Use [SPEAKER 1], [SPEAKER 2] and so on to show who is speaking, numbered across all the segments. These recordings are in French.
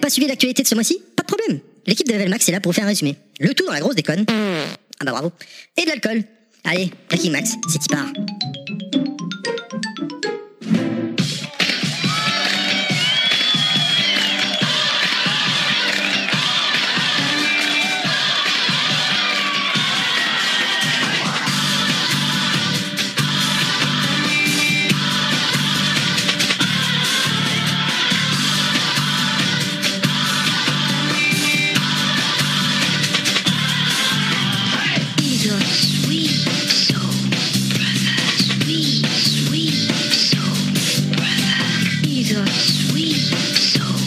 [SPEAKER 1] pas suivi l'actualité de ce mois-ci Pas de problème. L'équipe de Level Max est là pour vous faire un résumé. Le tout dans la grosse déconne. Ah bah bravo. Et de l'alcool. Allez, Breaking Max, c'est y part.
[SPEAKER 2] He's a sweet soul, brother. Sweet, sweet soul, brother. He's a sweet soul,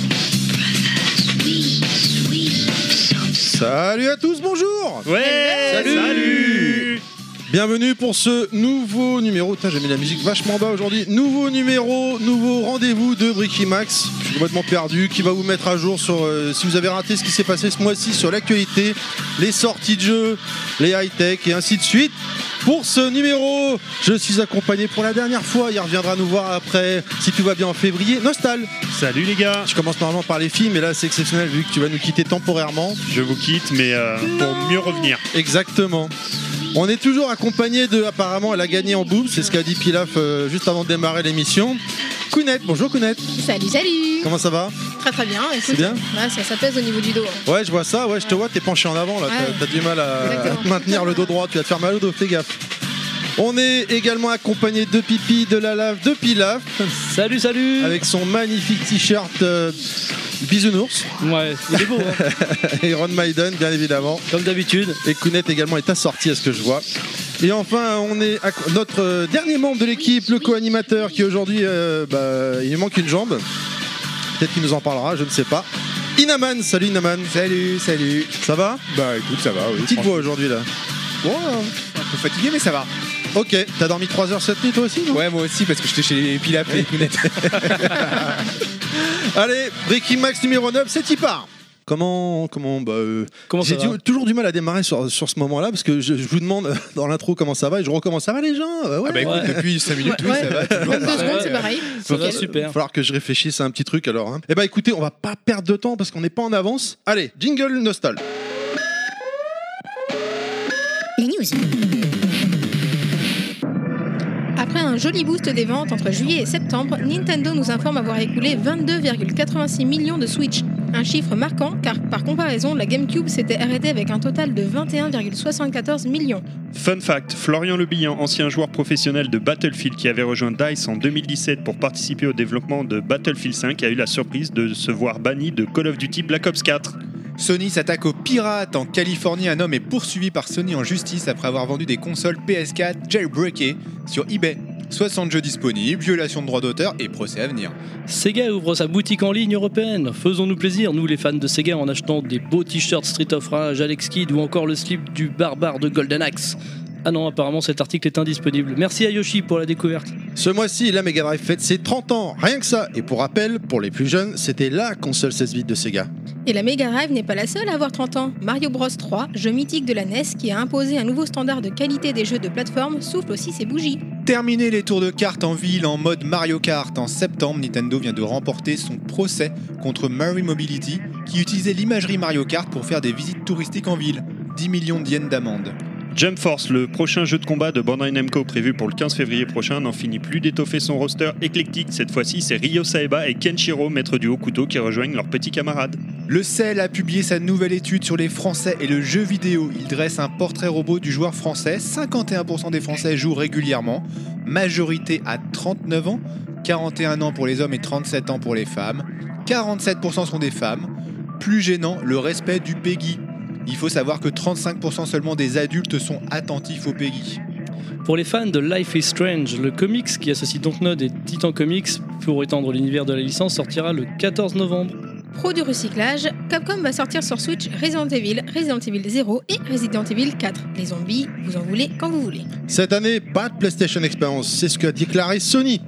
[SPEAKER 2] brother. Sweet, sweet soul.
[SPEAKER 3] Salut à tous, bonjour
[SPEAKER 4] Ouais Salut,
[SPEAKER 3] Bienvenue pour ce nouveau numéro. Putain, j'ai mis la musique vachement bas aujourd'hui. Nouveau numéro, nouveau rendez-vous de Bricky Max. Je suis complètement perdu. Qui va vous mettre à jour sur euh, si vous avez raté ce qui s'est passé ce mois-ci sur l'actualité, les sorties de jeux, les high-tech et ainsi de suite. Pour ce numéro, je suis accompagné pour la dernière fois. Il reviendra nous voir après, si tout va bien en février. Nostal
[SPEAKER 4] Salut les gars
[SPEAKER 3] Je commence normalement par les filles, mais là c'est exceptionnel vu que tu vas nous quitter temporairement.
[SPEAKER 4] Je vous quitte, mais euh, pour mieux revenir.
[SPEAKER 3] Exactement. On est toujours accompagné de, apparemment, elle a gagné en boum, c'est ce qu'a dit Pilaf euh, juste avant de démarrer l'émission. Kounet, bonjour Kounet,
[SPEAKER 5] Salut, salut
[SPEAKER 3] comment ça va
[SPEAKER 5] Très très bien, écoute.
[SPEAKER 3] C'est bien
[SPEAKER 5] Ouais, ça, ça pèse au niveau du dos. hein.
[SPEAKER 3] Ouais, je vois ça, ouais, je te vois, t'es penché en avant là, t'as-
[SPEAKER 5] Ouais.
[SPEAKER 3] t'as du mal à,
[SPEAKER 5] Exactement.
[SPEAKER 3] à te maintenir le dos droit, tu vas te faire mal au dos, fais gaffe. On est également accompagné de Pipi, de la lave, de Pilaf,
[SPEAKER 6] Salut, salut
[SPEAKER 3] avec son magnifique t-shirt euh, Bisounours,
[SPEAKER 6] Ouais, il est beau, hein,
[SPEAKER 3] et Ron Maiden, bien évidemment.
[SPEAKER 6] comme d'habitude.
[SPEAKER 3] Et Kounet également est assorti à ce que je vois. Et enfin, on est à- notre euh, dernier membre de l'équipe, le co-animateur, qui aujourd'hui, euh, bah, il lui manque une jambe. Peut-être qu'il nous en parlera, je ne sais pas. Inaman, salut Inaman. Salut, salut. Ça va
[SPEAKER 7] Bah écoute, ça va, oui.
[SPEAKER 3] Petite voix aujourd'hui là.
[SPEAKER 7] un peu fatigué, mais ça va.
[SPEAKER 3] Ok, t'as dormi 3 heures cette nuit toi aussi non
[SPEAKER 7] Ouais, moi aussi, parce que j'étais chez les Pilaf et les Kounettes.
[SPEAKER 3] Allez, Breaking Max numéro 9, c'est y part Comment, comment, bah, euh,
[SPEAKER 6] Comment
[SPEAKER 3] j'ai
[SPEAKER 6] ça va
[SPEAKER 3] du- toujours du mal à démarrer sur, sur ce moment-là parce que je, je vous demande dans l'intro comment ça va et je recommence ça va les gens Bah ouais.
[SPEAKER 7] Ah bah écoute,
[SPEAKER 6] Ouais.
[SPEAKER 7] depuis 5 minutes, oui,
[SPEAKER 5] Ouais.
[SPEAKER 7] ça va. toujours.
[SPEAKER 5] 22 secondes, c'est pareil.
[SPEAKER 3] Il
[SPEAKER 5] Nickel.
[SPEAKER 6] Ça va
[SPEAKER 3] Ah, va
[SPEAKER 6] super.
[SPEAKER 3] falloir que je réfléchisse à un petit truc alors. Hein. Eh bah écoutez, on va pas perdre de temps parce qu'on n'est pas en avance. Allez, jingle nostal.
[SPEAKER 1] Les news.
[SPEAKER 5] Après un joli boost des ventes entre juillet et septembre, Nintendo nous informe avoir écoulé 22,86 millions de Switch. Un chiffre marquant car par comparaison, la GameCube s'était arrêtée avec un total de 21,74 millions.
[SPEAKER 4] Fun fact, Florian Lebillan, ancien joueur professionnel de Battlefield qui avait rejoint DICE en 2017 pour participer au développement de Battlefield 5, a eu la surprise de se voir banni de Call of Duty Black Ops 4.
[SPEAKER 7] Sony s'attaque aux pirates. En Californie, un homme est poursuivi par Sony en justice après avoir vendu des consoles PS4 jailbreakées sur eBay. 60 jeux disponibles, violation de droits d'auteur et procès à venir.
[SPEAKER 6] Sega ouvre sa boutique en ligne européenne. Faisons-nous plaisir, nous les fans de Sega, en achetant des beaux t-shirts Street of Rage, Alex Kidd ou encore le slip du barbare de Golden Axe. Ah non, apparemment cet article est indisponible. Merci à Yoshi pour la découverte.
[SPEAKER 3] Ce mois-ci, la Mega Drive fête ses 30 ans, rien que ça. Et pour rappel, pour les plus jeunes, c'était la console 16 bits de Sega.
[SPEAKER 5] Et la Mega Drive n'est pas la seule à avoir 30 ans. Mario Bros 3, jeu mythique de la NES qui a imposé un nouveau standard de qualité des jeux de plateforme, souffle aussi ses bougies.
[SPEAKER 7] Terminé les tours de cartes en ville en mode Mario Kart en septembre, Nintendo vient de remporter son procès contre Mary Mobility qui utilisait l'imagerie Mario Kart pour faire des visites touristiques en ville. 10 millions de yens d'amende.
[SPEAKER 4] Jump Force, le prochain jeu de combat de Bandai Namco prévu pour le 15 février prochain, n'en finit plus d'étoffer son roster éclectique. Cette fois-ci, c'est Ryo Saeba et Kenshiro, maître du haut couteau, qui rejoignent leurs petits camarades.
[SPEAKER 7] Le CEL a publié sa nouvelle étude sur les Français et le jeu vidéo. Il dresse un portrait robot du joueur français. 51% des Français jouent régulièrement, majorité à 39 ans, 41 ans pour les hommes et 37 ans pour les femmes. 47% sont des femmes. Plus gênant, le respect du PEGI. Il faut savoir que 35% seulement des adultes sont attentifs au PEGI.
[SPEAKER 6] Pour les fans de Life is Strange, le comics qui associe Dontnod et Titan Comics pour étendre l'univers de la licence sortira le 14 novembre.
[SPEAKER 5] Pro du recyclage, Capcom va sortir sur Switch Resident Evil, Resident Evil 0 et Resident Evil 4. Les zombies, vous en voulez quand vous voulez.
[SPEAKER 3] Cette année, pas de PlayStation Experience, c'est ce qu'a déclaré Sony.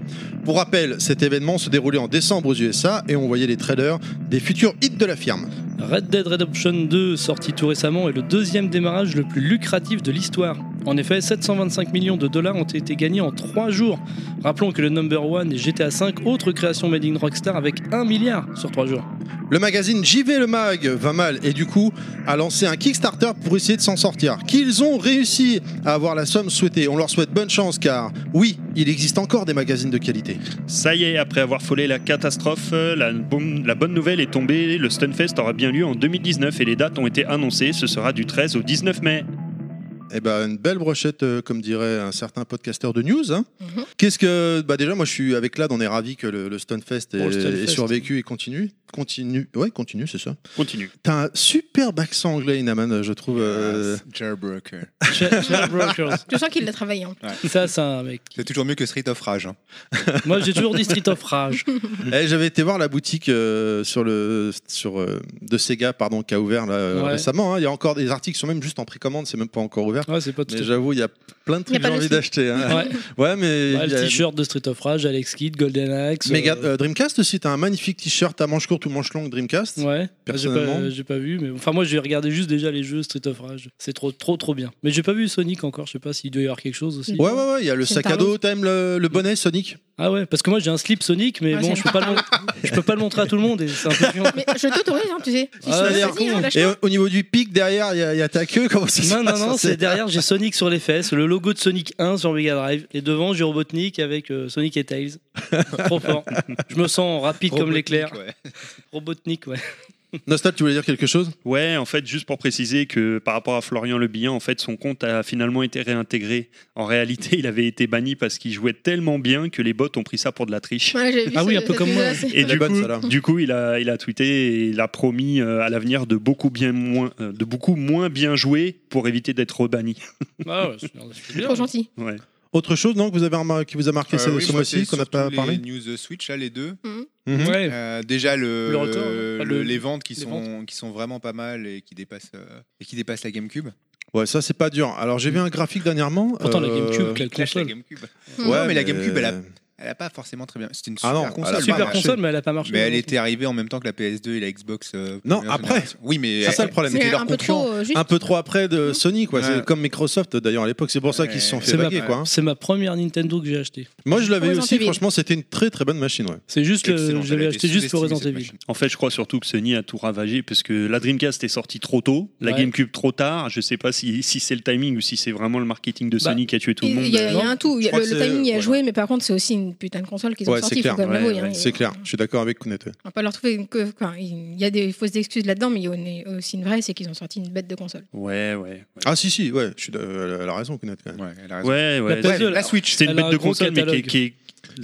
[SPEAKER 3] Pour rappel, cet événement se déroulait en décembre aux USA et on voyait les traders des futurs hits de la firme.
[SPEAKER 6] Red Dead Redemption 2, sorti tout récemment, est le deuxième démarrage le plus lucratif de l'histoire. En effet, 725 millions de dollars ont été gagnés en 3 jours. Rappelons que le number one est GTA V, autre création made in Rockstar, avec 1 milliard sur 3 jours.
[SPEAKER 3] Le magazine JV Le Mag va mal et du coup a lancé un Kickstarter pour essayer de s'en sortir. Qu'ils ont réussi à avoir la somme souhaitée. On leur souhaite bonne chance car oui, il existe encore des magazines de qualité.
[SPEAKER 4] Ça y est, après avoir folé la catastrophe, euh, la, bon- la bonne nouvelle est tombée. Le Stunfest aura bien lieu en 2019 et les dates ont été annoncées. Ce sera du 13 au 19 mai.
[SPEAKER 3] Eh ben, une belle brochette, euh, comme dirait un certain podcasteur de news. hein.
[SPEAKER 5] Mhm.
[SPEAKER 3] Qu'est-ce que. Bah déjà, moi, je suis avec Lad, on est ravi que le, le Stunfest ait,
[SPEAKER 6] Oh, le Stunfest.
[SPEAKER 3] ait survécu et continue. Continue. Ouais, continue, c'est ça.
[SPEAKER 4] Continue.
[SPEAKER 3] T'as un superbe accent anglais, Inaman, je trouve. euh,
[SPEAKER 6] Ah,
[SPEAKER 7] Jailbroker.
[SPEAKER 6] Ch- Ch- Brokers.
[SPEAKER 5] Je sens qu'il l'a travaillé. hein.
[SPEAKER 6] Ça, c'est un mec.
[SPEAKER 7] C'est toujours mieux que Street of Rage. hein.
[SPEAKER 6] Moi, j'ai toujours dit Street of Rage.
[SPEAKER 3] Eh, J'avais été voir la boutique euh, sur le, sur, euh, de Sega pardon, qui a ouvert là, euh,
[SPEAKER 6] Ouais.
[SPEAKER 3] récemment. hein. Il y a encore des articles qui sont même juste en précommande, c'est même pas encore ouvert.
[SPEAKER 6] Ouais, c'est pas tout.
[SPEAKER 3] Mais j'avoue, il y a plein de
[SPEAKER 5] Il y a
[SPEAKER 3] trucs que
[SPEAKER 5] pas
[SPEAKER 3] j'ai
[SPEAKER 5] de
[SPEAKER 3] envie
[SPEAKER 5] slip.
[SPEAKER 3] d'acheter. hein.
[SPEAKER 6] Ouais.
[SPEAKER 3] Ouais, mais.
[SPEAKER 6] Ouais,
[SPEAKER 3] il y
[SPEAKER 6] le
[SPEAKER 3] a-
[SPEAKER 6] t-shirt de Street of Rage, Alex Kidd, Golden Axe.
[SPEAKER 3] Mega-
[SPEAKER 6] euh,
[SPEAKER 3] euh, Dreamcast aussi, t'as un magnifique t-shirt à manches courtes ou manches longues Dreamcast.
[SPEAKER 6] Ouais, Ah, j'ai
[SPEAKER 3] personnellement.
[SPEAKER 6] pas, j'ai pas vu, mais enfin moi j'ai regardé juste déjà les jeux Street of Rage, c'est trop trop trop bien. Mais j'ai pas vu Sonic encore, je sais pas s'il doit y avoir quelque chose aussi.
[SPEAKER 3] Ouais, ouais, ouais, il y a le
[SPEAKER 5] C'est
[SPEAKER 3] sac à dos, t'aimes le, le bonnet Sonic.
[SPEAKER 6] Ah ouais, parce que moi j'ai un slip Sonic, mais
[SPEAKER 5] Ouais,
[SPEAKER 6] bon
[SPEAKER 5] c'est
[SPEAKER 6] je peux, pas le, mon- je peux pas le montrer à tout le monde et c'est un peu chiant.
[SPEAKER 5] Mais je t'autorise, hein, tu sais. Si tu veux,
[SPEAKER 6] Ah,
[SPEAKER 3] c'est
[SPEAKER 5] vas-y,
[SPEAKER 6] con.
[SPEAKER 5] hein, lâche-toi.
[SPEAKER 3] Et au, au niveau du pic, derrière, il y, a- il y a ta queue, comment ça se
[SPEAKER 6] Non, non,
[SPEAKER 3] passe,
[SPEAKER 6] non,
[SPEAKER 3] hein,
[SPEAKER 6] c'est derrière j'ai Sonic sur les fesses, le logo de Sonic 1 sur Mega Drive, et devant j'ai Robotnik avec euh, Sonic et Tails. trop fort. Je me sens rapide comme l'éclair.
[SPEAKER 7] Robotnik, ouais.
[SPEAKER 6] Robotnik, ouais.
[SPEAKER 3] Nostal, tu voulais dire quelque chose
[SPEAKER 4] Ouais, en fait, juste pour préciser que par rapport à Florian Le Bihan, en fait, son compte a finalement été réintégré. En réalité, il avait été banni parce qu'il jouait tellement bien que les bots ont pris ça pour de la triche.
[SPEAKER 5] Ouais, j'ai vu
[SPEAKER 6] Ah oui,
[SPEAKER 5] ce-
[SPEAKER 6] un peu
[SPEAKER 5] cette
[SPEAKER 6] comme moi.
[SPEAKER 5] vidéo-là, c'est-
[SPEAKER 4] Et
[SPEAKER 3] Elle est
[SPEAKER 4] du
[SPEAKER 3] bonne,
[SPEAKER 4] coup,
[SPEAKER 3] celle-là.
[SPEAKER 4] du coup, il a, il a tweeté et il a promis euh, à l'avenir de beaucoup bien moins, euh, de beaucoup moins bien jouer pour éviter d'être banni.
[SPEAKER 7] Bah
[SPEAKER 6] Ah ouais, c'est- c'est bien.
[SPEAKER 5] Trop gentil.
[SPEAKER 4] Ouais.
[SPEAKER 3] Autre chose non, que vous avez remar- qui vous a marqué
[SPEAKER 7] Euh,
[SPEAKER 3] ce-
[SPEAKER 7] oui,
[SPEAKER 3] ce
[SPEAKER 7] moi,
[SPEAKER 3] mois-ci,
[SPEAKER 7] c'est
[SPEAKER 3] qu'on n'a
[SPEAKER 7] surtout
[SPEAKER 3] pas
[SPEAKER 7] les
[SPEAKER 3] parlé
[SPEAKER 7] news de Switch, là, les deux.
[SPEAKER 3] Mhm.
[SPEAKER 6] Ouais.
[SPEAKER 7] Euh, déjà, le,
[SPEAKER 6] Le record,
[SPEAKER 7] le-
[SPEAKER 6] pas le-
[SPEAKER 7] les ventes, qui,
[SPEAKER 6] les
[SPEAKER 7] sont, qui sont vraiment pas mal et qui dépassent, euh, et qui dépassent la GameCube.
[SPEAKER 3] Ouais, ça c'est pas dur. Alors j'ai vu un graphique dernièrement.
[SPEAKER 6] Pourtant la
[SPEAKER 3] euh,
[SPEAKER 6] GameCube, quelle
[SPEAKER 7] Clash la
[SPEAKER 6] console.
[SPEAKER 7] GameCube.
[SPEAKER 5] Ouais,
[SPEAKER 7] Non, mais la GameCube, elle a, elle a pas forcément très bien. C'était une
[SPEAKER 3] Ah
[SPEAKER 7] super
[SPEAKER 3] non,
[SPEAKER 7] console.
[SPEAKER 3] elle a
[SPEAKER 7] pas
[SPEAKER 6] Super
[SPEAKER 7] marché.
[SPEAKER 6] console, mais elle a pas marché.
[SPEAKER 7] Mais elle était arrivée en même temps que la PS2 et la Xbox. euh,
[SPEAKER 3] Non,
[SPEAKER 7] première
[SPEAKER 3] après.
[SPEAKER 7] génération. Oui, mais.
[SPEAKER 3] C'est ça le problème.
[SPEAKER 5] C'est
[SPEAKER 3] c'est leur
[SPEAKER 5] un peu
[SPEAKER 3] concurrent.
[SPEAKER 5] trop euh, juste.
[SPEAKER 3] Un peu trop après de
[SPEAKER 5] Mhm.
[SPEAKER 3] Sony, quoi. C'est
[SPEAKER 7] Ouais.
[SPEAKER 3] comme Microsoft d'ailleurs à l'époque. C'est pour ça qu'ils se sont
[SPEAKER 7] Ouais.
[SPEAKER 3] fait
[SPEAKER 6] C'est ma,
[SPEAKER 3] vaguer, quoi. hein.
[SPEAKER 6] c'est ma première Nintendo que j'ai achetée.
[SPEAKER 3] Moi, je l'avais
[SPEAKER 5] Resident
[SPEAKER 3] aussi.
[SPEAKER 5] Evil.
[SPEAKER 3] Franchement, c'était une très très bonne machine, ouais.
[SPEAKER 6] C'est juste que
[SPEAKER 7] Excellent,
[SPEAKER 6] je l'ai
[SPEAKER 7] elle a
[SPEAKER 6] acheté
[SPEAKER 7] été
[SPEAKER 6] juste pour
[SPEAKER 7] sous-estimée,
[SPEAKER 6] Resident
[SPEAKER 7] cette
[SPEAKER 6] Evil.
[SPEAKER 7] machine.
[SPEAKER 4] En fait, je crois surtout que Sony a tout ravagé parce que la Dreamcast est sortie trop tôt, la
[SPEAKER 6] Ouais.
[SPEAKER 4] GameCube trop tard. Je sais pas si, si c'est le timing ou si c'est vraiment le marketing de
[SPEAKER 6] Bah,
[SPEAKER 4] Sony qui a tué tout le
[SPEAKER 5] Il y,
[SPEAKER 4] monde.
[SPEAKER 5] a- il y a un tout. Il y a-
[SPEAKER 3] crois
[SPEAKER 5] le,
[SPEAKER 3] que
[SPEAKER 5] le
[SPEAKER 3] c'est-
[SPEAKER 5] timing y a
[SPEAKER 3] voilà.
[SPEAKER 5] joué, mais par contre, c'est aussi une putain de console qu'ils ont
[SPEAKER 3] Ouais, c'est
[SPEAKER 5] sortie.
[SPEAKER 3] clair,
[SPEAKER 5] faut quand même
[SPEAKER 4] ouais,
[SPEAKER 5] l'avouer, hein.
[SPEAKER 3] C'est clair. Je suis d'accord avec Kounet. ouais.
[SPEAKER 5] On va pas leur trouver. que- enfin, il y a des fausses excuses là-dedans, mais il y en a aussi une vraie, c'est qu'ils ont sorti une bête de console.
[SPEAKER 4] Ouais, ouais, ouais.
[SPEAKER 3] Ah si si, ouais. Je suis. d'a- euh, Elle a raison, Kounet. Quand même.
[SPEAKER 7] Ouais, elle a raison.
[SPEAKER 4] Ouais, ouais.
[SPEAKER 6] PS2,
[SPEAKER 7] Ouais,
[SPEAKER 6] elle a-
[SPEAKER 7] la Switch.
[SPEAKER 4] C'était une
[SPEAKER 6] Elle a
[SPEAKER 4] bête
[SPEAKER 6] un
[SPEAKER 4] de
[SPEAKER 6] gros
[SPEAKER 4] console, mais qui est,
[SPEAKER 6] catalogue.
[SPEAKER 4] qui est- la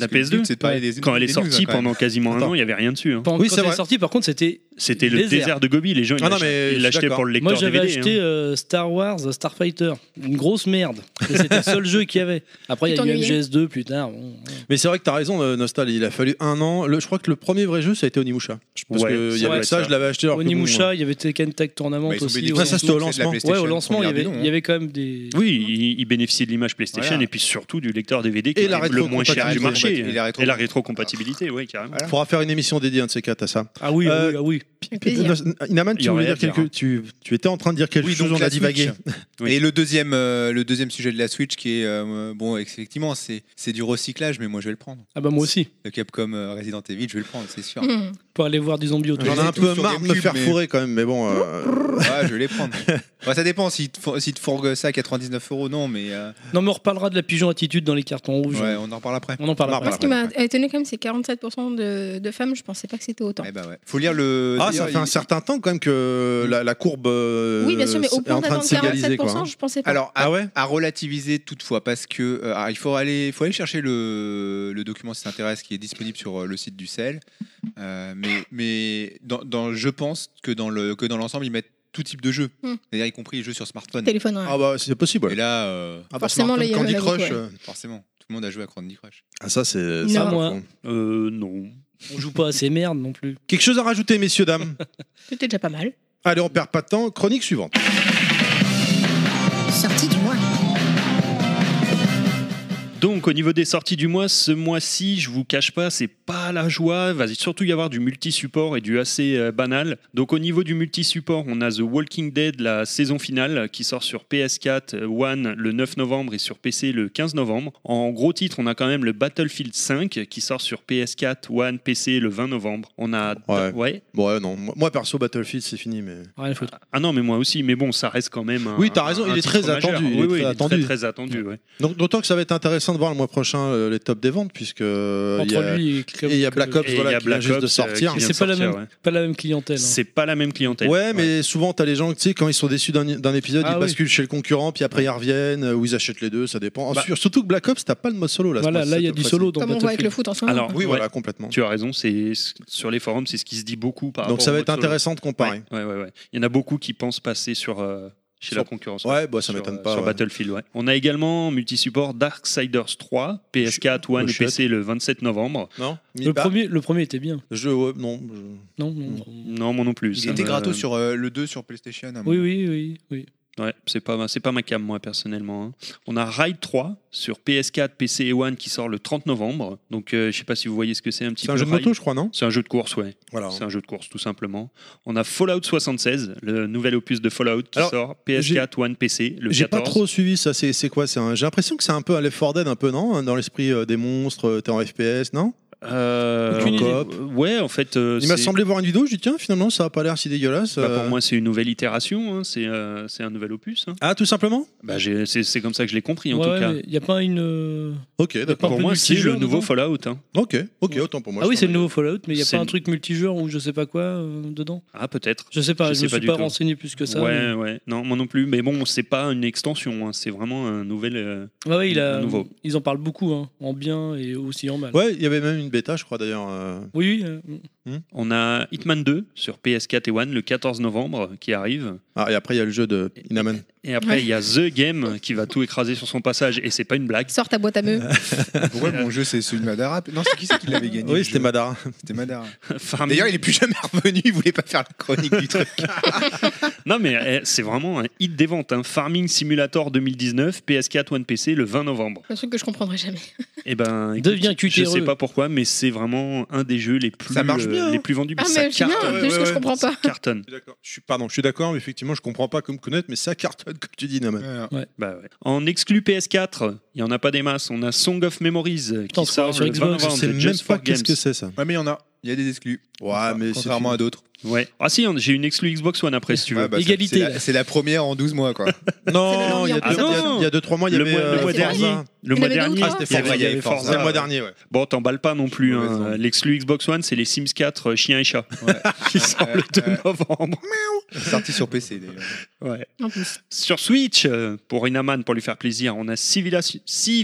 [SPEAKER 7] Parce que le but,
[SPEAKER 4] PS2.
[SPEAKER 7] c'est de parler des-
[SPEAKER 4] Quand elle est
[SPEAKER 7] des news,
[SPEAKER 4] sortie
[SPEAKER 7] hein, quand même.
[SPEAKER 4] pendant quasiment un
[SPEAKER 3] Attends.
[SPEAKER 4] an, il y avait rien dessus. hein.
[SPEAKER 6] Quand,
[SPEAKER 3] Oui,
[SPEAKER 6] quand
[SPEAKER 3] c'est
[SPEAKER 6] elle est
[SPEAKER 3] vrai.
[SPEAKER 6] sortie, par contre, c'était
[SPEAKER 4] C'était le
[SPEAKER 6] Désert.
[SPEAKER 4] désert de Gobi. Les gens ils
[SPEAKER 3] Ah non,
[SPEAKER 4] l'achetaient-
[SPEAKER 3] mais
[SPEAKER 4] ils
[SPEAKER 3] je suis
[SPEAKER 4] l'achetaient
[SPEAKER 3] d'accord.
[SPEAKER 4] pour le lecteur
[SPEAKER 6] Moi, j'avais
[SPEAKER 4] DVD. hein.
[SPEAKER 6] acheté euh, Star Wars, Starfighter. Une grosse merde. Et C'était le seul jeu qu'il y avait. Après, il y a
[SPEAKER 5] Tu
[SPEAKER 6] eu
[SPEAKER 5] t'ennuyais
[SPEAKER 6] MGS2 plus tard. bon.
[SPEAKER 3] Mais c'est vrai que t'as raison, euh, Nostal. Il a fallu un an. Le- je crois que le premier vrai jeu, ça a été Onimusha. Je pense
[SPEAKER 4] Ouais,
[SPEAKER 3] que
[SPEAKER 4] ça
[SPEAKER 3] il y
[SPEAKER 6] doit
[SPEAKER 3] avait
[SPEAKER 4] être
[SPEAKER 3] ça.
[SPEAKER 4] ça.
[SPEAKER 3] Je l'avais acheté. alors que bon, hein.
[SPEAKER 6] Onimusha, il y avait Tekken Tag Tournament
[SPEAKER 7] Bah, ils ont
[SPEAKER 6] aussi.
[SPEAKER 7] bénéficié
[SPEAKER 3] ouais, ça, c'était au
[SPEAKER 7] de la
[SPEAKER 3] lancement.
[SPEAKER 6] Ouais,
[SPEAKER 7] PlayStation,
[SPEAKER 6] au lancement, il y,
[SPEAKER 7] regarde
[SPEAKER 6] avait,
[SPEAKER 7] les noms,
[SPEAKER 3] hein.
[SPEAKER 6] il y avait quand même des.
[SPEAKER 4] Oui, il, il bénéficie de l'image PlayStation
[SPEAKER 7] Voilà.
[SPEAKER 4] et puis surtout du lecteur DVD qui
[SPEAKER 3] Et
[SPEAKER 4] est
[SPEAKER 3] la
[SPEAKER 4] le moins cher du marché.
[SPEAKER 7] rétrocompatibilité. Et la rétro-
[SPEAKER 4] Et la rétrocompatibilité, oui, carrément.
[SPEAKER 3] on Faudra faire une émission dédiée à un de ces quatre à ça.
[SPEAKER 6] Ah oui, ah
[SPEAKER 3] Euh,
[SPEAKER 6] oui, ah oui.
[SPEAKER 5] Avec plaisir.
[SPEAKER 3] Nos- Inaman,
[SPEAKER 4] Il y
[SPEAKER 3] tu
[SPEAKER 4] aurait
[SPEAKER 3] voulais
[SPEAKER 4] à
[SPEAKER 3] dire
[SPEAKER 4] dire,
[SPEAKER 3] quelque
[SPEAKER 4] hein.
[SPEAKER 3] tu, tu étais en train de dire quelque
[SPEAKER 7] Oui,
[SPEAKER 3] chose,
[SPEAKER 7] donc
[SPEAKER 3] on
[SPEAKER 7] la
[SPEAKER 3] a divagué.
[SPEAKER 7] Switch.
[SPEAKER 4] Oui.
[SPEAKER 7] Et le deuxième, euh, le deuxième sujet de la Switch qui est euh, bon, effectivement, c'est c'est du recyclage, mais moi je vais le prendre.
[SPEAKER 6] Ah bah moi aussi.
[SPEAKER 7] Le Capcom euh, Resident Evil, je vais le prendre, c'est sûr.
[SPEAKER 5] Hmm.
[SPEAKER 6] Pour aller voir du zombie autour.
[SPEAKER 3] J'en ai un
[SPEAKER 7] tout
[SPEAKER 3] peu
[SPEAKER 7] sur
[SPEAKER 3] marre de me
[SPEAKER 7] GameCube,
[SPEAKER 3] faire
[SPEAKER 7] mais-
[SPEAKER 3] fourrer quand même, mais bon. euh,
[SPEAKER 7] Ah, je vais les prendre. Bah, ça dépend si te four- si te fourgues ça à 99 euros, non, mais euh,
[SPEAKER 6] Non, mais on reparlera de la pigeon attitude dans les cartons rouges.
[SPEAKER 7] ouais, on en parle après.
[SPEAKER 6] On en parlera.
[SPEAKER 3] Marre,
[SPEAKER 6] après.
[SPEAKER 5] Moi, ce qui m'a étonné quand même, c'est 47% de, de femmes. Je pensais pas que c'était autant.
[SPEAKER 7] Eh bah ouais. Faut lire le.
[SPEAKER 3] Ah, ça
[SPEAKER 7] d'ailleurs,
[SPEAKER 3] fait un
[SPEAKER 7] il-
[SPEAKER 3] certain temps quand même que la, la courbe euh,
[SPEAKER 5] oui, bien sûr, mais au
[SPEAKER 3] est en
[SPEAKER 5] point
[SPEAKER 3] train de
[SPEAKER 5] d'attendre
[SPEAKER 3] s'égaliser.
[SPEAKER 5] 47%,
[SPEAKER 3] quoi, hein.
[SPEAKER 5] je pensais pas.
[SPEAKER 7] Alors, à,
[SPEAKER 3] Ah ouais
[SPEAKER 7] à relativiser toutefois, parce que euh, ah, il faut aller, faut aller chercher le, le document si ça intéresse, qui est disponible sur euh, le site du CEL. Euh, mais mais dans, dans- je pense que dans le que dans l'ensemble, ils mettent tout type de jeux,
[SPEAKER 5] Hmm.
[SPEAKER 7] c'est-à-dire y compris les jeux sur smartphone.
[SPEAKER 5] téléphone, ouais.
[SPEAKER 3] Ah bah c'est possible.
[SPEAKER 7] Et
[SPEAKER 3] ouais.
[SPEAKER 7] là, euh,
[SPEAKER 3] Ah,
[SPEAKER 5] forcément,
[SPEAKER 3] Smartphone
[SPEAKER 5] les-
[SPEAKER 3] Candy
[SPEAKER 5] les-
[SPEAKER 3] Crush.
[SPEAKER 5] ouais.
[SPEAKER 3] euh,
[SPEAKER 7] forcément, tout le monde a joué à Candy Crush.
[SPEAKER 3] Ah ça c'est.
[SPEAKER 5] Non.
[SPEAKER 3] ça,
[SPEAKER 6] Moi.
[SPEAKER 3] bon.
[SPEAKER 4] Euh, non.
[SPEAKER 6] On joue pas à ces merdes non plus.
[SPEAKER 3] Quelque chose à rajouter, messieurs dames.
[SPEAKER 5] C'était déjà pas mal.
[SPEAKER 3] Allez, on perd pas de temps. Chronique suivante.
[SPEAKER 1] Sortie du mois.
[SPEAKER 4] Donc au niveau des sorties du mois, ce mois-ci, je vous cache pas, c'est pas la joie. Va surtout y avoir du multi-support et du assez euh, banal. Donc au niveau du multi-support, on a The Walking Dead, la saison finale, qui sort sur PS4, euh, One le 9 novembre et sur PC le 15 novembre. En gros titre, on a quand même le Battlefield 5 qui sort sur PS4, One, PC le 20 novembre. On a
[SPEAKER 3] Ouais.
[SPEAKER 4] ouais.
[SPEAKER 3] Bon, ouais, non. Moi, moi, perso, Battlefield, c'est fini, mais.
[SPEAKER 6] Rien à foutre.
[SPEAKER 4] Ah non, mais moi aussi, mais bon, ça reste quand même. un-
[SPEAKER 3] Oui, t'as raison,
[SPEAKER 4] un
[SPEAKER 3] il est
[SPEAKER 4] titre
[SPEAKER 3] très attendu, il
[SPEAKER 4] Oui,
[SPEAKER 3] est
[SPEAKER 4] oui,
[SPEAKER 3] très
[SPEAKER 4] il est très,
[SPEAKER 3] attendu.
[SPEAKER 4] très attendu. ouais.
[SPEAKER 3] Donc, d'autant que ça va être intéressant de voir le mois prochain euh, les tops des ventes, puisque. euh, il y
[SPEAKER 6] Entre
[SPEAKER 3] a-
[SPEAKER 6] lui et
[SPEAKER 3] et il y a Black Ops
[SPEAKER 4] Et il
[SPEAKER 3] voilà,
[SPEAKER 4] y a
[SPEAKER 3] qui vient
[SPEAKER 4] Black
[SPEAKER 3] juste de
[SPEAKER 4] Ops, euh,
[SPEAKER 3] sortir.
[SPEAKER 4] qui
[SPEAKER 6] Et
[SPEAKER 4] vient
[SPEAKER 6] c'est
[SPEAKER 4] de
[SPEAKER 6] pas la
[SPEAKER 4] sortir,
[SPEAKER 6] même-
[SPEAKER 4] ouais.
[SPEAKER 6] Pas la même clientèle. hein.
[SPEAKER 4] C'est pas la même clientèle.
[SPEAKER 3] Ouais, mais souvent, t'as les gens, tu sais, quand ils sont déçus d'un d'un épisode,
[SPEAKER 6] Ah
[SPEAKER 3] ils
[SPEAKER 6] oui.
[SPEAKER 3] basculent chez le concurrent, puis après ils reviennent, euh, ou ils achètent les deux, ça dépend.
[SPEAKER 4] Bah-
[SPEAKER 3] Sur- Surtout que Black Ops, t'as pas le mode solo là. ce
[SPEAKER 6] Voilà,
[SPEAKER 3] mois-ci,
[SPEAKER 6] là il y a
[SPEAKER 3] cette
[SPEAKER 6] du
[SPEAKER 3] fois-ci.
[SPEAKER 6] solo dans
[SPEAKER 5] Comme on voit avec
[SPEAKER 6] Battlefield.
[SPEAKER 5] le foot en ce moment.
[SPEAKER 4] Alors,
[SPEAKER 3] Ah, Oui,
[SPEAKER 4] ouais,
[SPEAKER 3] voilà, complètement.
[SPEAKER 4] Tu as raison, c'est sur les forums, c'est ce qui se dit beaucoup par
[SPEAKER 3] Donc
[SPEAKER 4] rapport
[SPEAKER 3] ça
[SPEAKER 4] au
[SPEAKER 3] va être
[SPEAKER 4] mode solo.
[SPEAKER 3] intéressant de comparer.
[SPEAKER 4] Ouais, ouais, ouais, ouais. Il y en a beaucoup qui pensent passer sur euh, chez
[SPEAKER 3] Sur-
[SPEAKER 4] la concurrence.
[SPEAKER 3] Ouais, bah, ça
[SPEAKER 4] Sur,
[SPEAKER 3] m'étonne
[SPEAKER 4] euh,
[SPEAKER 3] pas,
[SPEAKER 4] Sur
[SPEAKER 3] ouais.
[SPEAKER 4] Battlefield, ouais. On a également multi-support Darksiders 3, PS4, One et
[SPEAKER 3] chouette.
[SPEAKER 4] PC le 27 novembre.
[SPEAKER 3] Non
[SPEAKER 6] Le premier, le premier était bien.
[SPEAKER 3] Je, ouais, non. je-
[SPEAKER 6] Non, non.
[SPEAKER 3] Mm.
[SPEAKER 4] Non, moi non plus.
[SPEAKER 7] Il
[SPEAKER 4] ça
[SPEAKER 7] était
[SPEAKER 4] me-
[SPEAKER 7] gratos sur euh, le 2 sur PlayStation. à mon
[SPEAKER 6] Oui, oui, oui, oui.
[SPEAKER 4] Ouais, c'est pas, ma- c'est pas ma cam, moi, personnellement. hein. On a Ride 3 sur PS4, PC et One qui sort le 30 novembre. Donc, euh, je sais pas si vous voyez ce que c'est un petit
[SPEAKER 3] C'est un
[SPEAKER 4] peu
[SPEAKER 3] jeu de
[SPEAKER 4] Ride.
[SPEAKER 3] moto, je crois, non
[SPEAKER 4] C'est un jeu de course, ouais.
[SPEAKER 3] Voilà.
[SPEAKER 4] C'est un jeu de course, tout simplement. On a Fallout 76, le nouvel opus de Fallout qui
[SPEAKER 3] Alors,
[SPEAKER 4] sort PS4, One, PC, le
[SPEAKER 3] J'ai
[SPEAKER 4] 14.
[SPEAKER 3] pas trop suivi ça, c'est c'est quoi c'est un- J'ai l'impression que c'est un peu un Left 4 Dead, un peu, non Dans l'esprit euh, des monstres, euh, t'es en FPS, non
[SPEAKER 4] Euh,
[SPEAKER 6] Aucune idée.
[SPEAKER 4] euh, Ouais, en fait. euh,
[SPEAKER 3] Il m'a
[SPEAKER 4] c'est-
[SPEAKER 3] semblé voir une vidéo, je dis tiens, finalement, ça a pas l'air si dégueulasse.
[SPEAKER 4] bah, pour
[SPEAKER 3] euh.
[SPEAKER 4] moi, c'est une nouvelle itération, hein, c'est euh, c'est un nouvel opus. hein.
[SPEAKER 3] Ah, tout simplement
[SPEAKER 4] Bah, j'ai- c'est c'est comme ça que je l'ai compris, en
[SPEAKER 6] Ouais,
[SPEAKER 4] tout cas.
[SPEAKER 6] mais Il n'y a pas une. euh,
[SPEAKER 3] Ok, d'accord.
[SPEAKER 6] un
[SPEAKER 4] Pour
[SPEAKER 6] peu
[SPEAKER 4] moi, c'est le
[SPEAKER 6] multijoueur
[SPEAKER 4] nouveau
[SPEAKER 6] dedans
[SPEAKER 4] Fallout. hein.
[SPEAKER 3] Ok, ok, autant pour moi.
[SPEAKER 6] ah
[SPEAKER 3] je
[SPEAKER 6] oui, c'est
[SPEAKER 3] t'en
[SPEAKER 6] le nouveau Fallout, mais il n'y a
[SPEAKER 4] C'est
[SPEAKER 6] pas un
[SPEAKER 4] une-
[SPEAKER 6] truc multijoueur ou je sais pas quoi euh, dedans
[SPEAKER 4] Ah, peut-être.
[SPEAKER 6] Je sais pas,
[SPEAKER 4] Je
[SPEAKER 6] je,
[SPEAKER 4] sais
[SPEAKER 6] ne
[SPEAKER 4] pas
[SPEAKER 6] suis
[SPEAKER 4] du
[SPEAKER 6] pas
[SPEAKER 4] tout.
[SPEAKER 6] renseigné plus que ça.
[SPEAKER 4] ouais, ouais. Non, moi non plus. Mais bon, c'est pas une extension, hein, c'est vraiment un nouvel. euh,
[SPEAKER 6] mais- Ouais, ouais, il a,
[SPEAKER 4] Un nouveau.
[SPEAKER 6] ils en parlent beaucoup, hein, en bien et aussi en mal.
[SPEAKER 3] Ouais, il y avait même une bêta, je crois d'ailleurs. euh.
[SPEAKER 6] Oui, oui. euh,
[SPEAKER 4] On a Hitman 2 sur PS4 et One le 14 novembre qui arrive.
[SPEAKER 3] Ah, et après, il y a le jeu de Inaman.
[SPEAKER 4] Et après,
[SPEAKER 5] Ouais.
[SPEAKER 4] il y a The Game qui va tout écraser sur son passage. Et c'est pas une blague.
[SPEAKER 5] Sors ta boîte à
[SPEAKER 3] euh,
[SPEAKER 5] meux.
[SPEAKER 7] avis. Ouais, mon jeu, c'est celui de Madara. Non, c'est qui c'est qui l'avait gagné le
[SPEAKER 3] Oui, c'était
[SPEAKER 7] jeu
[SPEAKER 3] Madara.
[SPEAKER 7] C'était Madara.
[SPEAKER 4] Farming-
[SPEAKER 7] D'ailleurs, il est plus jamais revenu. Il voulait pas faire la chronique du truc.
[SPEAKER 4] Non, mais euh, c'est vraiment un hit des ventes. hein. Farming Simulator 2019, PS4, One PC le 20 novembre.
[SPEAKER 5] Un truc que je comprendrai jamais.
[SPEAKER 4] Et ben, écoute,
[SPEAKER 6] Deviens
[SPEAKER 4] je
[SPEAKER 6] cutéreux.
[SPEAKER 4] sais pas pourquoi, mais c'est vraiment un des jeux les plus,
[SPEAKER 7] Ça marche
[SPEAKER 4] euh,
[SPEAKER 7] bien.
[SPEAKER 4] les plus vendus.
[SPEAKER 5] Ah,
[SPEAKER 4] Ça
[SPEAKER 5] mais c'est bien,
[SPEAKER 4] cartonne.
[SPEAKER 5] c'est
[SPEAKER 3] ouais,
[SPEAKER 5] juste que
[SPEAKER 3] ouais,
[SPEAKER 5] je comprends
[SPEAKER 4] Ça
[SPEAKER 5] pas.
[SPEAKER 4] cartonne.
[SPEAKER 3] Je suis d'accord. Je suis, pardon, je suis d'accord, mais effectivement, je comprends pas comme connaître, mais ça cartonne, comme tu dis, Inaman.
[SPEAKER 7] Voilà.
[SPEAKER 4] Bah ouais. En exclu PS4, il y en a pas des masses. On a Song of Memories euh,
[SPEAKER 6] Putain,
[SPEAKER 4] qui
[SPEAKER 6] c'est
[SPEAKER 4] sort
[SPEAKER 6] sur
[SPEAKER 4] le 20
[SPEAKER 6] Xbox,
[SPEAKER 3] Je
[SPEAKER 4] novembre.
[SPEAKER 3] sais
[SPEAKER 4] de
[SPEAKER 3] même
[SPEAKER 4] Just
[SPEAKER 3] pas
[SPEAKER 4] for
[SPEAKER 3] qu'est-ce que
[SPEAKER 4] Games.
[SPEAKER 3] c'est ça.
[SPEAKER 7] Ouais, mais il y en a. Il y a des exclus.
[SPEAKER 3] Ouais, mais c'est.
[SPEAKER 7] Contrairement à d'autres.
[SPEAKER 4] Ouais. Ah si, on- j'ai une exclu Xbox One après si tu veux.
[SPEAKER 7] Ouais, bah, c'est-
[SPEAKER 6] Égalité,
[SPEAKER 7] c'est la-
[SPEAKER 6] là.
[SPEAKER 7] C'est la première en 12 mois, quoi.
[SPEAKER 3] Non, il y a
[SPEAKER 5] Ah
[SPEAKER 3] deux-
[SPEAKER 4] non.
[SPEAKER 3] il y a- il y a 2-3 mois, il y
[SPEAKER 4] le
[SPEAKER 3] avait.
[SPEAKER 4] mois, le
[SPEAKER 3] euh,
[SPEAKER 4] mois
[SPEAKER 5] Forza.
[SPEAKER 4] dernier. Le
[SPEAKER 5] Il y
[SPEAKER 4] mois
[SPEAKER 5] en avait deux ou
[SPEAKER 4] dernier.
[SPEAKER 5] trois
[SPEAKER 4] Ah, c'était
[SPEAKER 7] Il y avait-
[SPEAKER 4] Forza,
[SPEAKER 7] il y avait
[SPEAKER 4] Forza.
[SPEAKER 7] Forza.
[SPEAKER 3] C'est le mois dernier, ouais.
[SPEAKER 4] Bon, t'emballes pas non plus.
[SPEAKER 7] J'ai
[SPEAKER 4] hein.
[SPEAKER 7] raison.
[SPEAKER 4] L'exclu Xbox One, c'est les Sims 4 euh, Chien et Chat
[SPEAKER 7] Ouais.
[SPEAKER 4] qui sort le 2
[SPEAKER 7] ouais.
[SPEAKER 4] novembre.
[SPEAKER 7] C'est sorti sur PC, d'ailleurs.
[SPEAKER 4] Ouais.
[SPEAKER 5] En plus.
[SPEAKER 4] Sur Switch, euh, pour Inaman, pour lui faire plaisir, on a Civilas-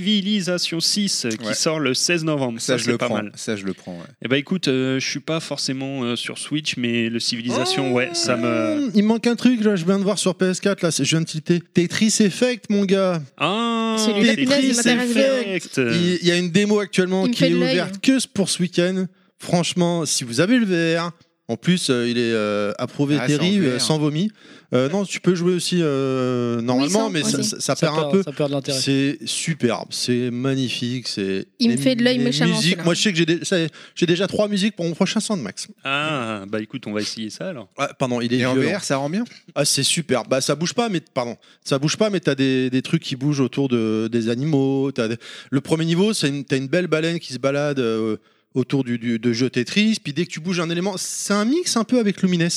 [SPEAKER 4] Civilization 6 euh, qui
[SPEAKER 7] Ouais.
[SPEAKER 4] sort le 16 novembre.
[SPEAKER 7] Ça,
[SPEAKER 4] Ça,
[SPEAKER 7] je
[SPEAKER 4] c'est
[SPEAKER 7] le
[SPEAKER 4] pas
[SPEAKER 7] prends.
[SPEAKER 4] mal.
[SPEAKER 7] Ça, je le prends. ouais.
[SPEAKER 4] Eh ben écoute, euh, je suis pas forcément euh, sur Switch, mais le Civilisation, ouais, ça me.
[SPEAKER 3] Mmh, Il manque un truc, là, je viens de voir sur PS4, là, c'est- je viens de tilter. Tetris Effect, mon gars.
[SPEAKER 4] Ah,
[SPEAKER 5] Celui-là,
[SPEAKER 4] Tetris
[SPEAKER 5] punaise, il m'intéresse vraiment.
[SPEAKER 4] Effect.
[SPEAKER 7] Euh,
[SPEAKER 3] Il il y a une démo actuellement
[SPEAKER 5] Il me
[SPEAKER 3] qui
[SPEAKER 5] fait
[SPEAKER 3] est
[SPEAKER 5] de l'œil.
[SPEAKER 3] ouverte que pour ce week-end. Franchement, si vous avez le VR, en plus, euh, il est euh, approuvé
[SPEAKER 7] Ah, c'est en
[SPEAKER 3] terrible,
[SPEAKER 7] VR.
[SPEAKER 3] euh, sans vomi. Euh, non, tu peux jouer aussi euh, normalement,
[SPEAKER 5] sans
[SPEAKER 3] mais ça,
[SPEAKER 5] vomi.
[SPEAKER 3] ça- ça
[SPEAKER 6] ça
[SPEAKER 3] perd un peu.
[SPEAKER 6] Ça perd de l'intérêt.
[SPEAKER 3] C'est superbe, c'est magnifique, c'est.
[SPEAKER 5] Il me
[SPEAKER 3] les-
[SPEAKER 5] fait de l'œil
[SPEAKER 3] les
[SPEAKER 5] méchamment,
[SPEAKER 3] musiques-
[SPEAKER 5] celui-là.
[SPEAKER 3] Moi, je sais que j'ai dé- ça y est, j'ai déjà trois musiques pour mon prochain sound max.
[SPEAKER 4] Ah, bah écoute, on va essayer ça alors.
[SPEAKER 3] Ah, pardon, il est
[SPEAKER 7] Et en
[SPEAKER 3] violent.
[SPEAKER 7] VR, ça rend bien.
[SPEAKER 3] Ah, c'est super. Bah, ça bouge pas, mais pardon, ça bouge pas, mais t'as des, des trucs qui bougent autour de, des animaux. T'as des- Le premier niveau, c'est une, t'as une belle baleine qui se balade euh, autour du, du- de jeu Tetris. Puis dès que tu bouges un élément, c'est un mix un peu avec Lumines.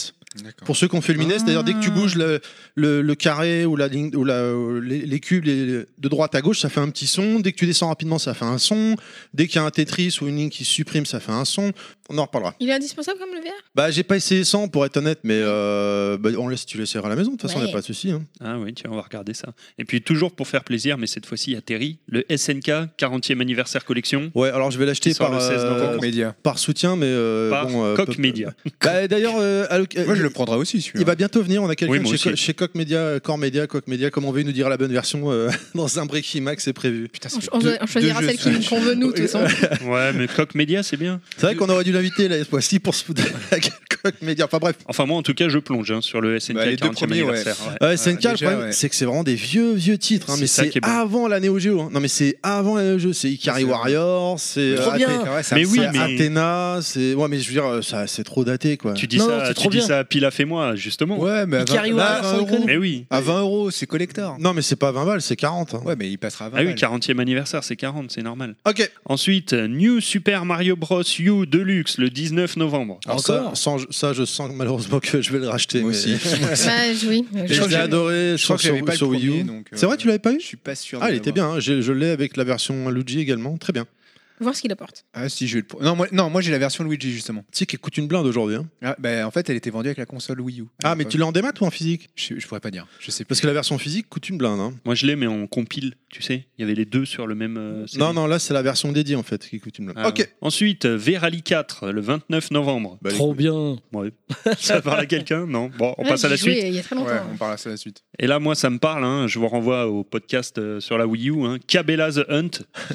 [SPEAKER 3] Pour ceux qui ont fait Lumines, c'est-à-dire dès que tu bouges le, le- le carré ou la ligne ou la- ou les, les cubes les- de droite à gauche, ça fait un petit son. Dès que tu descends rapidement, ça fait un son. Dès qu'il y a un Tetris ou une ligne qui se supprime, ça fait un son. On en reparlera.
[SPEAKER 5] Il est indispensable comme le verre
[SPEAKER 3] Bah, j'ai pas essayé sans pour être honnête, mais euh, bah, on laisse, tu laisseras à la maison. De toute façon, il
[SPEAKER 5] Ouais.
[SPEAKER 3] n'y a pas de souci. hein.
[SPEAKER 4] Ah oui, tiens, on va regarder ça. Et puis toujours pour faire plaisir, mais cette fois-ci à Terry, le SNK 40e anniversaire collection.
[SPEAKER 3] Ouais, alors je vais l'acheter
[SPEAKER 4] Qui sort
[SPEAKER 3] par,
[SPEAKER 4] le 16
[SPEAKER 3] euh,
[SPEAKER 4] novembre.
[SPEAKER 7] Média.
[SPEAKER 3] par soutien, mais euh,
[SPEAKER 4] Par
[SPEAKER 3] bon, euh,
[SPEAKER 4] Coq
[SPEAKER 3] peu-
[SPEAKER 4] Media.
[SPEAKER 3] Bah, D'ailleurs, euh, à l'oc-
[SPEAKER 7] Moi, je le prendrai aussi, celui-là.
[SPEAKER 3] il va bientôt venir. On a
[SPEAKER 4] Oui,
[SPEAKER 3] quelqu'un
[SPEAKER 4] moi
[SPEAKER 3] chez,
[SPEAKER 4] aussi.
[SPEAKER 3] Co- chez Coq Media, euh, Core Media, Coq Media, comme on veut, il nous dira la bonne version euh, dans un break Max, c'est prévu.
[SPEAKER 7] Putain, ça
[SPEAKER 5] On,
[SPEAKER 7] fait
[SPEAKER 5] on-
[SPEAKER 7] deux-
[SPEAKER 5] on choisira
[SPEAKER 7] deux
[SPEAKER 5] celle
[SPEAKER 7] jeux
[SPEAKER 5] qui
[SPEAKER 7] Switch.
[SPEAKER 5] qu'on veut nous, de toute façon.
[SPEAKER 4] Ouais, mais Coq Media, c'est bien.
[SPEAKER 3] C'est vrai qu'on aurait dû l'inviter là cette fois-ci pour se foutre de la gueule. Media. Enfin bref.
[SPEAKER 4] Enfin, moi, en tout cas, je plonge hein, sur le SNK
[SPEAKER 7] Bah, les deux
[SPEAKER 4] 40e
[SPEAKER 7] premiers, ouais.
[SPEAKER 4] anniversaire. ouais.
[SPEAKER 3] Euh, SNK,
[SPEAKER 7] déjà,
[SPEAKER 3] le problème,
[SPEAKER 7] ouais.
[SPEAKER 3] c'est que c'est vraiment des vieux, vieux titres. hein,
[SPEAKER 4] C'est
[SPEAKER 3] mais
[SPEAKER 4] ça
[SPEAKER 3] c'est
[SPEAKER 4] qui est bon.
[SPEAKER 3] avant la Neo Geo. hein. Non, mais c'est avant la Neo Geo. C'est Ikari
[SPEAKER 7] C'est vrai.
[SPEAKER 3] Warrior, c'est
[SPEAKER 6] Trop
[SPEAKER 3] euh,
[SPEAKER 6] bien.
[SPEAKER 3] Athena-
[SPEAKER 7] Ouais, ça
[SPEAKER 4] Mais
[SPEAKER 7] me
[SPEAKER 4] oui,
[SPEAKER 7] sert.
[SPEAKER 3] c'est Athena, c'est. Ouais, mais je veux dire, euh, ça, c'est trop daté, quoi.
[SPEAKER 4] Tu dis
[SPEAKER 6] Non, c'est
[SPEAKER 4] ça,
[SPEAKER 6] trop
[SPEAKER 4] tu dis
[SPEAKER 6] bien.
[SPEAKER 4] ça à Pilaf et moi, justement.
[SPEAKER 7] Ouais, mais à
[SPEAKER 6] Ikari
[SPEAKER 7] 20
[SPEAKER 6] Warrior,
[SPEAKER 7] à
[SPEAKER 6] sans
[SPEAKER 7] 20 euros.
[SPEAKER 6] déconner.
[SPEAKER 4] Mais oui.
[SPEAKER 7] À 20 euros, c'est collector.
[SPEAKER 3] Non, mais c'est pas 20 balles, c'est 40. hein.
[SPEAKER 7] Ouais, mais il passera à 20
[SPEAKER 4] Ah oui,
[SPEAKER 7] balles.
[SPEAKER 4] 40e anniversaire, c'est 40, c'est normal.
[SPEAKER 3] Ok.
[SPEAKER 4] Ensuite, New Super Mario Bros. U Deluxe le 19 novembre.
[SPEAKER 3] Alors
[SPEAKER 6] Encore
[SPEAKER 3] ça, sans- ça, je sens que malheureusement que je vais le racheter.
[SPEAKER 7] Moi
[SPEAKER 3] mais-
[SPEAKER 7] aussi.
[SPEAKER 5] Bah, oui.
[SPEAKER 3] Et Je
[SPEAKER 7] crois
[SPEAKER 3] l'ai
[SPEAKER 7] que j'avais-
[SPEAKER 3] adoré
[SPEAKER 7] Je crois
[SPEAKER 3] sur,
[SPEAKER 7] que j'avais
[SPEAKER 3] sur-
[SPEAKER 7] pas le
[SPEAKER 3] sur Wii
[SPEAKER 7] premier,
[SPEAKER 3] U.
[SPEAKER 7] donc, euh,
[SPEAKER 3] C'est vrai, tu l'avais pas eu
[SPEAKER 7] Je suis pas sûr. de
[SPEAKER 3] Ah, il était
[SPEAKER 7] l'avoir.
[SPEAKER 3] bien. hein. Je, je l'ai avec la version Luigi également. Très bien.
[SPEAKER 5] Voir ce qu'il apporte.
[SPEAKER 7] Ah si, je vais le pro- Non, moi, non, moi j'ai la version Luigi justement.
[SPEAKER 3] Tu sais qu'elle coûte une blinde aujourd'hui. hein.
[SPEAKER 7] Ah, bah, en fait, elle était vendue avec la console Wii U.
[SPEAKER 3] Ah, mais tu l'as en démat ou en physique
[SPEAKER 7] je, je pourrais pas dire. Je sais plus.
[SPEAKER 3] Parce que la version physique coûte une blinde. hein.
[SPEAKER 4] Moi, je l'ai, mais on compile, tu sais. Il y avait les deux sur le même. euh, série.
[SPEAKER 3] Non, non, là, c'est la version dédiée en fait qui coûte une blinde.
[SPEAKER 4] Ah,
[SPEAKER 3] ok.
[SPEAKER 4] Ensuite, Verali 4 le 29 novembre.
[SPEAKER 3] Bah,
[SPEAKER 6] Trop bien.
[SPEAKER 4] Ça parle à quelqu'un Non Bon, on
[SPEAKER 5] Ouais,
[SPEAKER 4] passe à
[SPEAKER 5] j'y
[SPEAKER 4] la
[SPEAKER 5] jouais
[SPEAKER 4] suite.
[SPEAKER 5] Il y a très
[SPEAKER 7] Ouais,
[SPEAKER 5] longtemps. hein.
[SPEAKER 7] on parle à ça la suite.
[SPEAKER 4] Et là, moi, ça me parle. hein. Je vous renvoie au podcast euh, sur la Wii U. Hein. Cabela the Hunt,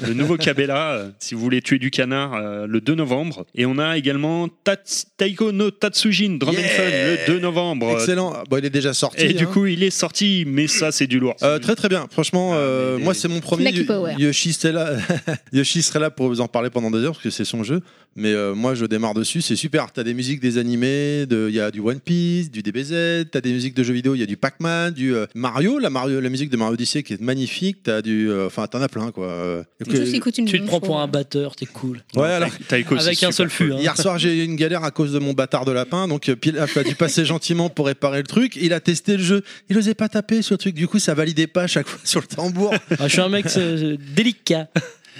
[SPEAKER 4] le nouveau Cabela, euh, si vous voulez tuer du canard, euh, le 2 novembre. Et on a également Tats- Taiko no Tatsujin Drum and Fun, le 2 novembre.
[SPEAKER 3] Excellent. Ah, Bon, il est déjà sorti.
[SPEAKER 4] Et du
[SPEAKER 3] hein.
[SPEAKER 4] coup, il est sorti, mais ça, c'est du lourd.
[SPEAKER 3] Euh, très très bien, franchement,
[SPEAKER 4] Ah,
[SPEAKER 3] euh,
[SPEAKER 4] mais-
[SPEAKER 3] moi c'est mon premier.
[SPEAKER 5] Snacky Power.
[SPEAKER 3] Yoshi serait là, Yoshi serait là pour vous en parler pendant deux heures parce que c'est son jeu. Mais euh, moi je démarre dessus, c'est super. T'as des musiques des animés, de- il y a du One Piece, du DBZ, t'as des musiques de jeux vidéo, il y a du Pac-Man, du euh, Mario, la Mario, la musique de Mario Odyssey qui est magnifique. T'as du, euh, enfin t'en as plein quoi. Euh,
[SPEAKER 5] Tout ce qui coûte une
[SPEAKER 6] Tu te
[SPEAKER 5] blinde,
[SPEAKER 6] prends
[SPEAKER 5] je
[SPEAKER 6] pour un
[SPEAKER 5] trouve.
[SPEAKER 6] batteur, t'es cool.
[SPEAKER 3] Ouais, alors,
[SPEAKER 4] Taiko, c'est
[SPEAKER 6] Avec un
[SPEAKER 4] super
[SPEAKER 6] seul
[SPEAKER 4] cool.
[SPEAKER 6] fût. hein.
[SPEAKER 3] Hier soir, j'ai eu une galère à cause de mon bâtard de lapin. Donc, euh, Pilaf a dû passer gentiment pour réparer le truc. Il a testé le jeu. Il osait pas taper sur le truc. Du coup, ça validait pas à chaque fois sur le tambour.
[SPEAKER 6] Ah, je suis un mec euh, délicat.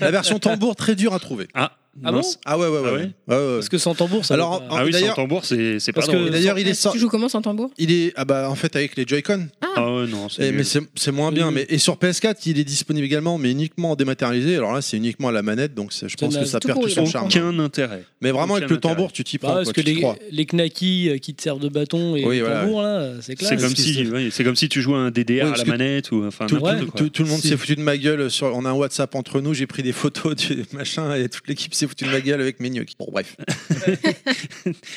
[SPEAKER 3] La version tambour, très dure à trouver.
[SPEAKER 4] Ah,
[SPEAKER 6] Ah
[SPEAKER 4] mince.
[SPEAKER 3] Ah ouais, ouais, ouais.
[SPEAKER 4] Ah
[SPEAKER 3] ouais. ouais, ouais.
[SPEAKER 6] Parce que sans tambour, ça.
[SPEAKER 3] Alors,
[SPEAKER 6] va
[SPEAKER 3] en-
[SPEAKER 6] pas.
[SPEAKER 4] Ah oui, sans
[SPEAKER 3] d'ailleurs-
[SPEAKER 4] tambour, c'est c'est pas
[SPEAKER 6] Parce que-
[SPEAKER 4] drôle.
[SPEAKER 3] D'ailleurs, il est
[SPEAKER 5] Tu
[SPEAKER 3] sorti.
[SPEAKER 5] joues comment sans tambour
[SPEAKER 3] Il est ah bah en fait avec les Joy-Con,
[SPEAKER 4] Ah ouais, non,
[SPEAKER 3] Eh,
[SPEAKER 4] c'est nul.
[SPEAKER 3] mais c'est c'est moins bien.
[SPEAKER 6] Oui.
[SPEAKER 3] Mais et sur PS4, il est disponible également, mais uniquement en dématérialisé. Alors là, c'est uniquement à la manette, donc c'est- je pense
[SPEAKER 6] C'est
[SPEAKER 3] que ça
[SPEAKER 5] tout
[SPEAKER 3] perd tout
[SPEAKER 5] pourri,
[SPEAKER 3] son
[SPEAKER 5] là.
[SPEAKER 3] charme.
[SPEAKER 4] aucun intérêt.
[SPEAKER 3] Mais vraiment avec
[SPEAKER 4] Aucun
[SPEAKER 3] le tambour,
[SPEAKER 4] intérêt.
[SPEAKER 3] tu t'y
[SPEAKER 6] Bah,
[SPEAKER 3] prends.
[SPEAKER 6] parce
[SPEAKER 3] quoi,
[SPEAKER 6] que
[SPEAKER 3] tu t'y
[SPEAKER 6] les,
[SPEAKER 3] crois.
[SPEAKER 6] les knackis euh, qui te servent de bâton et
[SPEAKER 3] Oui,
[SPEAKER 6] de
[SPEAKER 3] voilà,
[SPEAKER 6] tambour, là, c'est clair.
[SPEAKER 4] C'est comme
[SPEAKER 3] c'est-
[SPEAKER 4] si,
[SPEAKER 3] c'est-
[SPEAKER 4] ouais, c'est comme si tu jouais à un DDR
[SPEAKER 3] Ouais,
[SPEAKER 4] à
[SPEAKER 3] parce
[SPEAKER 4] la
[SPEAKER 3] que
[SPEAKER 4] manette ou enfin.
[SPEAKER 3] Tout,
[SPEAKER 4] n'importe
[SPEAKER 6] ouais,
[SPEAKER 4] quoi.
[SPEAKER 3] tout- tout le monde
[SPEAKER 6] Si.
[SPEAKER 3] s'est foutu de ma gueule. Sur, on a un WhatsApp entre nous. J'ai pris des photos du machin et toute l'équipe s'est foutu de ma gueule avec mes gnocchis. Bon, bref.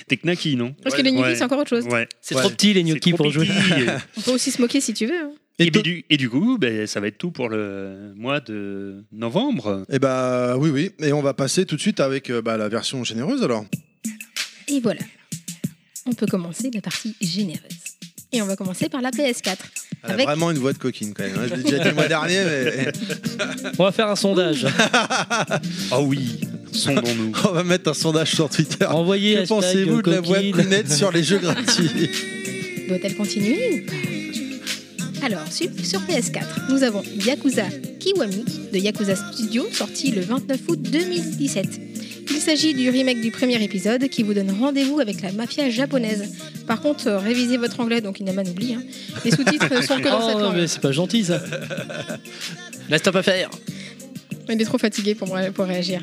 [SPEAKER 4] T'es knacky, non
[SPEAKER 5] Parce que les gnocchis,
[SPEAKER 4] Ouais.
[SPEAKER 5] c'est encore autre chose.
[SPEAKER 4] Ouais.
[SPEAKER 6] C'est
[SPEAKER 3] Ouais.
[SPEAKER 6] trop petit les
[SPEAKER 4] C'est
[SPEAKER 6] gnocchis
[SPEAKER 4] trop
[SPEAKER 6] pour
[SPEAKER 4] petit.
[SPEAKER 6] jouer.
[SPEAKER 5] On peut aussi se moquer si tu veux. hein.
[SPEAKER 4] Et,
[SPEAKER 3] Et,
[SPEAKER 4] ben,
[SPEAKER 3] to-
[SPEAKER 4] du, et du coup, ben, ça va être tout pour le mois de novembre.
[SPEAKER 3] eh bah oui, oui. Et on va passer tout de suite avec euh, bah, la version généreuse alors.
[SPEAKER 5] Et voilà. On peut commencer la partie généreuse. Et on va commencer par la PS4.
[SPEAKER 3] Elle
[SPEAKER 5] Avec-
[SPEAKER 3] a vraiment une voix de coquine quand même. hein. Je l'ai déjà dit le mois dernier, mais
[SPEAKER 6] On va faire un sondage.
[SPEAKER 4] Ah oui, sondons-nous.
[SPEAKER 3] on va mettre un sondage sur Twitter.
[SPEAKER 6] Envoyez
[SPEAKER 3] Que
[SPEAKER 6] hashtag
[SPEAKER 3] pensez-vous de la voix de
[SPEAKER 6] coquine.
[SPEAKER 3] Kounet sur les jeux gratuits
[SPEAKER 5] Doit-elle continuer ou pas Alors, sur, sur PS4, nous avons Yakuza Kiwami de Yakuza Studio, sorti le 29 août 2017. Il s'agit du remake du premier épisode qui vous donne rendez-vous avec la mafia japonaise. Par contre, euh, révisez votre anglais, donc Inaman oublie. Hein. Les sous-titres sont que dans cette
[SPEAKER 6] Oh,
[SPEAKER 5] langue.
[SPEAKER 6] mais c'est pas gentil ça. Laisse toi pas faire.
[SPEAKER 5] Il est trop fatigué pour, ré- pour réagir.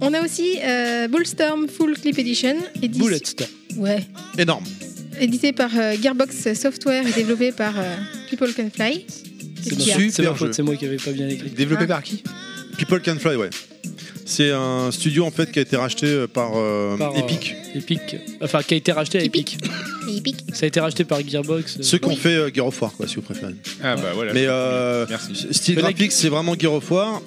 [SPEAKER 5] On a aussi euh, Bullstorm Full Clip Edition. édi-
[SPEAKER 6] Bullet Storm.
[SPEAKER 5] Ouais.
[SPEAKER 3] Énorme.
[SPEAKER 5] Édité par euh, Gearbox Software et développé par euh, People Can Fly. Qu'est-ce
[SPEAKER 6] C'est
[SPEAKER 5] qu'il y a
[SPEAKER 3] Super
[SPEAKER 6] ma- C'est ma
[SPEAKER 3] jeu.
[SPEAKER 6] faute, c'est moi qui avais pas bien écrit.
[SPEAKER 7] Développé
[SPEAKER 5] Ah.
[SPEAKER 7] par qui
[SPEAKER 3] People Can Fly, ouais. C'est un studio en fait qui a été racheté euh, par, euh,
[SPEAKER 6] Par, euh,
[SPEAKER 3] Epic.
[SPEAKER 6] Epic. Enfin, qui a été racheté à Epic.
[SPEAKER 5] Il pique.
[SPEAKER 6] Ça a été racheté par Gearbox. euh,
[SPEAKER 3] Ceux qui ont fait euh, Gear of War, quoi, si vous préférez.
[SPEAKER 7] Ah bah voilà.
[SPEAKER 3] Mais euh,
[SPEAKER 7] Merci.
[SPEAKER 3] style
[SPEAKER 6] Mais la-
[SPEAKER 3] graphique, c'est vraiment Gear of War.
[SPEAKER 6] Là,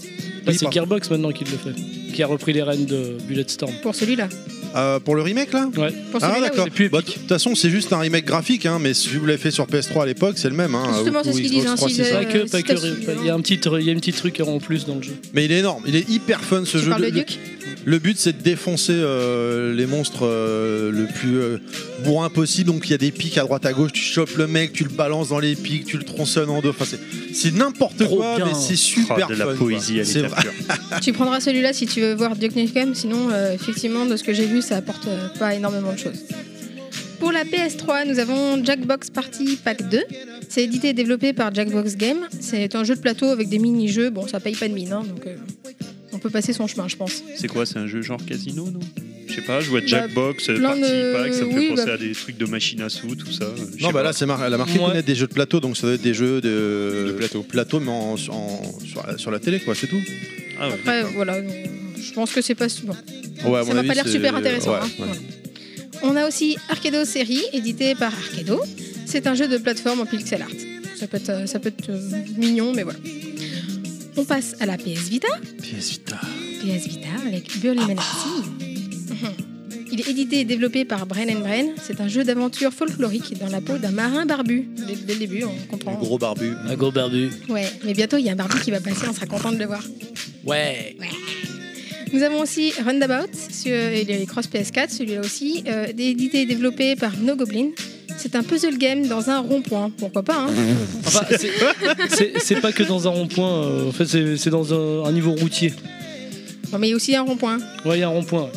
[SPEAKER 3] Oui,
[SPEAKER 6] c'est
[SPEAKER 3] pardon.
[SPEAKER 6] Gearbox maintenant qui le fait. Qui a repris les rênes de Bulletstorm.
[SPEAKER 5] Pour celui-là.
[SPEAKER 3] Euh, pour le remake là
[SPEAKER 6] Ouais.
[SPEAKER 5] Pour
[SPEAKER 3] Ah
[SPEAKER 5] celui-là,
[SPEAKER 3] d'accord.
[SPEAKER 5] oui.
[SPEAKER 6] C'est plus
[SPEAKER 3] Bah, De
[SPEAKER 6] Epic.
[SPEAKER 3] toute façon, c'est juste un remake graphique, hein, mais si vous l'avez fait sur PS3 à l'époque, c'est le même. Hein,
[SPEAKER 5] Justement,
[SPEAKER 3] ou-
[SPEAKER 5] c'est
[SPEAKER 3] ou
[SPEAKER 5] ce qu'ils
[SPEAKER 3] Xbox
[SPEAKER 5] disent, hein,
[SPEAKER 3] 3,
[SPEAKER 5] s'ils,
[SPEAKER 3] c'est ça.
[SPEAKER 5] euh,
[SPEAKER 6] Pas que,
[SPEAKER 5] c'est
[SPEAKER 6] pas que.
[SPEAKER 5] pas suffisant.
[SPEAKER 6] Il y a un petit, tr- il y a un petit truc en plus dans le jeu.
[SPEAKER 3] Mais il est énorme, il est hyper fun ce
[SPEAKER 5] Tu
[SPEAKER 3] jeu.
[SPEAKER 5] parles de
[SPEAKER 3] Le-
[SPEAKER 5] Duke
[SPEAKER 3] Le but c'est de défoncer euh, les monstres euh, le plus euh, bourrin possible. Donc il y a des pics à droite à gauche, tu chopes le mec, tu le balances dans les pics, tu le tronçonnes en deux. Enfin, c'est, c'est n'importe
[SPEAKER 6] Trop
[SPEAKER 3] quoi,
[SPEAKER 6] bien.
[SPEAKER 3] mais c'est super
[SPEAKER 4] Oh, de la
[SPEAKER 3] fun,
[SPEAKER 4] poésie
[SPEAKER 3] quoi.
[SPEAKER 4] à
[SPEAKER 3] C'est
[SPEAKER 4] l'état
[SPEAKER 3] vrai.
[SPEAKER 4] pur.
[SPEAKER 5] Tu prendras celui-là si tu veux voir Duke Nukem, sinon euh, effectivement de ce que j'ai vu ça apporte euh, pas énormément de choses. Pour la PS3, nous avons Jackbox Party Pack 2. C'est édité et développé par Jackbox Game. C'est un jeu de plateau avec des mini-jeux. Bon, ça paye pas de mine, hein, donc euh, on peut passer son chemin, je pense.
[SPEAKER 3] Ah,
[SPEAKER 4] C'est quoi C'est un jeu genre casino, non Je sais pas, je vois Jackbox, euh,
[SPEAKER 5] Bah, plein
[SPEAKER 4] Party
[SPEAKER 5] de-
[SPEAKER 4] Pack, ça me fait
[SPEAKER 5] oui,
[SPEAKER 4] penser
[SPEAKER 5] bah-
[SPEAKER 4] à des trucs de machine à sous, tout ça. euh, je sais
[SPEAKER 3] Non, bah
[SPEAKER 4] pas.
[SPEAKER 3] là, c'est mar- la marque
[SPEAKER 6] Ouais.
[SPEAKER 3] connaît des jeux de plateau, donc ça doit être des jeux de,
[SPEAKER 7] De plateau.
[SPEAKER 3] mais en- en- sur, la, sur la télé, quoi, c'est tout.
[SPEAKER 4] Ah, ouais.
[SPEAKER 5] Après, voilà, donc, je pense que c'est pas bon.
[SPEAKER 3] Ouais, à
[SPEAKER 5] ça
[SPEAKER 3] mon
[SPEAKER 5] m'a
[SPEAKER 3] avis,
[SPEAKER 5] pas l'air
[SPEAKER 3] c'est-
[SPEAKER 5] super intéressant.
[SPEAKER 3] ouais,
[SPEAKER 5] hein.
[SPEAKER 3] ouais.
[SPEAKER 5] Voilà. On a aussi Arcado Série, édité par Arcado. C'est un jeu de plateforme en pixel art. Ça peut être, ça peut être, euh, mignon, mais voilà. On passe à la PS Vita.
[SPEAKER 4] PS Vita.
[SPEAKER 5] PS Vita avec Burly
[SPEAKER 3] Ah.
[SPEAKER 5] Il est édité et développé par Brain and Brain. C'est un jeu d'aventure folklorique dans la peau d'un marin barbu. Dès, dès le début, on comprend.
[SPEAKER 8] Le gros barbu.
[SPEAKER 6] Un gros barbu.
[SPEAKER 5] Ouais, mais bientôt il y a un barbu qui va passer, on sera content de le voir.
[SPEAKER 8] Ouais.
[SPEAKER 5] Nous avons aussi Rundabout, sur- il est cross PS4, celui-là aussi, euh, édité et développé par No Goblin. C'est un puzzle game dans un rond-point, pourquoi pas hein
[SPEAKER 4] Mhm.
[SPEAKER 6] Enfin, c'est- c'est- c'est pas que dans un rond-point, euh, en fait, c'est c'est dans un, un niveau routier.
[SPEAKER 5] Non, mais il y a aussi un rond-point.
[SPEAKER 6] Ouais, il y a un rond-point.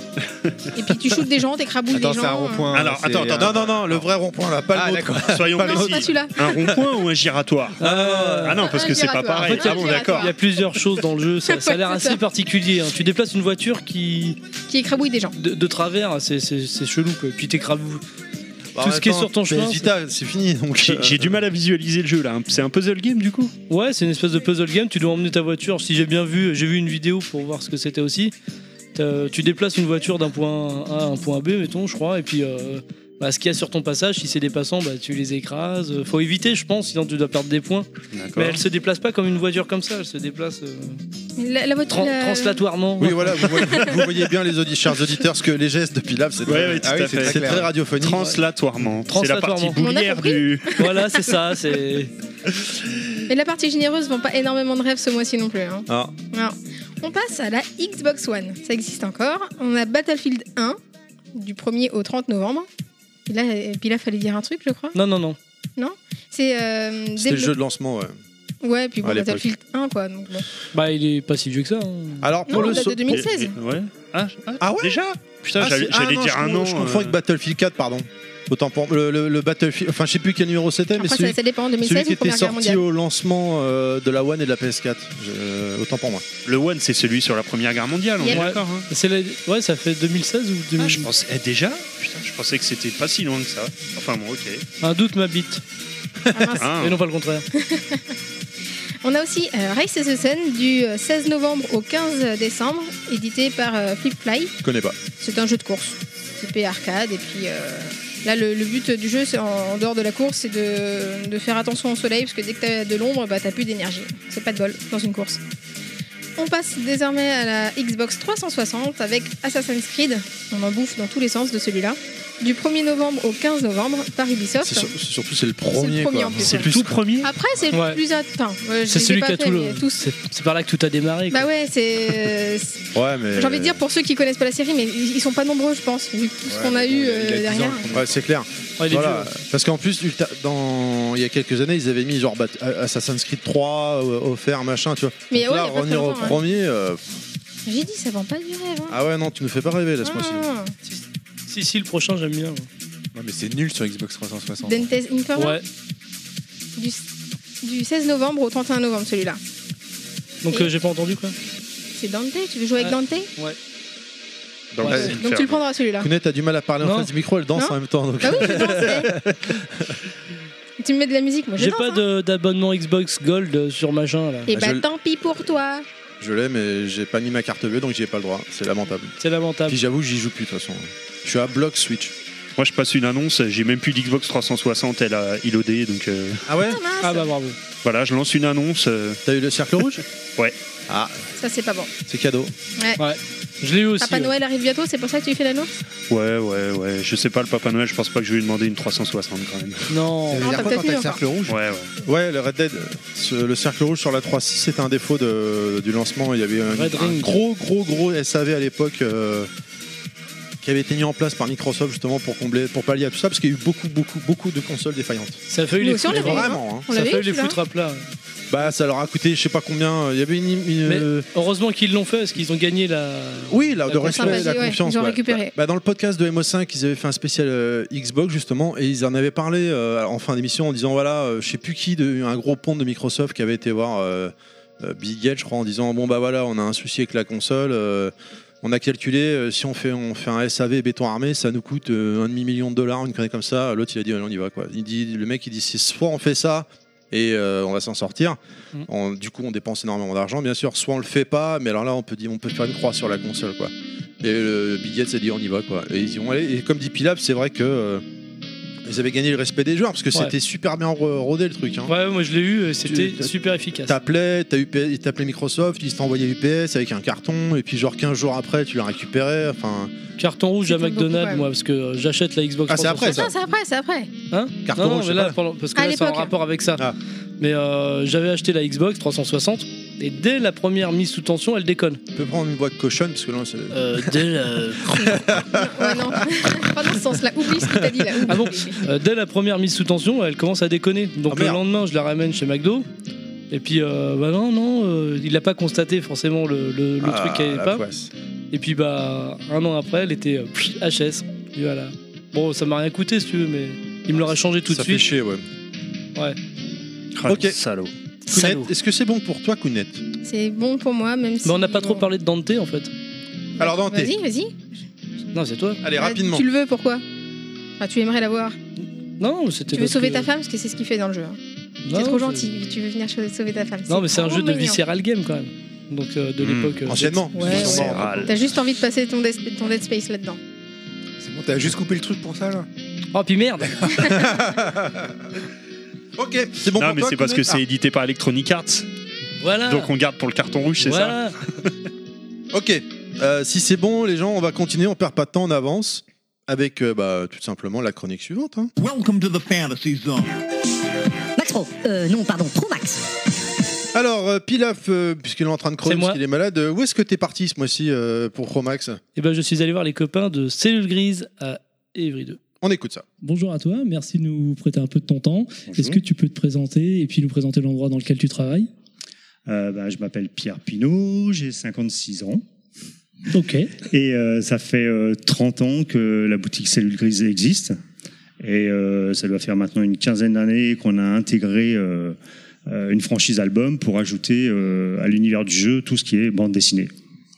[SPEAKER 5] Et puis tu shootes des gens, t'écrabouilles des gens.
[SPEAKER 7] Attends, c'est un
[SPEAKER 5] euh,
[SPEAKER 7] rond-point.
[SPEAKER 3] Alors,
[SPEAKER 7] c'est
[SPEAKER 3] attends, attends,
[SPEAKER 7] un-
[SPEAKER 3] non, non, non, le vrai rond-point là, pas
[SPEAKER 7] Ah,
[SPEAKER 3] le euh, vôtre.
[SPEAKER 7] d'accord.
[SPEAKER 4] Soyons
[SPEAKER 5] Non, c'est pas
[SPEAKER 4] précis.
[SPEAKER 5] celui-là.
[SPEAKER 4] Un rond-point ou un giratoire
[SPEAKER 6] Ah,
[SPEAKER 4] Ah non, parce que c'est pas
[SPEAKER 5] giratoire.
[SPEAKER 4] pareil.
[SPEAKER 6] En fait, il y a-
[SPEAKER 4] Ah bon,
[SPEAKER 6] Il
[SPEAKER 4] d'accord.
[SPEAKER 6] y a plusieurs choses dans le jeu, ça, ça a l'air
[SPEAKER 5] Ouais, c'est
[SPEAKER 6] assez particulier. hein. Tu déplaces une voiture qui
[SPEAKER 5] Qui écrabouille des gens.
[SPEAKER 6] de, de travers, c'est- c'est c'est chelou. Quoi. Et puis t'écrabouilles.
[SPEAKER 3] Bah,
[SPEAKER 6] Tout ce qui est
[SPEAKER 3] attends,
[SPEAKER 6] sur ton
[SPEAKER 3] PS
[SPEAKER 6] chemin,
[SPEAKER 3] Vita, c'est fini. Donc,
[SPEAKER 4] J'ai
[SPEAKER 3] euh,
[SPEAKER 4] j'ai du mal à visualiser le jeu là. hein. C'est un puzzle game du coup
[SPEAKER 6] Ouais, c'est une espèce de puzzle game. Tu dois emmener ta voiture. Si j'ai bien vu, j'ai vu une vidéo pour voir ce que c'était aussi. T'as- Tu déplaces une voiture d'un point A à un point B, mettons, je crois. Et puis, euh, bah, ce qu'il y a sur ton passage, si c'est des passants, bah, tu les écrases. Euh, Faut éviter, je pense, sinon tu dois perdre des points. Mais elle se déplace pas comme une voiture comme ça. Elle se déplace euh,
[SPEAKER 5] La, la voiture. euh,
[SPEAKER 6] tran-
[SPEAKER 5] la-
[SPEAKER 6] translatoirement.
[SPEAKER 3] Oui, voilà, vous voyez, vous voyez bien, les audi- chers auditeurs, ce que les gestes depuis là, c'est
[SPEAKER 4] Ouais,
[SPEAKER 3] très,
[SPEAKER 4] ouais, tout
[SPEAKER 3] ah oui,
[SPEAKER 4] à
[SPEAKER 3] c'est
[SPEAKER 4] fait.
[SPEAKER 3] très-
[SPEAKER 4] C'est
[SPEAKER 3] très
[SPEAKER 7] clair.
[SPEAKER 3] radiophonique.
[SPEAKER 4] Translatoirement. C'est la partie
[SPEAKER 6] Translatoirement.
[SPEAKER 5] On a
[SPEAKER 4] boulière
[SPEAKER 5] compris.
[SPEAKER 4] du.
[SPEAKER 6] Voilà, c'est ça. C'est
[SPEAKER 5] Et la partie généreuse vend pas énormément de rêves ce mois-ci non plus. hein.
[SPEAKER 3] Ah.
[SPEAKER 5] Non. On passe à la Xbox One. Ça existe encore. On a Battlefield 1, du 1er au 30 novembre. Et là, et puis là, fallait dire un truc, je crois.
[SPEAKER 6] non, non, non.
[SPEAKER 5] C'est. euh,
[SPEAKER 3] C'était le
[SPEAKER 5] dévelop-
[SPEAKER 3] jeu de lancement, ouais.
[SPEAKER 5] Ouais, puis bon, bah,
[SPEAKER 3] À l'époque.
[SPEAKER 5] Battlefield 1, quoi. donc bon.
[SPEAKER 6] Bah, il est pas si vieux que ça. hein.
[SPEAKER 3] Alors,
[SPEAKER 5] Non,
[SPEAKER 3] pour
[SPEAKER 5] on
[SPEAKER 3] le.
[SPEAKER 5] date
[SPEAKER 3] so-
[SPEAKER 5] de 2016.
[SPEAKER 4] Ouais. Ah, ah,
[SPEAKER 3] Ah ouais
[SPEAKER 4] Déjà Putain,
[SPEAKER 3] Ah,
[SPEAKER 4] j'allais
[SPEAKER 3] c'est- ah,
[SPEAKER 4] j'allais
[SPEAKER 3] non,
[SPEAKER 4] dire
[SPEAKER 3] je
[SPEAKER 4] un
[SPEAKER 3] con-
[SPEAKER 4] an.
[SPEAKER 3] Je confonds avec
[SPEAKER 4] euh,
[SPEAKER 3] Battlefield 4, pardon. Autant pour. Le, le- le Battlefield. Enfin, je sais plus quel numéro c'était, mais
[SPEAKER 5] Après,
[SPEAKER 3] celui,
[SPEAKER 5] ça, ça dépend.
[SPEAKER 3] celui
[SPEAKER 5] 2016
[SPEAKER 3] qui
[SPEAKER 5] ou
[SPEAKER 3] était
[SPEAKER 5] Première Guerre
[SPEAKER 3] sorti
[SPEAKER 5] mondiale.
[SPEAKER 3] au lancement euh, de la One et de la PS4. Je- Autant pour moi.
[SPEAKER 4] Le One, c'est celui sur la Première Guerre mondiale, on
[SPEAKER 5] Yep.
[SPEAKER 4] est d'accord. hein.
[SPEAKER 6] C'est la- Ouais, ça fait 2016 ou
[SPEAKER 4] Ah, je
[SPEAKER 6] 2000.
[SPEAKER 4] pensais eh, déjà. Putain, je pensais que c'était pas si loin que ça. Enfin bon, ok.
[SPEAKER 6] Un doute m'habite.
[SPEAKER 5] Ah, mince.
[SPEAKER 4] Hein,
[SPEAKER 6] Et non pas le contraire.
[SPEAKER 5] On a aussi euh, Race as the Sun du euh, 16 novembre au 15 décembre, édité par euh, Flipfly.
[SPEAKER 3] Je connais pas.
[SPEAKER 5] C'est un jeu de course, typé arcade. Et puis euh, là, le, le but du jeu, c'est en, en dehors de la course, c'est de, de faire attention au soleil, parce que dès que t'as de l'ombre, bah, t'as plus d'énergie. C'est pas de bol dans une course. On passe désormais à la Xbox 360 avec Assassin's Creed. On en bouffe dans tous les sens de celui-là. Du 1er novembre au 15 novembre par Ubisoft.
[SPEAKER 3] C'est sur- c'est surtout, c'est le
[SPEAKER 5] le
[SPEAKER 3] premier.
[SPEAKER 5] premier
[SPEAKER 3] quoi.
[SPEAKER 5] en plus,
[SPEAKER 3] C'est
[SPEAKER 5] ouais.
[SPEAKER 3] plus.
[SPEAKER 4] tout premier
[SPEAKER 5] Après, c'est le
[SPEAKER 6] Ouais.
[SPEAKER 5] plus atteint. Ouais, je
[SPEAKER 6] C'est
[SPEAKER 5] les ai
[SPEAKER 6] celui
[SPEAKER 5] pas
[SPEAKER 6] qui a
[SPEAKER 5] fait,
[SPEAKER 6] tout
[SPEAKER 5] mais
[SPEAKER 6] le.
[SPEAKER 5] tous.
[SPEAKER 6] C'est c'est par là que tout a démarré. quoi.
[SPEAKER 5] Bah ouais, c'est.
[SPEAKER 3] Ouais, mais.
[SPEAKER 5] J'ai envie de dire pour ceux qui connaissent pas la série, mais ils ils sont pas nombreux, je pense, vu tout ce
[SPEAKER 7] Ouais,
[SPEAKER 5] qu'on a
[SPEAKER 7] mais bon,
[SPEAKER 5] eu
[SPEAKER 7] il a-
[SPEAKER 5] euh,
[SPEAKER 7] il a 10 ans,
[SPEAKER 5] derrière.
[SPEAKER 7] le premier.
[SPEAKER 3] Ouais, c'est clair.
[SPEAKER 6] Ouais, Oh, Ah, il est
[SPEAKER 3] Voilà.
[SPEAKER 6] vieux.
[SPEAKER 3] Parce qu'en plus, ulta- dans... il y a quelques années, ils avaient mis genre Bat- Assassin's Creed 3, euh, offert, machin, tu vois.
[SPEAKER 5] Mais
[SPEAKER 3] Donc
[SPEAKER 5] ouais,
[SPEAKER 3] là,
[SPEAKER 5] il y a pas
[SPEAKER 3] revenir
[SPEAKER 5] très
[SPEAKER 3] au
[SPEAKER 5] longtemps, ouais.
[SPEAKER 3] premier. euh,
[SPEAKER 5] J'ai dit, ça vend pas du rêve. Hein.
[SPEAKER 3] Ah ouais, non, tu nous fais pas rêver là ce mois-ci.
[SPEAKER 5] Ah.
[SPEAKER 6] Si, si, le prochain, j'aime bien.
[SPEAKER 7] Ouais, mais c'est nul sur Xbox 360.
[SPEAKER 5] Dante's Inferno
[SPEAKER 6] Ouais.
[SPEAKER 5] du, du 16 novembre au 31 novembre, celui-là.
[SPEAKER 6] Donc, euh, j'ai pas entendu quoi.
[SPEAKER 5] C'est Dante Tu veux jouer avec
[SPEAKER 6] Ouais.
[SPEAKER 5] Dante
[SPEAKER 4] Dans
[SPEAKER 6] Ouais.
[SPEAKER 4] le
[SPEAKER 3] euh,
[SPEAKER 4] film
[SPEAKER 5] Donc tu
[SPEAKER 4] fermé.
[SPEAKER 5] le prendras celui-là.
[SPEAKER 3] Kounet a du mal à parler en
[SPEAKER 6] Non.
[SPEAKER 3] face du micro, elle danse
[SPEAKER 5] Non.
[SPEAKER 3] en même temps. Donc...
[SPEAKER 5] Bah oui, je danse. eh. tu me mets de la musique, moi je
[SPEAKER 6] J'ai
[SPEAKER 5] danse.
[SPEAKER 6] pas
[SPEAKER 5] hein.
[SPEAKER 6] de- d'abonnement Xbox Gold euh, sur machin là.
[SPEAKER 5] Et
[SPEAKER 3] Bah,
[SPEAKER 5] bah
[SPEAKER 3] je-
[SPEAKER 5] tant pis pour toi.
[SPEAKER 3] Je l'ai, mais j'ai pas mis ma carte bleue, donc j'y ai pas le droit. C'est lamentable.
[SPEAKER 6] C'est lamentable.
[SPEAKER 3] Puis j'avoue, j'y joue plus de toute façon. Je suis à bloc Switch.
[SPEAKER 4] Moi, je passe une annonce. J'ai même plus d'Xbox 360. Elle a ilodé. Donc euh,
[SPEAKER 3] Ah ouais
[SPEAKER 5] Ah, mince.
[SPEAKER 6] Ah bah bravo.
[SPEAKER 4] voilà, je lance une annonce. euh,
[SPEAKER 3] T'as eu le cercle rouge
[SPEAKER 4] Ouais.
[SPEAKER 3] Ah,
[SPEAKER 5] Ça c'est pas bon.
[SPEAKER 3] c'est cadeau.
[SPEAKER 6] Je l'ai eu aussi. hein.
[SPEAKER 5] Papa
[SPEAKER 6] ouais.
[SPEAKER 3] euh,
[SPEAKER 5] Noël arrive bientôt, c'est pour ça que tu fais l'annonce
[SPEAKER 4] Ouais, ouais, ouais. Je sais pas, le Papa Noël, je pense pas que je vais lui demander une 360 quand même.
[SPEAKER 6] Non.
[SPEAKER 5] Non, t'as
[SPEAKER 7] quoi
[SPEAKER 5] peut-être mieux,
[SPEAKER 7] rouge
[SPEAKER 4] Ouais, ouais.
[SPEAKER 3] Ouais, le Red Dead, ce- le cercle rouge sur la 3.6, c'était un défaut de- du lancement. Il y avait un,
[SPEAKER 6] Red
[SPEAKER 3] un
[SPEAKER 6] Ring.
[SPEAKER 3] gros, gros, gros SAV à l'époque euh, qui avait été mis en place par Microsoft justement pour combler, pour pallier à tout ça, parce qu'il y a eu beaucoup, beaucoup, beaucoup de consoles défaillantes.
[SPEAKER 6] Ça a failli
[SPEAKER 5] Nous
[SPEAKER 6] les
[SPEAKER 5] aussi, on
[SPEAKER 6] foutre.
[SPEAKER 5] l'avait.
[SPEAKER 6] Ah, vraiment.
[SPEAKER 3] Vraiment, hein.
[SPEAKER 5] On
[SPEAKER 6] Ça a
[SPEAKER 5] l'avait
[SPEAKER 6] failli
[SPEAKER 5] eu,
[SPEAKER 6] les
[SPEAKER 5] celui-là
[SPEAKER 6] foutre hein. à plat.
[SPEAKER 3] Bah, ça leur a coûté, je sais pas combien. euh, Il y avait une. une-
[SPEAKER 6] Mais-
[SPEAKER 3] euh,
[SPEAKER 6] Heureusement qu'ils l'ont fait parce qu'ils ont gagné la.
[SPEAKER 3] Oui, là, de
[SPEAKER 6] La
[SPEAKER 3] respect,
[SPEAKER 5] sympathie,
[SPEAKER 3] la
[SPEAKER 5] ouais,
[SPEAKER 3] confiance.
[SPEAKER 5] ils ont
[SPEAKER 3] ouais.
[SPEAKER 5] récupéré.
[SPEAKER 3] Bah, bah, dans le podcast de MO5, ils avaient fait un spécial euh, Xbox justement, et ils en avaient parlé euh, en fin d'émission en disant voilà, euh, je sais plus qui, de, un gros pont de Microsoft qui avait été voir euh, euh, Bill Gates, je crois, en disant bon bah voilà, on a un souci avec la console. euh, on a calculé, euh, si on fait, on fait un SAV béton armé, ça nous coûte euh, un demi-million de dollars, une connerie comme ça. L'autre, il a dit, allez, on y va. Quoi. Il dit, le mec, il dit, c'est soit on fait ça et euh, on va s'en sortir.
[SPEAKER 6] Mhm.
[SPEAKER 3] On- du coup, on dépense énormément d'argent, bien sûr. Soit on le fait pas, mais alors là, on peut, dire, on peut faire une croix sur la console. Quoi. Et le Big Ed s'est dit on y va quoi. Et ils y ont allé. Et comme dit Pilaf, c'est vrai que euh, ils avaient gagné le respect des joueurs parce que
[SPEAKER 6] Ouais.
[SPEAKER 3] c'était super bien ro- rodé le truc. Hein.
[SPEAKER 6] Ouais, moi je l'ai eu, et c'était
[SPEAKER 3] Tu- t'as-
[SPEAKER 6] super efficace.
[SPEAKER 3] T'appelais, t'as UPS ils t'appelaient Microsoft, ils t'envoyaient UPS avec un carton, et puis genre 15 jours après tu l'as récupéré. Enfin,
[SPEAKER 6] Carton rouge
[SPEAKER 5] C'est
[SPEAKER 6] à
[SPEAKER 5] tout beaucoup,
[SPEAKER 6] McDonald's,
[SPEAKER 5] ouais.
[SPEAKER 6] moi, parce que euh, j'achète la Xbox.
[SPEAKER 3] Ah, c'est après,
[SPEAKER 5] Non, c'est après, c'est après.
[SPEAKER 6] Hein
[SPEAKER 3] Carton
[SPEAKER 6] non, non,
[SPEAKER 3] rouge,
[SPEAKER 6] mais
[SPEAKER 3] je sais
[SPEAKER 6] là,
[SPEAKER 3] pas.
[SPEAKER 6] pendant- parce que
[SPEAKER 5] À
[SPEAKER 6] là, c'est en
[SPEAKER 5] l'époque.
[SPEAKER 6] rapport avec ça.
[SPEAKER 3] Ah.
[SPEAKER 6] Mais euh, j'avais acheté la Xbox 360 et dès la première mise sous tension, elle déconne.
[SPEAKER 3] tu peux prendre une voix de cochonne parce que là c'est.
[SPEAKER 6] Euh, dès, la...
[SPEAKER 5] Ouais, non, pas dans ce sens-là. Oublie ce que t'as dit là. Oublie.
[SPEAKER 6] Ah bon euh, dès la première mise sous tension, elle commence à déconner. Donc
[SPEAKER 3] Ah,
[SPEAKER 6] le
[SPEAKER 3] merde.
[SPEAKER 6] lendemain, je la ramène chez McDo. Et puis, euh, bah non, non, euh, il n'a pas constaté forcément le, le- le
[SPEAKER 3] Ah,
[SPEAKER 6] truc qu'elle
[SPEAKER 3] la
[SPEAKER 6] avait pas.
[SPEAKER 3] poisse.
[SPEAKER 6] Et puis, bah, un an après, elle était euh, pff, HS. Et voilà. Bon, ça m'a rien coûté si tu veux, mais il me l'aurait changé tout
[SPEAKER 3] ça
[SPEAKER 6] de
[SPEAKER 3] fait
[SPEAKER 6] suite.
[SPEAKER 3] chier, ouais.
[SPEAKER 4] Ah, le
[SPEAKER 3] Ok.
[SPEAKER 4] Salaud.
[SPEAKER 3] Kounet,
[SPEAKER 6] Salaud.
[SPEAKER 3] est-ce que c'est bon pour toi, Kounet
[SPEAKER 5] C'est bon pour moi, même si.
[SPEAKER 6] Mais on n'a pas trop
[SPEAKER 5] bon.
[SPEAKER 6] parlé de Dante en fait.
[SPEAKER 3] Alors Dante,
[SPEAKER 5] Vas-y, vas-y.
[SPEAKER 6] Non, c'est toi.
[SPEAKER 3] allez
[SPEAKER 5] Ah,
[SPEAKER 3] rapidement.
[SPEAKER 5] Tu le veux, pourquoi Ah, tu aimerais l'avoir.
[SPEAKER 6] Non, c'était.
[SPEAKER 5] Tu veux
[SPEAKER 6] parce
[SPEAKER 5] sauver
[SPEAKER 6] que-
[SPEAKER 5] ta femme parce que c'est ce qu'il fait dans le jeu. hein.
[SPEAKER 6] Non,
[SPEAKER 5] T'es trop
[SPEAKER 6] c'est-
[SPEAKER 5] gentil. Tu veux venir cho- sauver ta femme.
[SPEAKER 6] Non, mais c'est un
[SPEAKER 5] trop
[SPEAKER 6] jeu de
[SPEAKER 5] mignon.
[SPEAKER 6] visceral game quand même. Donc euh, de
[SPEAKER 4] Hmm,
[SPEAKER 6] l'époque. euh,
[SPEAKER 3] Anciennement.
[SPEAKER 5] Ouais, ouais.
[SPEAKER 3] Anciennement.
[SPEAKER 4] Râle.
[SPEAKER 5] T'as juste envie de passer ton, des- ton Dead Space là-dedans.
[SPEAKER 7] C'est bon, t'as juste coupé le truc pour ça là
[SPEAKER 6] Oh, puis merde
[SPEAKER 3] Ok, c'est bon
[SPEAKER 4] non,
[SPEAKER 3] pour
[SPEAKER 4] mais
[SPEAKER 3] toi.
[SPEAKER 4] c'est parce que
[SPEAKER 3] Kounet
[SPEAKER 4] c'est édité par Electronic Arts,
[SPEAKER 6] Voilà
[SPEAKER 4] donc on garde pour le carton rouge, c'est ça
[SPEAKER 6] voilà.
[SPEAKER 3] Ah, ok, Euh, si c'est bon, les gens, on va continuer, on perd pas de temps, on avance avec euh, bah, tout simplement la chronique suivante. hein.
[SPEAKER 8] Welcome to the fantasy zone.
[SPEAKER 1] Max Pro. Euh, non, pardon, Pro Max.
[SPEAKER 3] Alors, euh, Pilaf, euh, puisqu'il est en train de crever,
[SPEAKER 6] C'est moi.
[SPEAKER 3] parce qu'il est malade, euh, où est-ce que t'es parti ce mois-ci euh, pour Chromax
[SPEAKER 6] Et ben je suis allé voir les copains de Cellule Grise à Evry 2.
[SPEAKER 3] On écoute ça.
[SPEAKER 9] Bonjour à toi, merci de nous prêter un peu de ton temps. Est-ce que tu peux te présenter et puis nous présenter l'endroit dans lequel tu travailles
[SPEAKER 10] Euh, bah, je m'appelle Pierre Pinault, j'ai 56 ans
[SPEAKER 9] Ok.
[SPEAKER 10] et euh, ça fait euh, 30 ans que la boutique Cellule Grise existe. Et euh, ça doit faire maintenant une quinzaine d'années qu'on a intégré euh, euh, une franchise album pour ajouter euh, à l'univers du jeu tout ce qui est bande dessinée.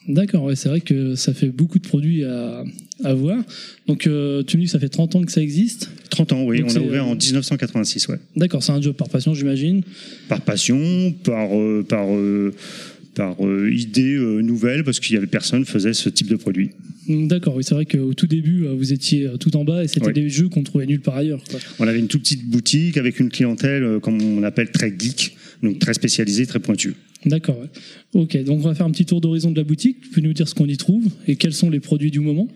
[SPEAKER 9] D'accord, ouais, c'est vrai que ça fait beaucoup de produits à, à voir. Donc euh, tu me dis que ça fait 30 ans que ça existe.
[SPEAKER 10] 30 ans, oui,
[SPEAKER 9] Donc
[SPEAKER 10] on a
[SPEAKER 9] c'est,
[SPEAKER 10] ouvert
[SPEAKER 9] euh,
[SPEAKER 10] en 1986, ouais.
[SPEAKER 9] D'accord, c'est un job par passion, j'imagine.
[SPEAKER 10] Par passion, par, euh, par, euh, par euh, idée euh, nouvelle, parce qu'il y avait personne qui faisait ce type de produit.
[SPEAKER 9] Mm, D'accord, oui, c'est vrai qu'au tout début, euh, vous étiez euh, tout en bas et c'était
[SPEAKER 10] Ouais.
[SPEAKER 9] des jeux qu'on trouvait nulle part ailleurs. quoi.
[SPEAKER 10] On avait une toute petite boutique avec une clientèle, euh, comme on appelle, très geek, donc très spécialisée, très pointue.
[SPEAKER 9] D'accord, ouais. Ok, donc on va faire un petit tour d'horizon de la boutique. Tu peux nous dire ce qu'on y trouve et quels sont les produits du moment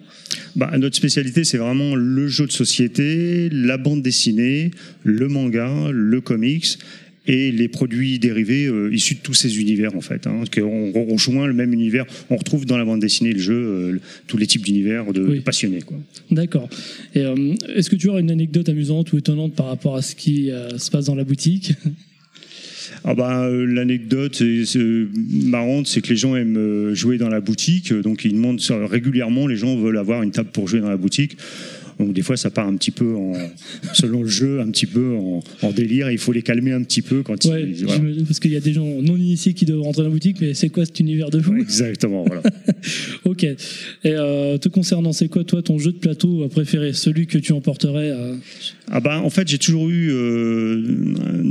[SPEAKER 10] Bah, notre spécialité, c'est vraiment le jeu de société, la bande dessinée, le manga, le comics et les produits dérivés euh, issus de tous ces univers en fait. Hein, on, on rejoint le même univers, on retrouve dans la bande dessinée le jeu, euh, le- tous les types d'univers de,
[SPEAKER 9] Oui.
[SPEAKER 10] de passionnés. Quoi.
[SPEAKER 9] D'accord. Et euh, est-ce que tu aurais une anecdote amusante ou étonnante par rapport à ce qui euh, se passe dans la boutique
[SPEAKER 10] Ah bah, euh, L'anecdote c'est- c'est marrante, c'est que les gens aiment euh, jouer dans la boutique, euh, donc ils demandent ça régulièrement, les gens veulent avoir une table pour jouer dans la boutique. Donc des fois ça part un petit peu en, selon le jeu, un petit peu en, en délire, et il faut les calmer un petit peu quand
[SPEAKER 9] Ouais,
[SPEAKER 10] ils... voilà.
[SPEAKER 9] j'imagine, parce qu'il y a des gens non initiés qui doivent rentrer dans la boutique, mais c'est quoi cet univers de fou
[SPEAKER 10] Ouais, Exactement, voilà.
[SPEAKER 9] Ok. Et euh, te concernant, c'est quoi toi ton jeu de plateau euh, préféré Celui que tu emporterais euh,
[SPEAKER 10] Ah bah, en fait, j'ai toujours eu, euh,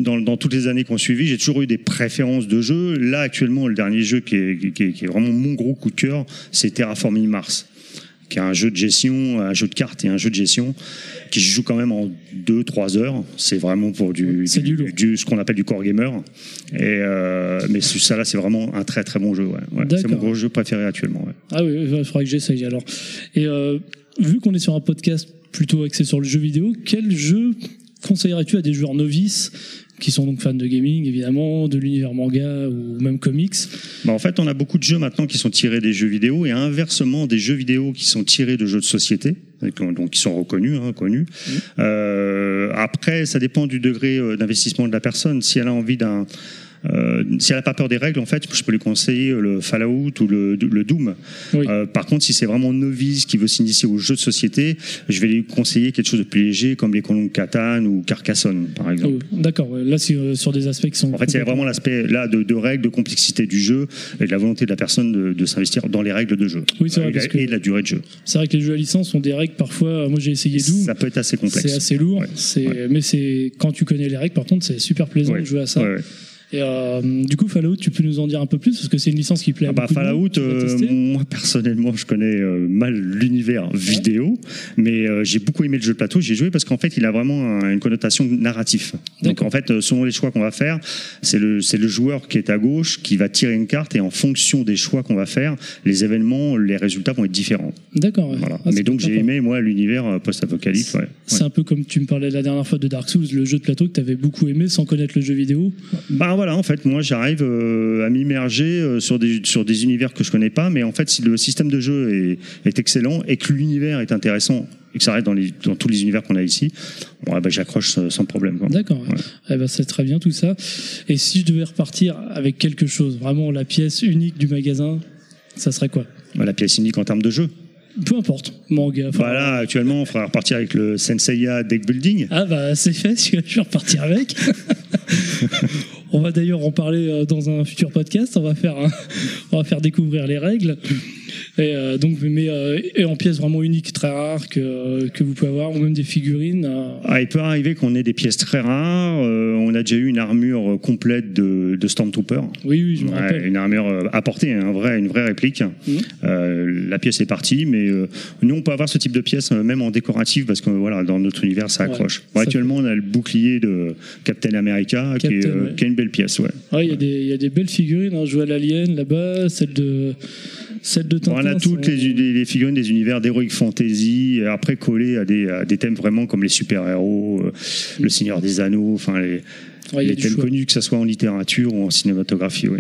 [SPEAKER 10] dans, dans toutes les années qu'on suivit, j'ai toujours eu des préférences de jeux. Là, actuellement, le dernier jeu qui est, qui est- qui est vraiment mon gros coup de cœur, c'est Terraforming Mars, qui est un jeu de gestion, un jeu de cartes et un jeu de gestion, qui se joue quand même en 2-3 heures. C'est vraiment pour du,
[SPEAKER 9] C'est du lourd.
[SPEAKER 10] du- ce qu'on appelle du core gamer. Et, euh, mais ça, là, c'est vraiment un très très bon jeu. ouais. Ouais, c'est
[SPEAKER 9] D'accord.
[SPEAKER 10] mon gros jeu préféré actuellement. ouais.
[SPEAKER 9] Ah oui, il faudra que j'essaye alors. Et euh, vu qu'on est sur un podcast plutôt axé sur le jeu vidéo, quel jeu conseillerais-tu à des joueurs novices qui sont donc fans de gaming évidemment, de l'univers manga ou même comics
[SPEAKER 10] Bah, en fait, on a beaucoup de jeux maintenant qui sont tirés des jeux vidéo et inversement des jeux vidéo qui sont tirés de jeux de société, donc donc qui sont reconnus, hein, connus. Euh, après, ça dépend du degré euh, d'investissement de la personne. Si elle a envie d'un euh, si elle n'a pas peur des règles, en fait, je peux lui conseiller euh, le Fallout ou le, le Doom.
[SPEAKER 9] Oui.
[SPEAKER 10] Euh, par contre, si c'est vraiment novice qui veut s'initier aux jeux de société, je vais lui conseiller quelque chose de plus léger, comme les colons de Catane ou Carcassonne, par exemple.
[SPEAKER 9] Oh, D'accord, ouais, là c'est euh, sur des aspects qui sont...
[SPEAKER 10] En fait, il y a
[SPEAKER 9] complètement-
[SPEAKER 10] vraiment l'aspect là de, de règles, de complexité du jeu et de la volonté de la personne de, de s'investir dans les règles de jeu
[SPEAKER 9] Oui, c'est vrai,
[SPEAKER 10] et, la,
[SPEAKER 9] parce que-
[SPEAKER 10] et de la durée de jeu.
[SPEAKER 9] C'est vrai que les jeux à licence ont des règles parfois. euh, Moi j'ai essayé Doom.
[SPEAKER 10] Ça peut être assez
[SPEAKER 9] C'est
[SPEAKER 10] complexe.
[SPEAKER 9] assez lourd,
[SPEAKER 10] Ouais.
[SPEAKER 9] c'est mais c'est quand tu connais les règles, par contre, c'est super plaisant
[SPEAKER 10] Ouais.
[SPEAKER 9] de jouer à ça.
[SPEAKER 10] Ouais, ouais.
[SPEAKER 9] Et euh, du coup, Fallout, tu peux nous en dire un peu plus parce que c'est une licence qui plaît à
[SPEAKER 10] Ah bah,
[SPEAKER 9] beaucoup de monde,
[SPEAKER 10] Fallout,
[SPEAKER 9] tu l'as
[SPEAKER 10] euh,
[SPEAKER 9] testé.
[SPEAKER 10] moi personnellement, je connais euh, mal l'univers vidéo, mais euh, j'ai beaucoup aimé le jeu de plateau. J'ai joué parce qu'en fait, il a vraiment un- une connotation narrative. Donc
[SPEAKER 9] D'accord.
[SPEAKER 10] en fait, euh, selon les choix qu'on va faire, c'est le c'est le joueur qui est à gauche qui va tirer une carte et en fonction des choix qu'on va faire, les événements, les résultats vont être différents.
[SPEAKER 9] D'accord. ouais.
[SPEAKER 10] Voilà.
[SPEAKER 9] Ah,
[SPEAKER 10] mais
[SPEAKER 9] c'est
[SPEAKER 10] donc
[SPEAKER 9] sympa.
[SPEAKER 10] j'ai aimé moi l'univers euh, post-apocalypse. ouais.
[SPEAKER 9] C'est un peu comme tu me parlais la dernière fois de Dark Souls, le jeu de plateau que t'avais beaucoup aimé sans connaître le jeu vidéo.
[SPEAKER 10] Bah voilà, en fait, moi j'arrive euh, à m'immerger euh, sur des sur des univers que je connais pas, mais en fait, si le système de jeu est, est excellent et que l'univers est intéressant et que ça reste dans les dans tous les univers qu'on a ici, bon, ah bah, j'accroche euh, sans problème. quoi.
[SPEAKER 9] D'accord.
[SPEAKER 10] Ouais.
[SPEAKER 9] Eh ben, c'est très bien tout ça. Et si je devais repartir avec quelque chose, vraiment la pièce unique du magasin, ça serait quoi
[SPEAKER 10] Bah, La pièce unique en termes de jeu.
[SPEAKER 9] Peu importe, manga. enfin-
[SPEAKER 10] Voilà, actuellement, on fera repartir avec le Senseiya Deck Building.
[SPEAKER 9] Ah bah c'est fait, parce que je vais repartir avec. on va d'ailleurs en parler euh, dans un futur podcast. On va faire, un- on va faire découvrir les règles. Et euh, donc, mais euh, et en pièces vraiment uniques, très rares que, euh, que vous pouvez avoir, ou même des figurines. euh,
[SPEAKER 10] Ah, il peut arriver qu'on ait des pièces très rares. euh, on a déjà eu une armure euh, complète de, de Stormtrooper.
[SPEAKER 9] Oui, oui, je me
[SPEAKER 10] Ouais,
[SPEAKER 9] rappelle.
[SPEAKER 10] une armure euh, à portée, un vrai, une vraie réplique.
[SPEAKER 9] Mhm.
[SPEAKER 10] Euh, la pièce est partie, mais euh, nous on peut avoir ce type de pièce euh, même en décorative parce que voilà dans notre univers ça
[SPEAKER 9] Ouais,
[SPEAKER 10] accroche. Bon,
[SPEAKER 9] ça
[SPEAKER 10] actuellement on a le bouclier de Captain America qui, est,
[SPEAKER 9] Captain,
[SPEAKER 10] euh,
[SPEAKER 9] ouais.
[SPEAKER 10] qui est une belle pièce, ouais.
[SPEAKER 9] Ouais, il y a des- il y, a des belles figurines. Hein. Je vois l'Alien là-bas, celle de, celle de Tintin.
[SPEAKER 10] on a toutes
[SPEAKER 9] c'est-
[SPEAKER 10] les, les- les figurines des univers d'Heroic Fantasy, et après collées à des, à des thèmes vraiment comme les super-héros, euh, le Seigneur des Anneaux, enfin les,
[SPEAKER 9] Mhm. Ouais, il y a
[SPEAKER 10] les
[SPEAKER 9] du
[SPEAKER 10] thèmes
[SPEAKER 9] choix.
[SPEAKER 10] connus, que ce soit en littérature ou en cinématographie. Oui.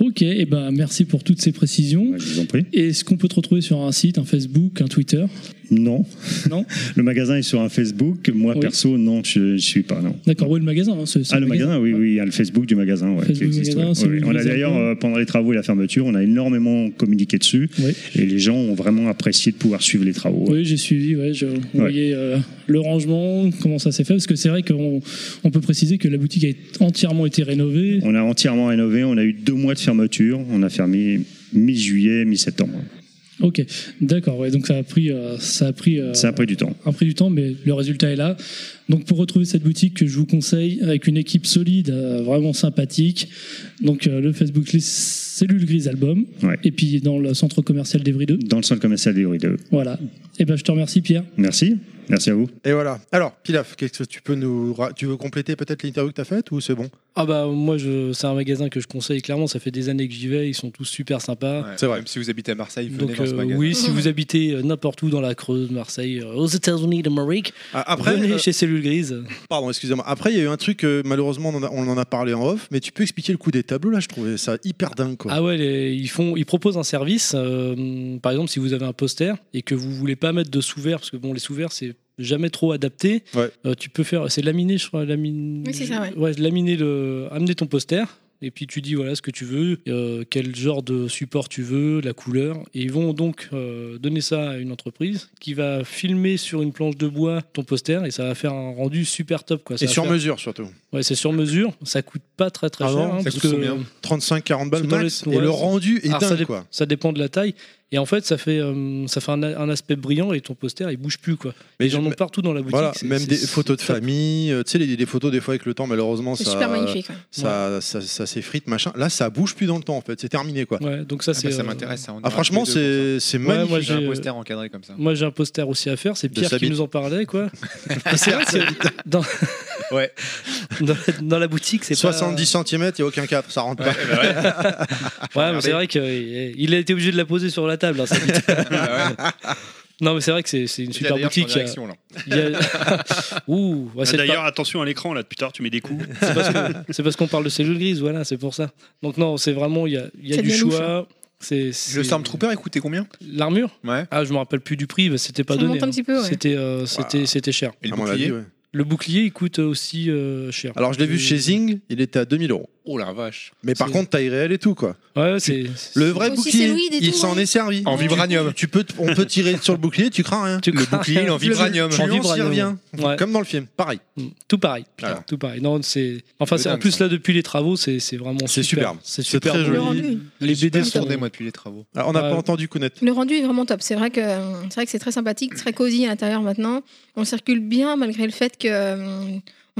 [SPEAKER 9] Ok, et ben merci pour toutes ces précisions.
[SPEAKER 10] Ouais, je vous en prie.
[SPEAKER 9] Est-ce qu'on peut te retrouver sur un site, un Facebook, un Twitter
[SPEAKER 10] Non.
[SPEAKER 9] Non
[SPEAKER 10] Le magasin est sur un Facebook. Moi,
[SPEAKER 9] Oui.
[SPEAKER 10] perso, non, je ne suis pas. Non.
[SPEAKER 9] D'accord, oui, le magasin. hein, c'est- c'est
[SPEAKER 10] Ah, le magasin, oui,
[SPEAKER 9] ouais.
[SPEAKER 10] oui, il y a le Facebook du magasin. ouais,
[SPEAKER 9] Facebook
[SPEAKER 10] qui
[SPEAKER 9] du
[SPEAKER 10] existe,
[SPEAKER 9] magasin,
[SPEAKER 10] ouais,
[SPEAKER 9] celui
[SPEAKER 10] ouais.
[SPEAKER 9] du
[SPEAKER 10] On a
[SPEAKER 9] magasin.
[SPEAKER 10] d'ailleurs, euh, pendant les travaux et la fermeture, on a énormément communiqué dessus
[SPEAKER 9] Oui.
[SPEAKER 10] et les gens ont vraiment apprécié de pouvoir suivre les travaux. ouais.
[SPEAKER 9] Oui, j'ai suivi, ouais, je- on voyait euh, le rangement, comment ça s'est fait, parce que c'est vrai qu'on on peut préciser que la boutique a entièrement été rénovée.
[SPEAKER 10] On a entièrement rénové, on a eu deux mois de fermeture, on a fermé mi-juillet, mi-septembre.
[SPEAKER 9] Euh. Ok, d'accord, ouais, donc ça a pris, euh, ça a pris, euh,
[SPEAKER 10] Ça a pris du temps.
[SPEAKER 9] un prix du temps, mais le résultat est là. Donc pour retrouver cette boutique que je vous conseille avec une équipe solide, euh, vraiment sympathique, donc euh, le Facebook list Cellule Grise Album,
[SPEAKER 10] Ouais.
[SPEAKER 9] et puis dans le centre commercial d'Evry 2.
[SPEAKER 10] Dans le centre commercial des Rues 2.
[SPEAKER 9] Voilà. Et ben je te remercie Pierre.
[SPEAKER 10] Merci, merci à vous.
[SPEAKER 3] Et voilà. Alors, Pilaf, qu'est-ce que tu peux nous. ra- Tu veux compléter peut-être l'interview que t'as faite ou c'est bon
[SPEAKER 6] Ah bah moi je c'est un magasin que je conseille clairement, ça fait des années que j'y vais, ils sont tous super sympas.
[SPEAKER 7] Ouais,
[SPEAKER 3] C'est vrai.
[SPEAKER 7] Même si vous habitez à Marseille, venez
[SPEAKER 6] Donc
[SPEAKER 7] dans ce
[SPEAKER 6] euh,
[SPEAKER 7] magasin. Ah,
[SPEAKER 6] oui, si vous habitez euh, n'importe où dans la Creuse, Marseille, euh, aux États-Unis d'Amérique,
[SPEAKER 3] Ah, Après,
[SPEAKER 6] venez
[SPEAKER 3] euh,
[SPEAKER 6] chez Cellule Grise.
[SPEAKER 3] pardon, excusez-moi. Après, il y a eu un truc, euh, malheureusement, on en, a, on en a parlé en off, mais tu peux expliquer le coup des tableaux là Je trouvais ça hyper dingue quoi.
[SPEAKER 6] Ah ouais, les- ils, font, ils proposent un service. euh, par exemple, si vous avez un poster et que vous voulez pas mettre de sous-verre, parce que bon, les sous-verres, c'est jamais trop adapté.
[SPEAKER 3] Ouais.
[SPEAKER 6] euh, tu peux faire, c'est laminer, je crois, lamine-
[SPEAKER 5] Oui, c'est ça, ouais.
[SPEAKER 6] laminer le, amener ton poster. Et puis tu dis voilà ce que tu veux, euh, quel genre de support tu veux, la couleur. Et ils vont donc euh, donner ça à une entreprise qui va filmer sur une planche de bois ton poster et ça va faire un rendu super top quoi. Ça
[SPEAKER 3] Et
[SPEAKER 6] va
[SPEAKER 3] sur
[SPEAKER 6] faire-
[SPEAKER 3] mesure surtout.
[SPEAKER 6] Ouais, c'est sur mesure. Ça coûte pas très très
[SPEAKER 3] Ah
[SPEAKER 6] cher.
[SPEAKER 3] bon
[SPEAKER 6] hein,
[SPEAKER 3] Ça
[SPEAKER 6] parce
[SPEAKER 3] coûte
[SPEAKER 6] que-
[SPEAKER 3] combien 35-40 balles
[SPEAKER 6] Parce que dans
[SPEAKER 3] max.
[SPEAKER 6] les-
[SPEAKER 3] Et
[SPEAKER 6] ouais,
[SPEAKER 3] le
[SPEAKER 6] c'est-
[SPEAKER 3] rendu est
[SPEAKER 6] Alors, ça,
[SPEAKER 3] dingue
[SPEAKER 6] dé-
[SPEAKER 3] quoi.
[SPEAKER 6] ça dépend de la taille. Et en fait, ça fait, euh, ça fait un, a- un aspect brillant et ton poster, il bouge plus. quoi.
[SPEAKER 3] Mais
[SPEAKER 6] ils en
[SPEAKER 3] je-
[SPEAKER 6] ont partout dans la boutique.
[SPEAKER 3] Voilà,
[SPEAKER 6] c'est-
[SPEAKER 3] même
[SPEAKER 6] c'est-
[SPEAKER 3] des
[SPEAKER 6] c'est
[SPEAKER 3] photos de
[SPEAKER 6] top.
[SPEAKER 3] famille, euh, tu sais, les, les photos des fois avec le temps, malheureusement,
[SPEAKER 5] C'est
[SPEAKER 3] Oh, ça,
[SPEAKER 5] super magnifique. ouais.
[SPEAKER 3] ça, ça, ça s'effrite, machin. Là, ça bouge plus dans le temps, en fait, c'est terminé, quoi.
[SPEAKER 6] Ouais, donc ça,
[SPEAKER 7] Ah bah,
[SPEAKER 6] c'est.
[SPEAKER 7] ça
[SPEAKER 6] euh,
[SPEAKER 7] m'intéresse. ça, on
[SPEAKER 3] Ah,
[SPEAKER 7] ira
[SPEAKER 3] franchement,
[SPEAKER 7] tous les deux pour
[SPEAKER 3] c'est c'est
[SPEAKER 6] Ouais,
[SPEAKER 3] magnifique.
[SPEAKER 6] moi,
[SPEAKER 7] ça. J'ai
[SPEAKER 6] j'ai-
[SPEAKER 7] un poster encadré comme ça.
[SPEAKER 6] Moi, j'ai un poster aussi à faire. C'est Pierre
[SPEAKER 3] sa
[SPEAKER 6] qui
[SPEAKER 3] bite.
[SPEAKER 6] nous en parlait, quoi. Et c'est vrai que dans...
[SPEAKER 7] Ouais.
[SPEAKER 6] dans, la, dans la boutique, c'est pas-
[SPEAKER 3] 70 cm, il n'y a aucun cadre, ça rentre pas.
[SPEAKER 6] Ouais, mais c'est vrai qu'il a été obligé de la poser sur la table. hein, sa bite.
[SPEAKER 3] Ah
[SPEAKER 6] Non, mais c'est vrai que c'est c'est une super boutique. il y a- il y a- Ouh,
[SPEAKER 7] Bah,
[SPEAKER 6] ouais,
[SPEAKER 4] Ah,
[SPEAKER 6] c'est pas-
[SPEAKER 4] D'ailleurs, attention à l'écran, là, depuis tard, tu mets des coups.
[SPEAKER 6] C'est parce que- c'est parce qu'on parle de cellules grises, voilà, c'est pour ça. Donc non, c'est vraiment, il y a, il y a
[SPEAKER 5] C'est
[SPEAKER 6] du
[SPEAKER 5] bien louche, hein.
[SPEAKER 6] choix. C'est c'est-
[SPEAKER 7] Le Stormtrooper, écoutez combien
[SPEAKER 6] L'armure
[SPEAKER 7] Ouais.
[SPEAKER 6] Ah, je me rappelle plus du prix, bah, c'était pas
[SPEAKER 5] Ça
[SPEAKER 6] donné.
[SPEAKER 5] monte un
[SPEAKER 6] hein.
[SPEAKER 5] petit peu, ouais.
[SPEAKER 6] C'était euh, c'était c'était cher.
[SPEAKER 7] Et le
[SPEAKER 3] À mon
[SPEAKER 7] bouclier
[SPEAKER 3] avis, ouais.
[SPEAKER 6] Le bouclier, il coûte aussi euh, cher.
[SPEAKER 3] Alors, je l'ai vu chez Zing, il était à 2000 euros.
[SPEAKER 7] Oh la vache.
[SPEAKER 3] Mais par
[SPEAKER 6] C'est-
[SPEAKER 3] contre, taille réelle et tout, quoi.
[SPEAKER 6] Ouais, ouais, c'est
[SPEAKER 3] Le vrai
[SPEAKER 5] Aussi,
[SPEAKER 3] bouclier,
[SPEAKER 5] c'est Louis des
[SPEAKER 3] il
[SPEAKER 5] tout,
[SPEAKER 3] s'en
[SPEAKER 5] hein.
[SPEAKER 3] est servi.
[SPEAKER 7] En vibranium.
[SPEAKER 3] Tu peux, on peut tirer sur le bouclier, tu crains rien.
[SPEAKER 6] tu
[SPEAKER 7] Le
[SPEAKER 6] crains-
[SPEAKER 7] bouclier en vibranium.
[SPEAKER 3] Tu
[SPEAKER 6] En
[SPEAKER 3] en
[SPEAKER 6] vibranium.
[SPEAKER 3] revient.
[SPEAKER 6] Ouais.
[SPEAKER 3] Comme dans le film, pareil.
[SPEAKER 6] Mm. Tout pareil, putain,
[SPEAKER 3] Voilà.
[SPEAKER 6] tout pareil. Non, c'est enfin
[SPEAKER 7] C'est
[SPEAKER 6] c'est en
[SPEAKER 7] dingue,
[SPEAKER 6] plus
[SPEAKER 7] ça.
[SPEAKER 6] là depuis les travaux, c'est c'est vraiment
[SPEAKER 3] C'est superbe.
[SPEAKER 6] superbe. C'est
[SPEAKER 3] C'est
[SPEAKER 6] superbe.
[SPEAKER 3] très
[SPEAKER 5] Le
[SPEAKER 3] joli.
[SPEAKER 5] rendu,
[SPEAKER 6] Les BD sont
[SPEAKER 7] tournés moi depuis les travaux.
[SPEAKER 3] Alors, Ah, on n'a
[SPEAKER 6] Ouais.
[SPEAKER 3] pas entendu connaître.
[SPEAKER 5] le rendu est vraiment top. C'est vrai que euh, c'est vrai que c'est très sympathique, très cosy à l'intérieur maintenant. On circule bien malgré le fait que euh,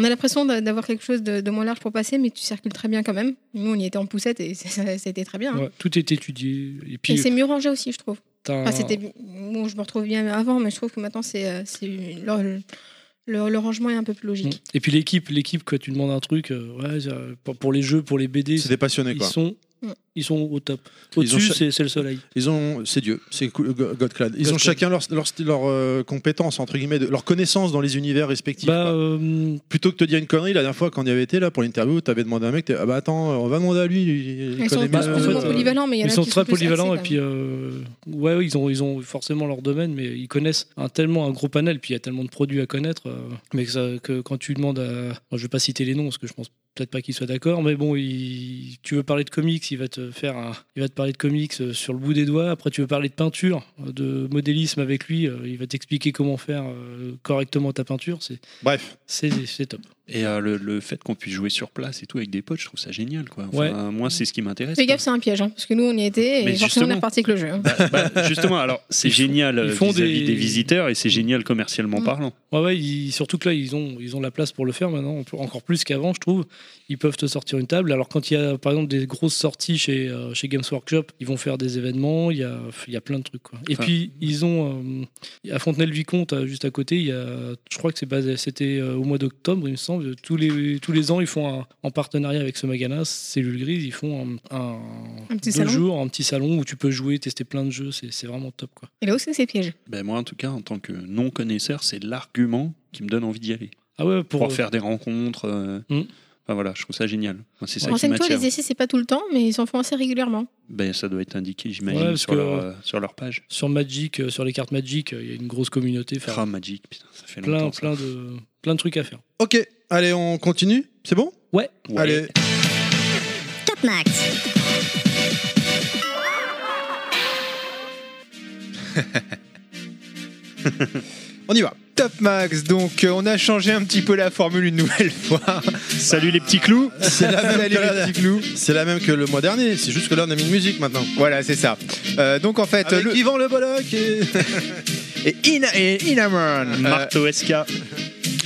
[SPEAKER 5] On a l'impression d'a- d'avoir quelque chose de, de moins large pour passer, mais tu circules très bien quand même. Nous, on y était en poussette et c'était très bien. hein.
[SPEAKER 6] Ouais, tout est étudié. Et
[SPEAKER 5] Et
[SPEAKER 6] puis,
[SPEAKER 5] c'est mieux rangé aussi, je trouve.
[SPEAKER 6] t'as un-
[SPEAKER 5] Enfin, c'était bon, je me retrouve bien avant, mais je trouve que maintenant c'est euh, c'est une- le, le- le rangement est un peu plus logique.
[SPEAKER 6] hmm. Et puis l'équipe, l'équipe, quand tu demandes un truc, euh, ouais, euh, pour- pour les jeux, pour les BD,
[SPEAKER 3] C'est des passionnés,
[SPEAKER 6] ils
[SPEAKER 3] quoi.
[SPEAKER 6] sont,
[SPEAKER 5] Mm.
[SPEAKER 6] ils sont au top.
[SPEAKER 3] Ils ont
[SPEAKER 6] Au-dessus,
[SPEAKER 3] cha-
[SPEAKER 6] c'est c'est le soleil.
[SPEAKER 3] Ils ont, c'est Dieu, c'est cool, Go- God Clan. Ils
[SPEAKER 6] God
[SPEAKER 3] ont
[SPEAKER 6] Clan.
[SPEAKER 3] chacun leurs leur, leur, euh, compétences, entre guillemets, de, leurs connaissances dans les univers respectifs.
[SPEAKER 6] Bah,
[SPEAKER 3] quoi.
[SPEAKER 6] euh,
[SPEAKER 3] Plutôt que de te dire une connerie, la dernière fois quand on y avait été là pour l'interview, t'avais demandé à un mec, t'es, ah bah attends, on va demander à lui. il- il
[SPEAKER 5] Ils sont
[SPEAKER 3] connaît
[SPEAKER 5] tous
[SPEAKER 3] mieux,
[SPEAKER 5] plus ou moins
[SPEAKER 3] euh,
[SPEAKER 5] polyvalents, mais il y en a
[SPEAKER 6] ils sont
[SPEAKER 5] qui
[SPEAKER 6] très
[SPEAKER 5] plus
[SPEAKER 6] polyvalents et
[SPEAKER 5] axés,
[SPEAKER 6] puis euh, ouais, ouais, ils ont ils ont forcément leur domaine mais ils connaissent un tellement un gros panel puis il y a tellement de produits à connaître euh, mais que, ça- que quand tu demandes à bon, je vais pas citer les noms parce que je pense peut-être pas qu'ils soient d'accord mais bon il- tu veux parler de comics il va te faire un- il va te parler de comics euh, sur le bout des doigts après tu veux parler de peinture euh, de modélisme avec lui euh, il va t'expliquer comment faire euh, correctement ta peinture c'est
[SPEAKER 3] Bref,
[SPEAKER 6] c'est c'est top
[SPEAKER 4] Et euh, le, le fait qu'on puisse jouer sur place et tout avec des potes, je trouve ça génial. Quoi. Enfin,
[SPEAKER 6] Ouais.
[SPEAKER 4] Moi, c'est ce qui m'intéresse.
[SPEAKER 5] Fais
[SPEAKER 4] quoi.
[SPEAKER 5] gaffe, c'est un piège, hein, parce que nous on y était et
[SPEAKER 4] euh, Mais
[SPEAKER 5] forcément on
[SPEAKER 4] justement.
[SPEAKER 5] est reparti avec le jeu. hein.
[SPEAKER 4] Bah, bah, justement, alors c'est
[SPEAKER 6] Ils font-
[SPEAKER 4] génial euh,
[SPEAKER 6] ils font
[SPEAKER 4] vis-à-vis des...
[SPEAKER 6] des-
[SPEAKER 4] visiteurs et c'est génial commercialement
[SPEAKER 5] Mm.
[SPEAKER 4] parlant.
[SPEAKER 6] Ouais, ouais, ils- surtout que là, ils ont, ils ont la place pour le faire maintenant, en- encore plus qu'avant, je trouve. Ils peuvent te sortir une table. Alors, quand il y a, par exemple, des grosses sorties chez, euh, chez Games Workshop, ils vont faire des événements, il y a, il y a plein de trucs. Quoi. Et
[SPEAKER 4] Enfin-
[SPEAKER 6] puis, ils ont, euh, à Fontenay-le-Vicomte, euh, juste à côté, il y a, je crois que c'est basé- c'était euh, au mois d'octobre, il me semble. Tous les, tous les ans, ils font un- en partenariat avec ce Magana, Cellule Grise, ils font un, un,
[SPEAKER 5] Un petit
[SPEAKER 6] deux
[SPEAKER 5] salon.
[SPEAKER 6] jours, un petit salon où tu peux jouer, tester plein de jeux. C'est c'est vraiment top. Quoi.
[SPEAKER 5] Et là aussi c'est piège.
[SPEAKER 4] Ben, moi, en tout cas, en tant que non connaisseur, c'est l'argument qui me donne envie d'y aller.
[SPEAKER 6] Ah ouais,
[SPEAKER 4] Pour,
[SPEAKER 6] pour, euh,
[SPEAKER 4] faire des rencontres. euh,
[SPEAKER 6] Mm.
[SPEAKER 4] Enfin voilà, je trouve ça génial. Moi, C'est ça qui
[SPEAKER 5] Renseigne-toi,
[SPEAKER 4] m'attire.
[SPEAKER 5] les essais c'est pas tout le temps, mais ils s'en font assez régulièrement.
[SPEAKER 4] Ben, ça doit être indiqué, j'imagine,
[SPEAKER 6] Ouais, parce
[SPEAKER 4] sur,
[SPEAKER 6] que-
[SPEAKER 4] leur, euh, sur leur page.
[SPEAKER 6] sur Magic, euh, sur les cartes Magic, euh, il y a une grosse communauté. Enfin,
[SPEAKER 4] Tra Magic, putain, ça fait
[SPEAKER 6] plein,
[SPEAKER 4] longtemps. ça.
[SPEAKER 6] plein, de, plein de trucs à faire.
[SPEAKER 3] ok, allez, on continue, c'est bon
[SPEAKER 6] Ouais.
[SPEAKER 4] Ouais.
[SPEAKER 3] Allez,
[SPEAKER 1] Top Max.
[SPEAKER 3] on y va.
[SPEAKER 7] Top Max, donc euh, on a changé un petit peu la formule une nouvelle fois.
[SPEAKER 4] Salut les petits clous
[SPEAKER 3] C'est la, même
[SPEAKER 7] Salut
[SPEAKER 3] que la-
[SPEAKER 7] les petits clous.
[SPEAKER 3] c'est la même que le mois dernier, c'est juste que là on a mis une musique maintenant.
[SPEAKER 7] Voilà, c'est ça. Euh, donc en fait,
[SPEAKER 3] Avec
[SPEAKER 7] le-
[SPEAKER 3] Yvan Le Bolloc et.
[SPEAKER 7] et Ina- et Inaman. Euh,
[SPEAKER 4] Marteau SK.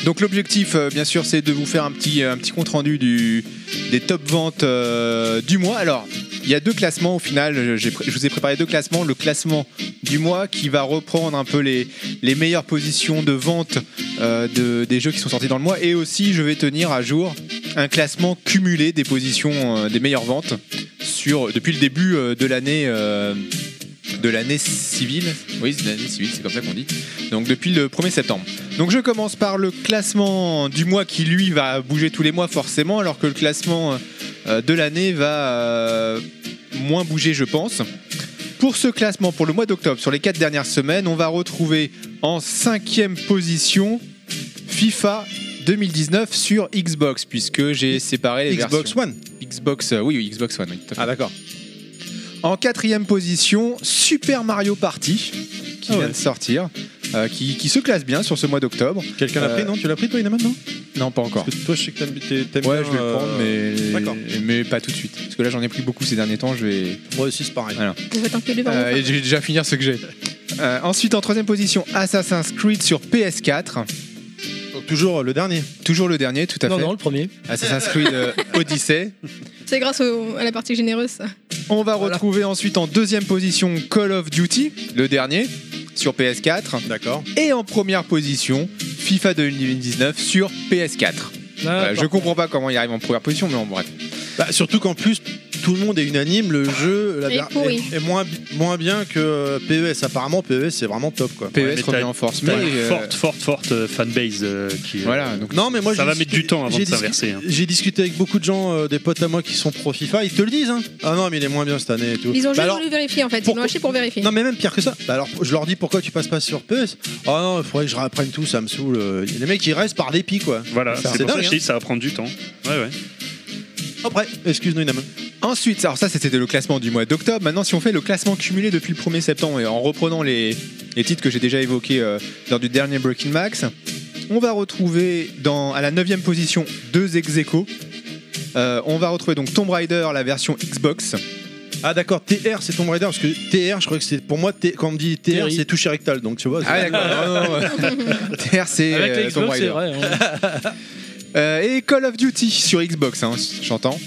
[SPEAKER 7] Donc l'objectif, euh, bien sûr, c'est de vous faire un petit, un petit compte rendu du, des top ventes euh, du mois. Alors, il y a deux classements au final. Je- j'ai pré- je vous ai préparé deux classements. Le classement du mois qui va reprendre un peu les, les meilleures positions de vente euh, de, des jeux qui sont sortis dans le mois. Et aussi, je vais tenir à jour un classement cumulé des positions euh, des meilleures ventes sur, depuis le début euh, de l'année. euh, de l'année civile, oui, c'est de l'année civile, c'est comme ça qu'on dit. Donc depuis le 1er septembre. Donc je commence par le classement du mois qui lui va bouger tous les mois forcément alors que le classement euh, de l'année va euh, moins bouger je pense. Pour ce classement pour le mois d'octobre sur les quatre dernières semaines on va retrouver en cinquième position FIFA 2019 sur Xbox puisque j'ai séparé les
[SPEAKER 3] Xbox
[SPEAKER 7] versions.
[SPEAKER 3] One.
[SPEAKER 7] Xbox euh, oui, oui, Xbox One oui, tout à fait.
[SPEAKER 3] Ah d'accord.
[SPEAKER 7] En quatrième position, Super Mario Party, qui
[SPEAKER 3] Ah ouais.
[SPEAKER 7] vient de sortir, euh, qui, qui se classe bien sur ce mois d'octobre.
[SPEAKER 3] Quelqu'un l'a
[SPEAKER 7] Euh,
[SPEAKER 3] pris, non Tu l'as pris toi, Inaman, non
[SPEAKER 7] Non, pas encore.
[SPEAKER 3] Parce que toi, je sais que t'aimes, t'aimes bien.
[SPEAKER 7] Ouais, je vais le
[SPEAKER 3] euh,
[SPEAKER 7] prendre,
[SPEAKER 3] d'accord.
[SPEAKER 7] mais, mais pas tout de suite. Parce que là, j'en ai pris beaucoup ces derniers temps, je vais,
[SPEAKER 3] Moi aussi, c'est pareil.
[SPEAKER 7] Ouais.
[SPEAKER 5] On va t'enculer par
[SPEAKER 7] euh,
[SPEAKER 5] contre.
[SPEAKER 7] et je vais déjà finir ce que j'ai. Euh, ensuite, en troisième position, Assassin's Creed sur PS4.
[SPEAKER 3] Donc, toujours euh, le dernier.
[SPEAKER 7] Toujours le dernier, tout à
[SPEAKER 6] Non,
[SPEAKER 7] fait.
[SPEAKER 6] non, le premier.
[SPEAKER 7] Assassin's Creed euh, Odyssey.
[SPEAKER 5] C'est grâce au- à la partie généreuse. ça.
[SPEAKER 7] On va retrouver ensuite en deuxième position Call of Duty, le dernier, sur PS4.
[SPEAKER 3] D'accord.
[SPEAKER 7] Et en première position, FIFA 2019 sur PS4.
[SPEAKER 4] Ah,
[SPEAKER 6] Là,
[SPEAKER 7] Euh, je comprends pas comment il arrive en première position, mais en bref.
[SPEAKER 3] Bah, surtout qu'en plus, tout le monde est unanime, le jeu la
[SPEAKER 5] Et
[SPEAKER 3] ver-
[SPEAKER 5] pourri.
[SPEAKER 3] est, est moins, moins bien que euh, PES. Apparemment, PES, c'est vraiment top, quoi.
[SPEAKER 7] PES
[SPEAKER 4] mais
[SPEAKER 7] revient
[SPEAKER 4] t'as-
[SPEAKER 7] en force, mais
[SPEAKER 4] T'as une
[SPEAKER 7] euh,
[SPEAKER 4] forte, forte, forte euh, fanbase euh, qui. euh,
[SPEAKER 7] voilà. Donc,
[SPEAKER 3] Non, mais moi,
[SPEAKER 4] ça
[SPEAKER 3] j'ai
[SPEAKER 4] va
[SPEAKER 3] discuté-
[SPEAKER 4] mettre du temps avant
[SPEAKER 3] j'ai
[SPEAKER 4] de s'inverser. hein.
[SPEAKER 3] discu- J'ai discuté avec beaucoup de gens, euh, des potes à moi qui sont pro FIFA, ils te le disent. Hein. Ah non, mais il est moins bien cette année et tout.
[SPEAKER 5] Ils ont
[SPEAKER 3] Bah
[SPEAKER 5] juste
[SPEAKER 3] alors-
[SPEAKER 5] voulu vérifier en fait. Ils l'ont
[SPEAKER 3] pourquoi-
[SPEAKER 5] acheté pour vérifier.
[SPEAKER 3] Non, mais même pire que ça. Bah alors, je leur dis pourquoi tu passes pas sur PES. Oh non, il faudrait que je réapprenne tout, ça me saoule. euh. Les mecs, ils restent par dépit, quoi.
[SPEAKER 4] hein. Voilà,
[SPEAKER 3] Ça, c'est
[SPEAKER 4] c'est pour ça
[SPEAKER 3] dingue,
[SPEAKER 4] que je dis que ça va prendre du temps. Ouais, ouais.
[SPEAKER 3] Après, Oh, excuse-nous, Inaman.
[SPEAKER 7] Ensuite, alors ça c'était le classement du mois d'octobre. Maintenant, si on fait le classement cumulé depuis le 1er septembre et en reprenant les, les titres que j'ai déjà évoqués euh, lors du dernier Breaking Max, on va retrouver dans, à la 9 position deux ex aequo. Euh, on va retrouver donc Tomb Raider, la version Xbox.
[SPEAKER 3] Ah d'accord, TR c'est Tomb Raider parce que TR je crois que c'est pour moi T- quand on me dit TR
[SPEAKER 6] Terry.
[SPEAKER 3] c'est touché rectal donc tu vois. c'est-
[SPEAKER 7] Ah d'accord. TR c'est
[SPEAKER 6] Ah, Avec la
[SPEAKER 7] euh, Tomb
[SPEAKER 6] Xbox, c'est vrai.
[SPEAKER 7] Raider.
[SPEAKER 6] hein.
[SPEAKER 7] Euh, et Call of Duty sur Xbox, hein, j'entends.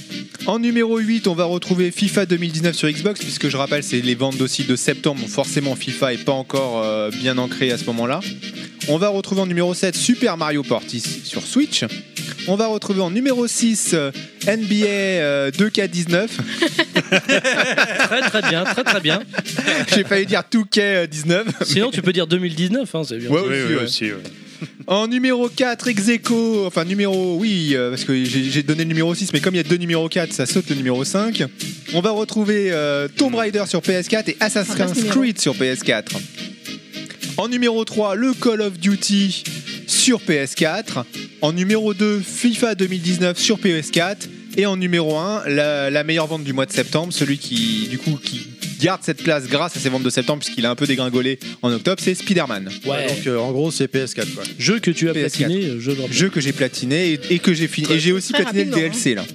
[SPEAKER 7] En numéro 8, on va retrouver FIFA 2019 sur Xbox, puisque je rappelle, c'est les ventes aussi de septembre. donc Forcément, FIFA est pas encore euh, bien ancré à ce moment-là. On va retrouver en numéro 7 Super Mario Portis sur Switch. On va retrouver en numéro 6 euh, NBA euh, 2K19.
[SPEAKER 6] Très très bien, très très bien.
[SPEAKER 7] J'ai failli dire 2K19.
[SPEAKER 6] Sinon, tu peux dire 2019, hein, c'est bien.
[SPEAKER 7] Ouais, aussi, ouais. En numéro 4, Execo, enfin numéro, oui, euh, parce que j'ai j'ai donné le numéro 6, mais comme il y a deux numéros 4, ça saute le numéro 5. On va retrouver euh, Tomb Raider sur PS4 et
[SPEAKER 5] Ah, bah, ce
[SPEAKER 7] Assassin's
[SPEAKER 5] numéro.
[SPEAKER 7] Creed sur PS4. En numéro 3, le Call of Duty sur PS4. En numéro 2, FIFA 2019 sur PS4. Et en numéro 1, la, la meilleure vente du mois de septembre, celui qui, du coup, qui garde cette place grâce à ses ventes de septembre, puisqu'il a un peu dégringolé en octobre, c'est Spider-Man.
[SPEAKER 6] Ouais.
[SPEAKER 3] Donc euh, en gros, c'est PS4 quoi.
[SPEAKER 6] Jeu que tu as
[SPEAKER 7] PS4.
[SPEAKER 6] platiné, euh, je le rappelle.
[SPEAKER 7] jeu que j'ai platiné et, et que j'ai fini. Et j'ai aussi
[SPEAKER 5] Très
[SPEAKER 7] platiné le
[SPEAKER 5] rapidement, hein.
[SPEAKER 7] DLC là.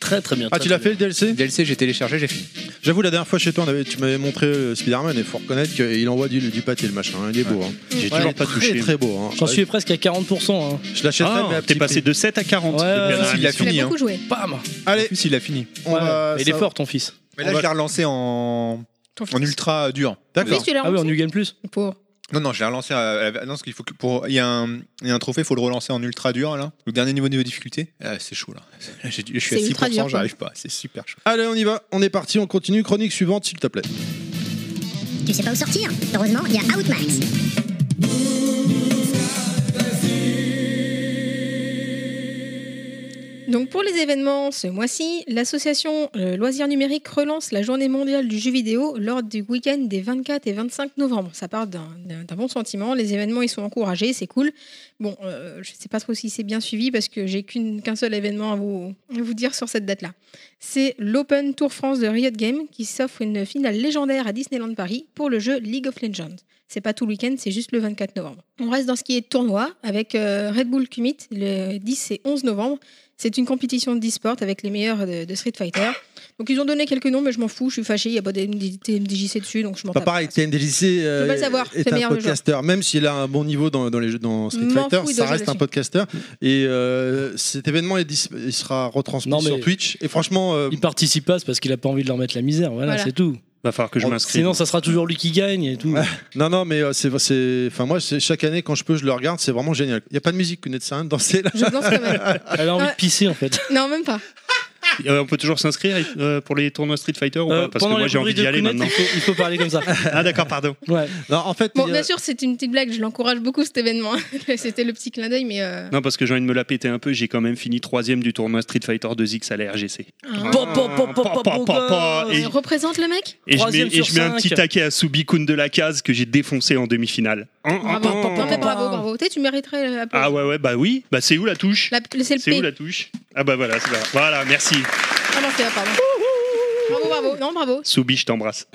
[SPEAKER 6] Très très bien.
[SPEAKER 3] Ah,
[SPEAKER 6] très,
[SPEAKER 3] tu l'as
[SPEAKER 6] très
[SPEAKER 3] fait le DLC
[SPEAKER 7] Le DLC, j'ai téléchargé, j'ai fini.
[SPEAKER 3] J'avoue, la dernière fois chez toi, on avait- tu m'avais montré euh, Spider-Man et faut reconnaître qu'il envoie du, du pâté le machin. hein. Il est beau. Hein.
[SPEAKER 4] J'ai
[SPEAKER 3] Ouais,
[SPEAKER 4] toujours pas
[SPEAKER 3] très,
[SPEAKER 4] touché.
[SPEAKER 3] très beau. hein.
[SPEAKER 6] bien. J'en suis presque à 40%. Hein.
[SPEAKER 3] Je l'achèterais,
[SPEAKER 4] Ah,
[SPEAKER 3] mais à
[SPEAKER 4] t'es
[SPEAKER 3] petit
[SPEAKER 4] passé
[SPEAKER 3] prix.
[SPEAKER 4] de 7 à 40.
[SPEAKER 6] Ouais, ouais,
[SPEAKER 4] depuis la
[SPEAKER 6] ouais.
[SPEAKER 4] dernière
[SPEAKER 7] Il a
[SPEAKER 4] émission.
[SPEAKER 7] fini.
[SPEAKER 5] Il a
[SPEAKER 7] Hein.
[SPEAKER 5] beaucoup joué.
[SPEAKER 6] Bam
[SPEAKER 7] Allez. En plus, il a fini. Euh,
[SPEAKER 3] On
[SPEAKER 6] Ouais.
[SPEAKER 3] va-
[SPEAKER 6] Mais Il est
[SPEAKER 3] ça-
[SPEAKER 6] fort ton fils. Ah
[SPEAKER 7] Mais là,
[SPEAKER 3] On va-
[SPEAKER 7] je l'ai relancé en,
[SPEAKER 5] Ton fils.
[SPEAKER 7] en ultra dur.
[SPEAKER 5] Oui, tu l'as
[SPEAKER 6] Ah oui, on
[SPEAKER 5] relancé
[SPEAKER 6] New Game Plus
[SPEAKER 5] pour.
[SPEAKER 7] Non, non, je l'ai relancé. À, à- non, parce qu'il faut que pour. Il y, a un il y a un trophée, il faut le relancer en ultra dur là. Le dernier niveau de difficulté. Euh, c'est chaud là. Là, j'ai- Je suis à
[SPEAKER 5] C'est ultra
[SPEAKER 7] 6%,
[SPEAKER 5] dur, quoi.
[SPEAKER 7] j'arrive pas. C'est super chaud.
[SPEAKER 3] Allez, on y va. On est parti. On continue. Chronique suivante, s'il te plaît.
[SPEAKER 1] Tu sais pas où sortir Heureusement, il y a Outmax.
[SPEAKER 5] Donc pour les événements ce mois-ci, l'association euh, Loisirs Numériques relance la journée mondiale du jeu vidéo lors du week-end des 24 et 25 novembre. Ça part d'un d'un- d'un bon sentiment, les événements ils sont encouragés, c'est cool. Bon, euh, je ne sais pas trop si c'est bien suivi parce que j'ai qu'une- qu'un seul événement à vous, à vous dire sur cette date-là. C'est l'Open Tour France de Riot Games qui s'offre une finale légendaire à Disneyland Paris pour le jeu League of Legends. C'est pas tout le week-end, c'est juste le 24 novembre. On reste dans ce qui est tournoi avec euh, Red Bull Commit le 10 et 11 novembre. C'est une compétition d'e-sport avec les meilleurs de, de Street Fighter. Donc ils ont donné quelques noms, mais je m'en fous, je suis fâché, il n'y a pas de MD- TMDJC dessus, donc je m'en
[SPEAKER 3] Pas
[SPEAKER 5] tape.
[SPEAKER 3] pareil, TMDJC euh,
[SPEAKER 5] Je veux pas le savoir, c'est
[SPEAKER 3] est
[SPEAKER 5] le
[SPEAKER 3] un
[SPEAKER 5] meilleur joueur.
[SPEAKER 3] podcaster, même s'il a un bon niveau dans, dans les jeux dans Street
[SPEAKER 5] M'en
[SPEAKER 3] Fighter,
[SPEAKER 5] fous de
[SPEAKER 3] ça
[SPEAKER 5] jouer
[SPEAKER 3] reste un
[SPEAKER 5] dessus.
[SPEAKER 3] podcaster. Et euh, cet événement est dis- il sera retransmis
[SPEAKER 6] Non, mais-
[SPEAKER 3] sur Twitch. Et franchement, euh,
[SPEAKER 6] Il participe pas, c'est parce qu'il a pas envie de leur mettre la misère, voilà,
[SPEAKER 5] Voilà.
[SPEAKER 6] c'est tout.
[SPEAKER 4] Va falloir que je
[SPEAKER 3] Oh,
[SPEAKER 4] m'inscrive.
[SPEAKER 6] Sinon, ça sera toujours lui qui gagne et tout.
[SPEAKER 3] Ouais. non, non, mais euh, c'est, c'est, enfin moi, c'est, chaque année quand je peux, je le regarde, c'est vraiment génial. Il y a pas de musique, Kounet, c'est rien de danser là.
[SPEAKER 5] Je danse quand même.
[SPEAKER 6] Elle a envie
[SPEAKER 5] Ouais.
[SPEAKER 6] de pisser en fait.
[SPEAKER 5] Non, même pas.
[SPEAKER 4] Euh, on peut toujours s'inscrire euh, pour les tournois Street Fighter ou
[SPEAKER 6] Euh,
[SPEAKER 4] pas Parce que
[SPEAKER 6] pendant
[SPEAKER 4] moi
[SPEAKER 6] les
[SPEAKER 4] j'ai envie
[SPEAKER 6] rubriques
[SPEAKER 4] d'y
[SPEAKER 6] de
[SPEAKER 4] aller
[SPEAKER 6] Kounet,
[SPEAKER 4] maintenant.
[SPEAKER 6] Il faut, il faut parler comme ça.
[SPEAKER 4] Ah d'accord, pardon.
[SPEAKER 6] Ouais.
[SPEAKER 3] Non, en fait, il
[SPEAKER 5] Bon,
[SPEAKER 3] y a-
[SPEAKER 4] euh,
[SPEAKER 5] bien sûr, c'est une petite blague, je l'encourage beaucoup cet événement. C'était le petit clin d'œil, mais. euh,
[SPEAKER 4] Non, parce que j'ai envie de me la péter un peu, j'ai quand même fini troisième du tournoi Street Fighter 2X à la RGC.
[SPEAKER 5] hein.
[SPEAKER 6] Pop, pop, pop, pop, pop,
[SPEAKER 4] Pop, pop, pop,
[SPEAKER 6] gosse.
[SPEAKER 4] et-
[SPEAKER 5] Il représente le mec
[SPEAKER 4] Et je mets,
[SPEAKER 6] Troisième
[SPEAKER 4] et je
[SPEAKER 6] sur
[SPEAKER 4] mets un
[SPEAKER 6] cinq.
[SPEAKER 4] petit taquet à Subikun de la case que j'ai défoncé en demi-finale. Hein, hein,
[SPEAKER 5] Bravo,
[SPEAKER 4] hein.
[SPEAKER 5] Non, mais bravo, bravo. Tu sais, tu mériterais la
[SPEAKER 4] Ah
[SPEAKER 5] pause.
[SPEAKER 4] ouais, ouais, bah oui. Bah c'est où la touche
[SPEAKER 5] La- C'est le
[SPEAKER 4] C'est où
[SPEAKER 5] P.
[SPEAKER 4] la touche Ah bah voilà, c'est là. Voilà, merci.
[SPEAKER 5] Ah non, c'est A, pardon. Bravo, bravo. Non, bravo.
[SPEAKER 4] Soubi, je t'embrasse.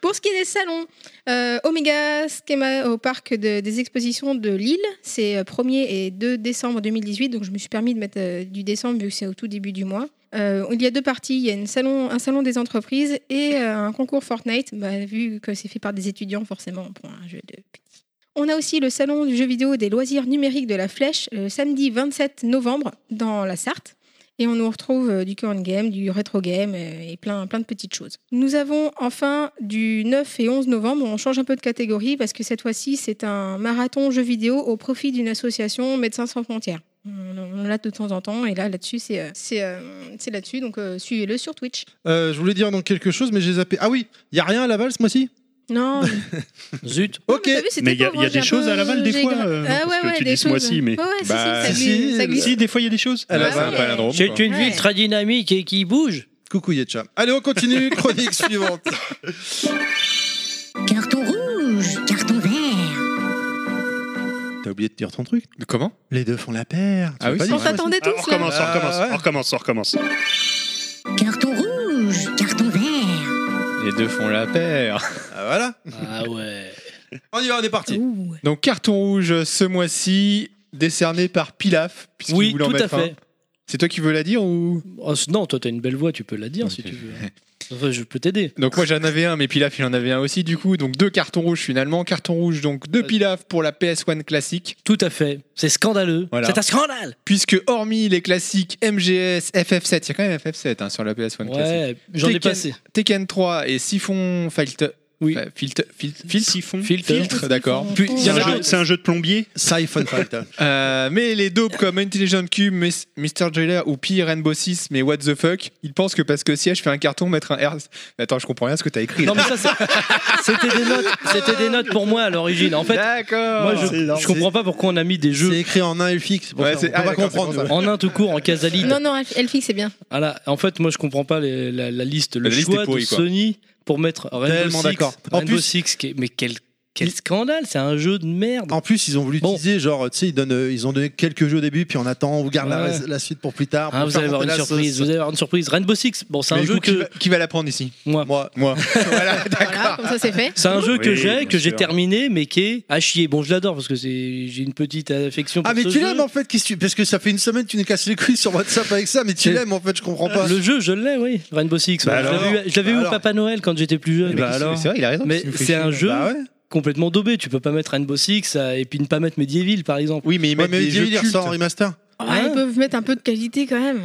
[SPEAKER 5] Pour ce qui est des salons, euh, Omega Schema au parc de- des expositions de Lille, c'est euh, 1er et 2 décembre 2018, donc je me suis permis de mettre euh, du décembre vu que c'est au tout début du mois. Euh, il y a deux parties, il y a une salon, un salon des entreprises et euh, un concours Fortnite, bah, vu que c'est fait par des étudiants forcément pour un jeu de petits. On a aussi le salon du jeu vidéo des loisirs numériques de la Flèche, le samedi 27 novembre dans la Sarthe. Et on nous retrouve euh, du current game, du rétro game euh, et plein, plein de petites choses. Nous avons enfin du 9 et 11 novembre, on change un peu de catégorie parce que cette fois-ci c'est un marathon jeux vidéo au profit d'une association Médecins sans frontières. On on l'a de temps en temps et là là-dessus c'est euh, c'est euh, c'est là-dessus donc euh, suivez-le sur Twitch.
[SPEAKER 3] euh, je voulais dire donc quelque chose, mais j'ai zappé. Ah oui, il y a rien à Laval ce mois-ci.
[SPEAKER 5] Non, mais-
[SPEAKER 6] Zut.
[SPEAKER 5] non,
[SPEAKER 3] Ok.
[SPEAKER 5] mais t'as vu, c'était
[SPEAKER 4] Mais il y a- il
[SPEAKER 5] pauvre,
[SPEAKER 4] y a des
[SPEAKER 5] j'ai un
[SPEAKER 4] choses
[SPEAKER 5] peu-
[SPEAKER 4] à Laval, des
[SPEAKER 5] j'ai
[SPEAKER 4] fois,
[SPEAKER 5] gra-
[SPEAKER 4] euh,
[SPEAKER 5] ah
[SPEAKER 4] parce
[SPEAKER 5] ouais,
[SPEAKER 4] que
[SPEAKER 5] ouais,
[SPEAKER 4] tu
[SPEAKER 5] des
[SPEAKER 4] dis ce mois-ci,
[SPEAKER 5] choses.
[SPEAKER 4] mais-
[SPEAKER 5] Ouais, ouais, si, si,
[SPEAKER 7] Bah,
[SPEAKER 5] ça
[SPEAKER 3] si,
[SPEAKER 5] glisse,
[SPEAKER 3] si,
[SPEAKER 5] ça glisse.
[SPEAKER 3] si,
[SPEAKER 4] Si, des fois il y a des choses.
[SPEAKER 3] À
[SPEAKER 5] Ouais,
[SPEAKER 7] C'est
[SPEAKER 3] Laval.
[SPEAKER 4] bah,
[SPEAKER 7] un palindrome.
[SPEAKER 6] C'est
[SPEAKER 7] quoi.
[SPEAKER 6] une
[SPEAKER 5] Ouais.
[SPEAKER 6] ville très dynamique et qui bouge.
[SPEAKER 3] Coucou Yetcha. Allez, on continue. Chronique suivante.
[SPEAKER 1] Carton rouge, carton vert.
[SPEAKER 3] T'as oublié de dire ton truc.
[SPEAKER 7] Comment
[SPEAKER 3] Les deux font la paire. Tu
[SPEAKER 7] Ah
[SPEAKER 3] l'as
[SPEAKER 7] oui,
[SPEAKER 3] pas
[SPEAKER 7] c'est
[SPEAKER 3] dit.
[SPEAKER 5] On s'attendait
[SPEAKER 4] Ah,
[SPEAKER 5] tous
[SPEAKER 4] on
[SPEAKER 5] hein. là.
[SPEAKER 4] recommence, on
[SPEAKER 3] Ah,
[SPEAKER 4] recommence,
[SPEAKER 3] ouais.
[SPEAKER 4] on recommence, on recommence.
[SPEAKER 1] Carton rouge, carton vert.
[SPEAKER 7] Les deux font la paire.
[SPEAKER 3] Ah, voilà.
[SPEAKER 6] Ah ouais.
[SPEAKER 3] On y va, on est parti.
[SPEAKER 5] Ouh.
[SPEAKER 7] Donc carton rouge ce mois-ci décerné par Pilaf. puisqu'il
[SPEAKER 6] Oui,
[SPEAKER 7] voulait en
[SPEAKER 6] tout à
[SPEAKER 7] mettre un.
[SPEAKER 6] fait.
[SPEAKER 7] C'est toi qui veux la dire ou
[SPEAKER 6] Oh, c- non, toi, t'as une belle voix, tu peux la dire si tu veux. Enfin, je peux t'aider.
[SPEAKER 7] Donc moi j'en avais un, mais Pilaf il en avait un aussi du coup. Donc deux cartons rouges finalement. Carton rouge donc de Pilaf pour la PS1 classique.
[SPEAKER 6] Tout à fait. C'est scandaleux.
[SPEAKER 7] Voilà.
[SPEAKER 6] C'est un scandale.
[SPEAKER 7] Puisque hormis les classiques MGS, FF7, il y a quand même FF7 hein, sur la PS1 classique.
[SPEAKER 6] Ouais, j'en ai
[SPEAKER 7] Tekken-
[SPEAKER 6] passé.
[SPEAKER 7] Tekken 3, et Siphon Filter.
[SPEAKER 6] Oui.
[SPEAKER 7] Enfin, Filter. Filter. Filtre.
[SPEAKER 4] Siphon.
[SPEAKER 7] Filtre, d'accord. Puis, il y
[SPEAKER 4] C'est un,
[SPEAKER 7] en a-
[SPEAKER 4] jeu- c'est un jeu de plombier.
[SPEAKER 3] Siphon Filter.
[SPEAKER 7] Euh, mais les dopes comme Intelligent Cube, Miss- Mr. Driller ou pire Rainbow Six, mais what the fuck, ils pensent que parce que si je fais un carton, mettre un R. Attends, je comprends rien à ce que t'as écrit. là.
[SPEAKER 6] Non, mais ça, c'est- c'était des notes. C'était des notes pour moi à l'origine. En fait,
[SPEAKER 7] D'accord.
[SPEAKER 6] moi, je,
[SPEAKER 3] c'est énorme.
[SPEAKER 6] je comprends pas pourquoi on a mis des
[SPEAKER 3] C'est
[SPEAKER 6] jeux
[SPEAKER 3] écrit en 1 FX.
[SPEAKER 7] Ouais,
[SPEAKER 3] on
[SPEAKER 7] c'est-
[SPEAKER 3] peut
[SPEAKER 7] ah,
[SPEAKER 3] pas
[SPEAKER 7] d'accord,
[SPEAKER 3] comprendre.
[SPEAKER 7] c'est pour ça.
[SPEAKER 6] en un tout court, en casalide.
[SPEAKER 5] Non, non, Elfix, c'est bien.
[SPEAKER 6] Voilà. Ah En fait, moi, je comprends pas les- la, la liste, le
[SPEAKER 7] La liste
[SPEAKER 6] choix
[SPEAKER 7] est pourrie,
[SPEAKER 6] de
[SPEAKER 7] quoi.
[SPEAKER 6] Sony pour mettre Rainbow
[SPEAKER 3] Tellement
[SPEAKER 6] Six.
[SPEAKER 3] d'accord. En
[SPEAKER 6] Rainbow
[SPEAKER 3] plus-
[SPEAKER 6] Six, qui est- mais quel, quel
[SPEAKER 3] Il-
[SPEAKER 6] scandale C'est un jeu de merde.
[SPEAKER 3] En plus, ils ont voulu
[SPEAKER 6] Bon.
[SPEAKER 3] teaser, genre, tu sais, ils, donnent, euh, ils ont donné quelques jeux au début, puis on attend, on vous garde la-
[SPEAKER 6] Ouais.
[SPEAKER 3] la, suite pour plus tard.
[SPEAKER 6] Hein,
[SPEAKER 3] pour
[SPEAKER 6] vous
[SPEAKER 3] faire
[SPEAKER 6] allez avoir
[SPEAKER 3] monter
[SPEAKER 6] une
[SPEAKER 3] la
[SPEAKER 6] surprise.
[SPEAKER 3] sauce.
[SPEAKER 6] Vous allez avoir une surprise. Rainbow Six. Bon, c'est un
[SPEAKER 7] Mais du
[SPEAKER 6] jeu
[SPEAKER 7] coup, qui,
[SPEAKER 6] que
[SPEAKER 7] va, qui va la prendre ici
[SPEAKER 6] moi.
[SPEAKER 3] Moi,
[SPEAKER 7] Moi. voilà,
[SPEAKER 4] Ah.
[SPEAKER 5] Voilà,
[SPEAKER 7] d'accord.
[SPEAKER 5] comme ça c'est fait.
[SPEAKER 6] C'est un jeu que
[SPEAKER 4] Oui,
[SPEAKER 6] j'ai,
[SPEAKER 4] bien
[SPEAKER 6] que j'ai
[SPEAKER 4] sûr.
[SPEAKER 6] terminé, mais qui est à chier. Bon, je l'adore parce que c'est, j'ai une petite affection pour
[SPEAKER 3] Ah mais
[SPEAKER 6] ce
[SPEAKER 3] tu
[SPEAKER 6] jeu.
[SPEAKER 3] l'aimes en fait, qu'est-ce que tu- parce que ça fait une semaine que tu nous casses les couilles sur WhatsApp avec ça, mais tu
[SPEAKER 6] C'est-
[SPEAKER 3] l'aimes en fait, je comprends pas.
[SPEAKER 6] Le jeu, je l'ai, oui. Rainbow Six.
[SPEAKER 4] Bah
[SPEAKER 6] ouais. je l'avais
[SPEAKER 3] alors.
[SPEAKER 6] eu, je l'avais eu
[SPEAKER 3] Bah
[SPEAKER 6] au
[SPEAKER 3] alors.
[SPEAKER 6] Papa Noël quand j'étais plus jeune.
[SPEAKER 4] Eh bah alors.
[SPEAKER 7] C'est vrai, il a raison.
[SPEAKER 6] mais
[SPEAKER 7] qu'est-ce qui nous fait
[SPEAKER 6] c'est un
[SPEAKER 7] chier
[SPEAKER 6] jeu
[SPEAKER 3] Bah ouais.
[SPEAKER 6] complètement daubé. Tu peux pas mettre Rainbow Six euh, et puis ne pas mettre Medieval, par exemple.
[SPEAKER 7] Oui, mais ils
[SPEAKER 3] Ouais,
[SPEAKER 7] mettent
[SPEAKER 3] mais
[SPEAKER 7] des jeux
[SPEAKER 3] Medieval, il
[SPEAKER 7] cultes.
[SPEAKER 3] ressort en remaster.
[SPEAKER 5] Ah,
[SPEAKER 6] Hein
[SPEAKER 5] ils peuvent mettre un peu de qualité quand même. ouais.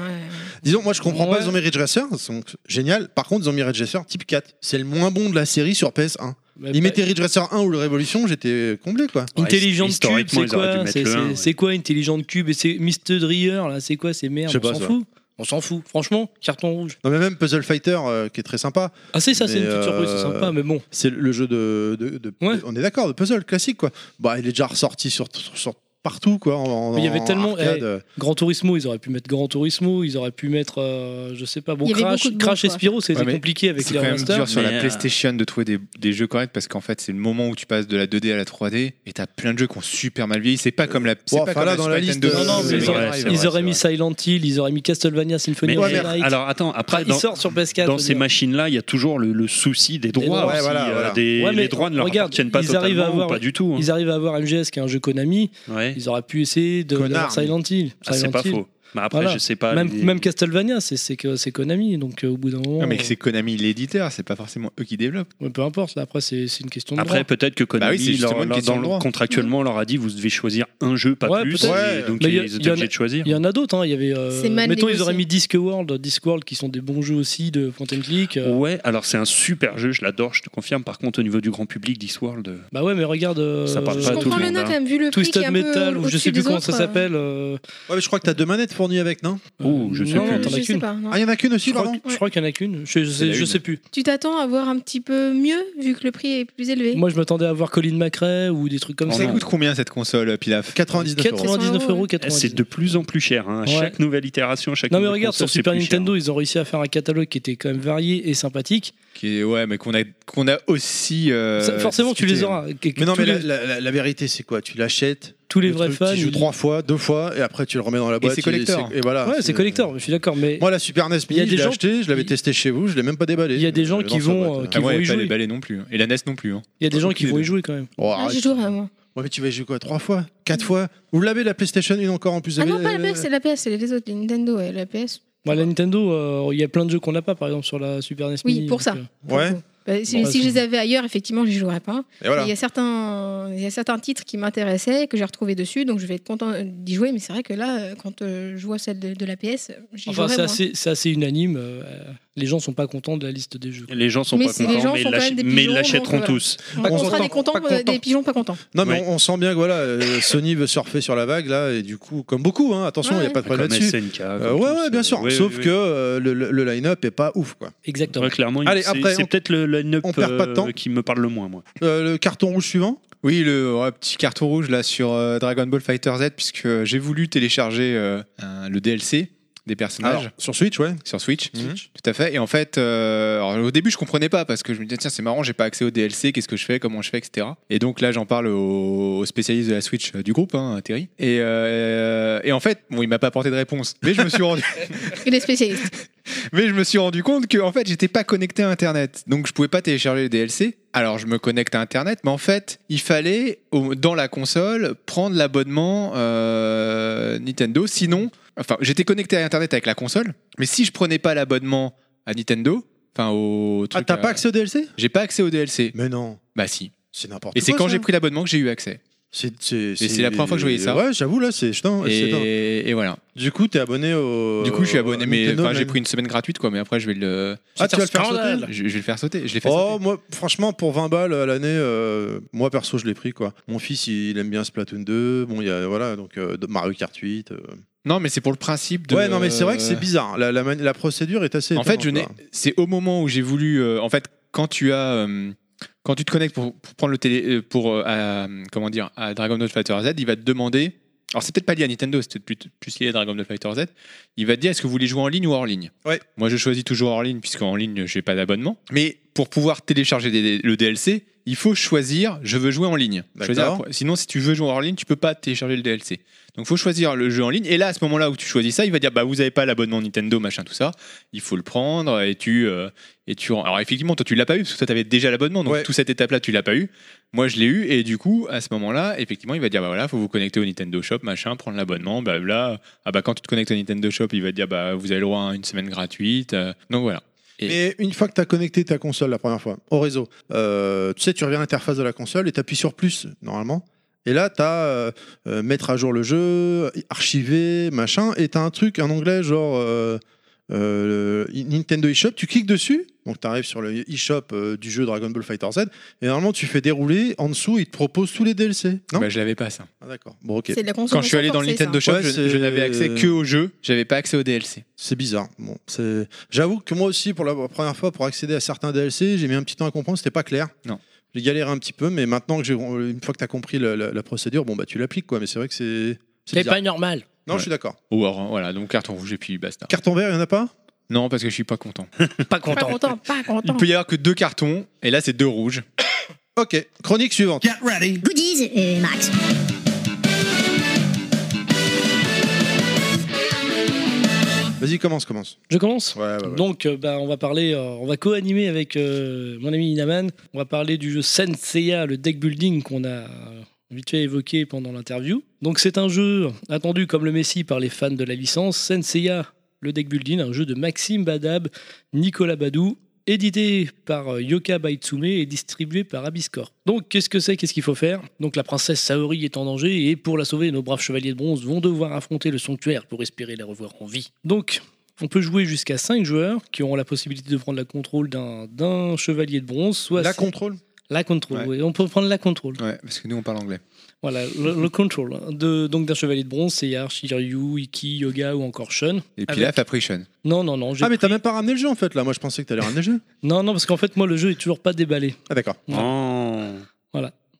[SPEAKER 3] Disons, moi je comprends pas,
[SPEAKER 6] Ouais.
[SPEAKER 3] ils ont mis Ridge Racer, donc génial. Par contre, ils ont mis Ridge Racer type 4. C'est le moins bon de la série sur PS1.
[SPEAKER 6] Mais
[SPEAKER 3] Ils
[SPEAKER 6] pas-
[SPEAKER 3] mettaient Ridge Racer 1 ou le Révolution, j'étais comblé quoi.
[SPEAKER 6] Intelligent Cube,
[SPEAKER 4] Historiquement,
[SPEAKER 6] c'est
[SPEAKER 4] ils auraient dû
[SPEAKER 6] quoi
[SPEAKER 4] mettre
[SPEAKER 6] C'est
[SPEAKER 4] le un,
[SPEAKER 6] c'est-
[SPEAKER 4] ouais.
[SPEAKER 6] c'est quoi Intelligent Cube et c'est Mr. Dreer, là C'est quoi ces
[SPEAKER 3] Je
[SPEAKER 6] merdes
[SPEAKER 3] sais
[SPEAKER 6] On
[SPEAKER 3] pas,
[SPEAKER 6] s'en
[SPEAKER 3] ça.
[SPEAKER 6] fout. On s'en fout. Franchement, carton rouge.
[SPEAKER 3] Non mais même Puzzle Fighter euh, qui est très sympa,
[SPEAKER 6] Ah, c'est ça, c'est une
[SPEAKER 3] Mais,
[SPEAKER 6] petite surprise, c'est
[SPEAKER 3] euh,
[SPEAKER 6] sympa, mais bon.
[SPEAKER 3] c'est le jeu de, de- de-
[SPEAKER 6] Ouais.
[SPEAKER 3] on est d'accord, de puzzle classique quoi. Bah il est déjà ressorti sur, sur partout quoi. En,
[SPEAKER 6] Mais il y avait
[SPEAKER 3] en
[SPEAKER 6] tellement-
[SPEAKER 3] arcade.
[SPEAKER 6] eh, Grand Turismo, ils auraient pu mettre Grand Turismo, ils auraient pu mettre, euh, je sais pas, bon,
[SPEAKER 5] Il y avait
[SPEAKER 6] Crash,
[SPEAKER 5] beaucoup de bons
[SPEAKER 6] Crash et
[SPEAKER 5] choix.
[SPEAKER 6] Spyro, c'était
[SPEAKER 7] Ouais, mais
[SPEAKER 6] compliqué avec
[SPEAKER 7] C'est
[SPEAKER 6] les
[SPEAKER 7] quand même
[SPEAKER 6] remasters.
[SPEAKER 7] dur sur
[SPEAKER 4] mais,
[SPEAKER 7] la
[SPEAKER 4] euh,
[SPEAKER 7] PlayStation de trouver des, des jeux corrects parce qu'en fait c'est le moment où tu passes de la 2D à la 3D et t'as plein de jeux qui ont super mal vieilli. C'est pas comme la, c'est
[SPEAKER 3] Bon,
[SPEAKER 7] pas
[SPEAKER 3] enfin,
[SPEAKER 7] comme
[SPEAKER 3] là, dans la
[SPEAKER 7] Super
[SPEAKER 3] liste,
[SPEAKER 7] Nintendo.
[SPEAKER 3] euh,
[SPEAKER 6] Non, non, mais
[SPEAKER 4] c'est
[SPEAKER 6] ils
[SPEAKER 4] vrai,
[SPEAKER 6] auraient-
[SPEAKER 4] c'est
[SPEAKER 6] ils
[SPEAKER 4] vrai,
[SPEAKER 6] auraient mis Silent Hill, ils auraient mis Castlevania Symphony
[SPEAKER 4] Mais,
[SPEAKER 6] of
[SPEAKER 3] mais-
[SPEAKER 6] the Night.
[SPEAKER 4] alors attends, après,
[SPEAKER 6] Enfin,
[SPEAKER 4] dans,
[SPEAKER 6] ils sortent sur PS4.
[SPEAKER 4] dans
[SPEAKER 6] je veux
[SPEAKER 4] ces
[SPEAKER 6] dire.
[SPEAKER 4] machines là il y a toujours le, le souci des droits
[SPEAKER 6] droits,
[SPEAKER 4] aussi,
[SPEAKER 3] voilà,
[SPEAKER 4] euh,
[SPEAKER 3] voilà.
[SPEAKER 4] des-
[SPEAKER 6] Ouais, mais
[SPEAKER 4] les droits ne leur
[SPEAKER 6] regarde,
[SPEAKER 4] appartiennent pas
[SPEAKER 6] ils arrivent à
[SPEAKER 4] totalement ou
[SPEAKER 6] avoir-
[SPEAKER 4] pas du tout hein.
[SPEAKER 6] Ils arrivent à avoir MGS, qui est un jeu Konami,
[SPEAKER 4] Ouais.
[SPEAKER 6] ils auraient pu essayer de
[SPEAKER 3] Connard,
[SPEAKER 6] d'avoir Silent Hill.
[SPEAKER 4] Ah, c'est
[SPEAKER 6] Silent
[SPEAKER 4] pas
[SPEAKER 6] Hill.
[SPEAKER 4] faux mais après
[SPEAKER 6] Voilà.
[SPEAKER 4] je sais pas
[SPEAKER 6] Même,
[SPEAKER 4] les-
[SPEAKER 6] même Castlevania, c'est- c'est que- c'est Konami, donc euh, au bout d'un moment,
[SPEAKER 7] Non, mais c'est Konami l'éditeur, c'est pas forcément eux qui développent.
[SPEAKER 6] euh, peu importe. Là, après, c'est c'est une question de
[SPEAKER 4] après
[SPEAKER 6] droit.
[SPEAKER 4] peut-être que Konami
[SPEAKER 7] Bah oui, c'est justement
[SPEAKER 4] leur-
[SPEAKER 7] une
[SPEAKER 4] leur-
[SPEAKER 7] question
[SPEAKER 4] dans
[SPEAKER 7] de
[SPEAKER 4] le-
[SPEAKER 7] droit.
[SPEAKER 4] contractuellement on leur a dit vous devez choisir un jeu pas
[SPEAKER 6] Ouais,
[SPEAKER 4] plus et
[SPEAKER 6] peut-être.
[SPEAKER 3] Ouais.
[SPEAKER 4] donc
[SPEAKER 6] Mais il y a-
[SPEAKER 4] ils
[SPEAKER 6] il y
[SPEAKER 4] étaient
[SPEAKER 6] en a-
[SPEAKER 4] obligés de choisir
[SPEAKER 6] Il y en a d'autres. hein, Il y avait. euh,
[SPEAKER 5] C'est mal
[SPEAKER 6] mettons, ils
[SPEAKER 5] négocié.
[SPEAKER 6] auraient mis Discworld, Discworld qui sont des bons jeux aussi de point and click. euh,
[SPEAKER 4] ouais alors c'est un super jeu je l'adore je te confirme par contre au niveau du grand public Discworld euh,
[SPEAKER 6] Bah ouais, mais regarde. euh,
[SPEAKER 4] Ça parle
[SPEAKER 5] Je
[SPEAKER 4] Pas tout le
[SPEAKER 5] comprends le
[SPEAKER 4] monde,
[SPEAKER 5] nom
[SPEAKER 4] hein.
[SPEAKER 5] quand même, vu le prix qui est
[SPEAKER 6] Twisted
[SPEAKER 5] un
[SPEAKER 6] Metal,
[SPEAKER 5] peu
[SPEAKER 6] ou je sais
[SPEAKER 5] au-dessus
[SPEAKER 6] plus
[SPEAKER 5] des
[SPEAKER 6] comment ça
[SPEAKER 5] autres, euh,
[SPEAKER 6] s'appelle. euh,
[SPEAKER 3] Ouais mais je crois que t'as deux manettes fournies avec non
[SPEAKER 4] Ouh, Oh, je sais
[SPEAKER 6] non,
[SPEAKER 4] plus.
[SPEAKER 6] t'en as
[SPEAKER 5] Je sais
[SPEAKER 6] qu'une.
[SPEAKER 5] pas. non.
[SPEAKER 3] Ah il y en a qu'une aussi
[SPEAKER 6] Hein Je crois,
[SPEAKER 3] pardon.
[SPEAKER 6] que- je crois qu'il y en a qu'une. Je, je sais,
[SPEAKER 7] la
[SPEAKER 6] je
[SPEAKER 7] une.
[SPEAKER 6] sais plus.
[SPEAKER 5] Tu t'attends à voir un petit peu mieux, vu que le prix est plus élevé.
[SPEAKER 6] Moi, je m'attendais à voir Colin McRae ou des trucs comme
[SPEAKER 4] Oh
[SPEAKER 7] ça
[SPEAKER 6] ça.
[SPEAKER 4] non.
[SPEAKER 7] coûte combien cette console, euh, Pilaf
[SPEAKER 3] 99 euros.
[SPEAKER 6] 99 euros. 99.
[SPEAKER 4] Eh, c'est de plus en plus cher hein. à
[SPEAKER 6] Ouais.
[SPEAKER 4] chaque nouvelle itération à chaque
[SPEAKER 6] Non mais
[SPEAKER 4] nouvelle
[SPEAKER 6] regarde, sur
[SPEAKER 4] console, c'est
[SPEAKER 6] Super
[SPEAKER 4] plus cher.
[SPEAKER 6] Nintendo, ils ont réussi à faire un catalogue qui était quand même varié et sympathique.
[SPEAKER 7] Qui est- ouais, mais qu'on a, qu'on a aussi. euh,
[SPEAKER 6] Ça, forcément, tu les
[SPEAKER 7] discuté.
[SPEAKER 6] auras. Que- que
[SPEAKER 3] Mais non
[SPEAKER 6] tous,
[SPEAKER 3] mais la,
[SPEAKER 6] les,
[SPEAKER 3] la- la- la vérité c'est quoi Tu l'achètes,
[SPEAKER 6] tous les
[SPEAKER 3] le
[SPEAKER 6] vrais
[SPEAKER 3] truc,
[SPEAKER 6] fans.
[SPEAKER 3] tu joues
[SPEAKER 6] ils-
[SPEAKER 3] trois fois, deux fois et après tu le remets dans la boîte.
[SPEAKER 7] c'est
[SPEAKER 3] il-
[SPEAKER 7] collector.
[SPEAKER 3] Et voilà.
[SPEAKER 6] Ouais, c'est collector, je suis d'accord. Mais
[SPEAKER 3] Moi la Super NES
[SPEAKER 6] Il y
[SPEAKER 3] Mini,
[SPEAKER 6] a
[SPEAKER 3] je
[SPEAKER 6] des
[SPEAKER 3] l'ai
[SPEAKER 6] gens-
[SPEAKER 3] acheté, je l'avais
[SPEAKER 6] il-
[SPEAKER 3] testé chez vous, je l'ai même pas déballé.
[SPEAKER 6] il y a des gens
[SPEAKER 3] Je l'ai
[SPEAKER 6] qui
[SPEAKER 3] dans sa
[SPEAKER 6] vont,
[SPEAKER 3] boîte,
[SPEAKER 6] euh,
[SPEAKER 3] hein.
[SPEAKER 6] qui-
[SPEAKER 7] Ah ouais,
[SPEAKER 6] vont y
[SPEAKER 7] pas
[SPEAKER 6] jouer.
[SPEAKER 7] les balais non plus. hein. Et la NES non plus. hein.
[SPEAKER 6] il y a des gens
[SPEAKER 7] aucune
[SPEAKER 6] qui vont y
[SPEAKER 7] idée.
[SPEAKER 6] jouer quand même.
[SPEAKER 3] Oh,
[SPEAKER 5] Ah,
[SPEAKER 3] arrête.
[SPEAKER 5] j'y jouerai, moi.
[SPEAKER 3] Ouais, mais tu vas y jouer quoi Trois fois Quatre fois Vous l'avez la PlayStation une encore en plus
[SPEAKER 5] Ah
[SPEAKER 3] vous
[SPEAKER 5] non,
[SPEAKER 3] avez-
[SPEAKER 5] pas la PS, c'est la PS, c'est les autres, les Nintendo et la PS.
[SPEAKER 6] Bah, la Nintendo, euh, il y a plein de jeux qu'on n'a pas, par exemple sur la Super NES.
[SPEAKER 5] Oui,
[SPEAKER 6] Mini,
[SPEAKER 5] pour
[SPEAKER 6] donc,
[SPEAKER 5] ça.
[SPEAKER 6] euh,
[SPEAKER 5] pour
[SPEAKER 3] Ouais.
[SPEAKER 5] le coup. Bah, si,
[SPEAKER 6] Bon.
[SPEAKER 5] si je les avais ailleurs, effectivement, j'y jouerais pas.
[SPEAKER 3] Et voilà.
[SPEAKER 5] Il y a certains, il y a certains titres qui m'intéressaient que j'ai retrouvés dessus, donc je vais être content d'y jouer. Mais c'est vrai que là, euh, quand euh, je vois celle de, de la PS, j'y
[SPEAKER 6] Enfin,
[SPEAKER 5] jouerai
[SPEAKER 6] c'est
[SPEAKER 5] moins.
[SPEAKER 6] assez, c'est assez unanime. euh, les gens sont pas contents de la liste des jeux.
[SPEAKER 4] les gens sont
[SPEAKER 5] Mais
[SPEAKER 4] pas
[SPEAKER 5] c'est- les
[SPEAKER 4] contents
[SPEAKER 5] gens
[SPEAKER 4] mais
[SPEAKER 5] sont
[SPEAKER 4] ils
[SPEAKER 5] quand
[SPEAKER 4] l'ach-
[SPEAKER 5] même des
[SPEAKER 4] mais ils
[SPEAKER 5] pigeons,
[SPEAKER 4] l'achèteront
[SPEAKER 5] donc, voilà.
[SPEAKER 4] tous
[SPEAKER 5] On rencontrera
[SPEAKER 3] content,
[SPEAKER 5] des contents,
[SPEAKER 3] pas
[SPEAKER 5] euh,
[SPEAKER 3] content.
[SPEAKER 5] des pigeons pas contents.
[SPEAKER 3] Non, mais
[SPEAKER 4] Ouais.
[SPEAKER 3] on, on sent bien que voilà, euh, Sony veut surfer sur la vague là, et du coup, comme beaucoup, hein, attention, il
[SPEAKER 5] Ouais,
[SPEAKER 3] n'y a pas de problème
[SPEAKER 4] Comme
[SPEAKER 3] là-dessus.
[SPEAKER 4] SNK, comme
[SPEAKER 3] Euh, ouais,
[SPEAKER 4] tous,
[SPEAKER 3] ouais, bien sûr.
[SPEAKER 4] euh, ouais,
[SPEAKER 3] Sauf
[SPEAKER 4] ouais, ouais.
[SPEAKER 3] que euh, le, le- le line-up est pas ouf, quoi.
[SPEAKER 6] Exactement.
[SPEAKER 4] Ouais, clairement, il-
[SPEAKER 3] Allez,
[SPEAKER 4] c'est
[SPEAKER 3] après,
[SPEAKER 4] c'est
[SPEAKER 3] on-
[SPEAKER 4] peut-être le line-up
[SPEAKER 3] on perd pas de
[SPEAKER 4] euh,
[SPEAKER 3] temps.
[SPEAKER 4] qui me parle le moins, moi.
[SPEAKER 3] Euh, le carton rouge suivant
[SPEAKER 7] Oui, le ouais, petit carton rouge là sur euh, Dragon Ball Fighter Z, puisque euh, j'ai voulu télécharger euh, un- le DLC des personnages.
[SPEAKER 3] Alors, sur Switch, ouais.
[SPEAKER 7] sur Switch,
[SPEAKER 3] Mhm.
[SPEAKER 7] tout à fait. Et en fait, euh, alors, au début, je comprenais pas parce que je me disais tiens, c'est marrant, j'ai pas accès au DLC, qu'est-ce que je fais, comment je fais, etc. Et donc là, j'en parle au, au spécialiste de la Switch euh, du groupe, hein, Terry. Et, euh, et en fait, bon, il m'a pas apporté de réponse, mais je me suis rendu,
[SPEAKER 5] Et les spécialistes.
[SPEAKER 7] mais je me suis rendu compte que en fait, j'étais pas connecté à Internet, donc je pouvais pas télécharger le DLC. Alors je me connecte à Internet, mais en fait, il fallait au- dans la console prendre l'abonnement euh, Nintendo, sinon, enfin, j'étais connecté à Internet avec la console, mais si je prenais pas l'abonnement à Nintendo, Enfin, au
[SPEAKER 3] Ah,
[SPEAKER 7] truc.
[SPEAKER 3] t'as
[SPEAKER 7] euh,
[SPEAKER 3] pas accès au DLC
[SPEAKER 7] J'ai pas accès au DLC.
[SPEAKER 3] Mais non,
[SPEAKER 7] Bah si.
[SPEAKER 3] c'est n'importe
[SPEAKER 7] Et
[SPEAKER 3] quoi.
[SPEAKER 7] c'est quand
[SPEAKER 3] ça.
[SPEAKER 7] j'ai pris l'abonnement que j'ai eu accès.
[SPEAKER 3] C'est, c'est,
[SPEAKER 7] c'est la première fois que je voyais ça.
[SPEAKER 3] Ouais, j'avoue, là, c'est. putain, c'est dingue.
[SPEAKER 7] Et, et voilà.
[SPEAKER 3] Du coup, t'es abonné au.
[SPEAKER 7] Du coup, je suis
[SPEAKER 3] au-
[SPEAKER 7] abonné,
[SPEAKER 3] au
[SPEAKER 7] mais
[SPEAKER 3] Nintendo
[SPEAKER 7] enfin, j'ai
[SPEAKER 3] Man.
[SPEAKER 7] pris une semaine gratuite, quoi. Mais après, je vais le.
[SPEAKER 3] Ah, tu vas le faire
[SPEAKER 7] Scandale.
[SPEAKER 3] sauter
[SPEAKER 7] je, je vais le faire sauter. Je l'ai fait
[SPEAKER 3] Oh,
[SPEAKER 7] sauter.
[SPEAKER 3] moi, franchement, pour 20 balles à l'année, euh, moi perso, je l'ai pris quoi. Mon fils, il aime bien Splatoon 2. Bon, il y a voilà, donc euh, Mario Kart 8. euh.
[SPEAKER 7] Non, mais c'est pour le principe de. Euh,
[SPEAKER 3] Ouais, non, mais c'est vrai que c'est bizarre. La, la, man- la procédure est assez.
[SPEAKER 7] En fait, je n'ai.
[SPEAKER 3] étonnante, quoi.
[SPEAKER 7] C'est au moment où j'ai voulu. euh, en fait, quand tu as. euh, quand tu te connectes pour, pour prendre le télé, euh, pour euh, à, euh, comment dire, à Dragon Ball Fighter Z, il va te demander. Alors c'est peut-être pas lié à Nintendo, c'est peut-être plus, plus lié à Dragon Ball Fighter Z. Il va te dire est-ce que vous voulez jouer en ligne ou hors ligne.
[SPEAKER 3] Ouais.
[SPEAKER 7] Moi je choisis toujours hors ligne puisqu'en ligne j'ai pas d'abonnement. Mais pour pouvoir télécharger des- le DLC, il faut choisir je veux jouer en ligne.
[SPEAKER 3] D'accord.
[SPEAKER 7] Choisir la- sinon si tu veux jouer hors ligne, tu peux pas télécharger le DLC. Donc faut choisir le jeu en ligne. Et là à ce moment-là où tu choisis ça, il va dire bah vous avez pas l'abonnement Nintendo machin tout ça. Il faut le prendre et tu euh, et tu alors effectivement toi tu l'as pas eu parce que toi tu avais déjà l'abonnement donc
[SPEAKER 3] Ouais.
[SPEAKER 7] toute cette étape là tu l'as pas eu moi je l'ai eu et du coup à ce moment là effectivement il va dire bah voilà faut vous connecter au Nintendo Shop machin prendre l'abonnement bah là ah bah quand tu te connectes au Nintendo Shop il va te dire bah vous avez le droit à une semaine gratuite euh, donc voilà
[SPEAKER 3] Mais une fois que t'as connecté ta console la première fois au réseau, euh, tu sais, tu reviens à l'interface de la console et t'appuies sur plus normalement. Et là, t'as euh, euh, mettre à jour le jeu, archiver, machin, et t'as un truc, un onglet genre euh, euh, le Nintendo eShop, tu cliques dessus, donc t'arrives sur le eShop euh, du jeu Dragon Ball Fighter Z, et normalement tu fais dérouler, en dessous il te propose tous les DLC. Non
[SPEAKER 7] bah je l'avais pas ça
[SPEAKER 3] Ah, D'accord, bon ok.
[SPEAKER 5] C'est de la
[SPEAKER 7] quand je suis allé dans le
[SPEAKER 5] consommation forcée,
[SPEAKER 7] Nintendo Shop
[SPEAKER 3] Ouais,
[SPEAKER 7] je,
[SPEAKER 3] c'est-
[SPEAKER 7] je n'avais accès que au jeu j'avais pas accès au DLC
[SPEAKER 3] C'est bizarre. Bon, c'est. J'avoue que moi aussi, pour la première fois, pour accéder à certains DLC, j'ai mis un petit temps à comprendre. C'était pas clair.
[SPEAKER 7] Non.
[SPEAKER 3] J'ai galéré un petit peu, mais maintenant que j'ai, une fois que t'as compris la, la- la procédure, bon bah tu l'appliques quoi. Mais c'est vrai que c'est. C'est
[SPEAKER 6] C'est
[SPEAKER 3] bizarre.
[SPEAKER 6] pas normal.
[SPEAKER 3] Non,
[SPEAKER 7] Ouais.
[SPEAKER 3] je suis d'accord.
[SPEAKER 7] ou alors voilà donc carton rouge et puis basta
[SPEAKER 3] Carton vert, il y en a pas
[SPEAKER 7] non parce que je suis pas content
[SPEAKER 6] Pas
[SPEAKER 5] ça. Pas
[SPEAKER 6] content.
[SPEAKER 5] content, pas
[SPEAKER 7] il
[SPEAKER 5] content.
[SPEAKER 7] peut y avoir que deux cartons et là c'est deux rouges
[SPEAKER 3] Ok. Chronique suivante.
[SPEAKER 8] Get ready.
[SPEAKER 1] Goodies et Max.
[SPEAKER 3] Vas-y, commence, commence.
[SPEAKER 6] Je commence
[SPEAKER 3] Ouais, ouais, ouais.
[SPEAKER 6] Donc, euh, bah, on va parler, euh, on va co-animer avec euh, mon ami Inaman. On va parler du jeu Senseiya, le deck building qu'on a euh, vite fait évoqué pendant l'interview. Donc, c'est un jeu attendu comme le Messi par les fans de la licence. Senseiya, le deck building, un jeu de Maxime Badab, Nicolas Badou, édité par euh, Yoka Baitsume et distribué par Abiscor. Donc, qu'est-ce que c'est Qu'est-ce qu'il faut faire Donc, la princesse Saori est en danger et pour la sauver, nos braves chevaliers de bronze vont devoir affronter le sanctuaire pour espérer la revoir en vie. Donc, on peut jouer jusqu'à 5 joueurs qui auront la possibilité de prendre la contrôle d'un d'un chevalier de bronze, soit
[SPEAKER 3] La
[SPEAKER 6] bah, c'est-
[SPEAKER 3] contrôle.
[SPEAKER 6] la contrôle.
[SPEAKER 7] Ouais.
[SPEAKER 6] oui. On peut prendre la contrôle.
[SPEAKER 7] ouais parce que nous on parle anglais
[SPEAKER 6] Voilà, le, le contrôle. hein. De, donc d'un chevalier de bronze, c'est Yar, Shiryu, Iki, Yoga ou encore Shun.
[SPEAKER 7] et puis
[SPEAKER 6] Avec-
[SPEAKER 7] là après Shun
[SPEAKER 6] Non, non, non. j'ai-
[SPEAKER 3] Ah, mais t'as même pas ramené le jeu en fait là. Moi, je pensais que t'allais ramener le jeu.
[SPEAKER 6] Non, non, parce qu'en fait, moi, le jeu est toujours pas déballé.
[SPEAKER 3] Ah, d'accord.
[SPEAKER 6] Ouais.
[SPEAKER 4] Oh.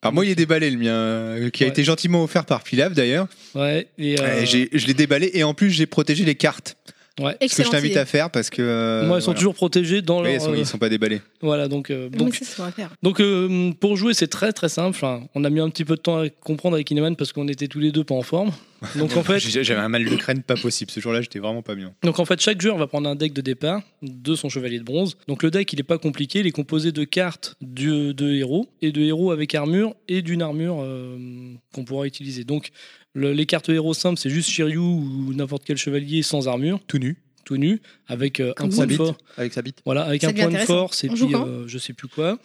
[SPEAKER 7] Alors moi, il est déballé le mien, euh, qui a
[SPEAKER 6] Ouais.
[SPEAKER 7] été gentiment offert par Pilaf d'ailleurs.
[SPEAKER 6] Ouais, et. euh,
[SPEAKER 7] Euh, j'ai- Je l'ai déballé et en plus j'ai protégé les cartes.
[SPEAKER 6] ouais.
[SPEAKER 7] Ce que je
[SPEAKER 5] Excellent
[SPEAKER 7] t'invite
[SPEAKER 5] idée.
[SPEAKER 7] à faire parce que. euh,
[SPEAKER 6] Moi, ils sont
[SPEAKER 7] voilà.
[SPEAKER 6] toujours protégés dans
[SPEAKER 7] Oui,
[SPEAKER 6] leur.
[SPEAKER 7] ils, sont,
[SPEAKER 6] euh,
[SPEAKER 7] ils sont pas déballés.
[SPEAKER 6] Voilà, donc. euh,
[SPEAKER 5] Non, mais
[SPEAKER 6] donc
[SPEAKER 5] ça, c'est ce qu'on va faire.
[SPEAKER 6] Donc euh, pour jouer c'est très très simple. Enfin, on a mis un petit peu de temps à comprendre avec Ineman parce qu'on était tous les deux pas en forme. Donc en fait,
[SPEAKER 7] J'ai- j'avais un mal de crâne pas possible. Ce jour-là, j'étais vraiment pas bien.
[SPEAKER 6] Donc en fait, chaque joueur va prendre un deck de départ de son chevalier de bronze. Donc le deck, il est pas compliqué, il est composé de cartes de, de héros et de héros avec armure et d'une armure euh, qu'on pourra utiliser. Donc le- les cartes héros simples, c'est juste Shiryu ou n'importe quel chevalier sans armure,
[SPEAKER 7] Tout nu.
[SPEAKER 6] tout nu, avec euh, un
[SPEAKER 5] Comme
[SPEAKER 6] point
[SPEAKER 5] ça.
[SPEAKER 6] de force.
[SPEAKER 3] Avec sa bite.
[SPEAKER 6] Voilà, avec
[SPEAKER 5] Ça
[SPEAKER 6] un
[SPEAKER 5] devient
[SPEAKER 6] point de
[SPEAKER 5] intéressant.
[SPEAKER 6] force et
[SPEAKER 5] On joue
[SPEAKER 6] puis
[SPEAKER 5] quand
[SPEAKER 6] euh, je sais plus quoi.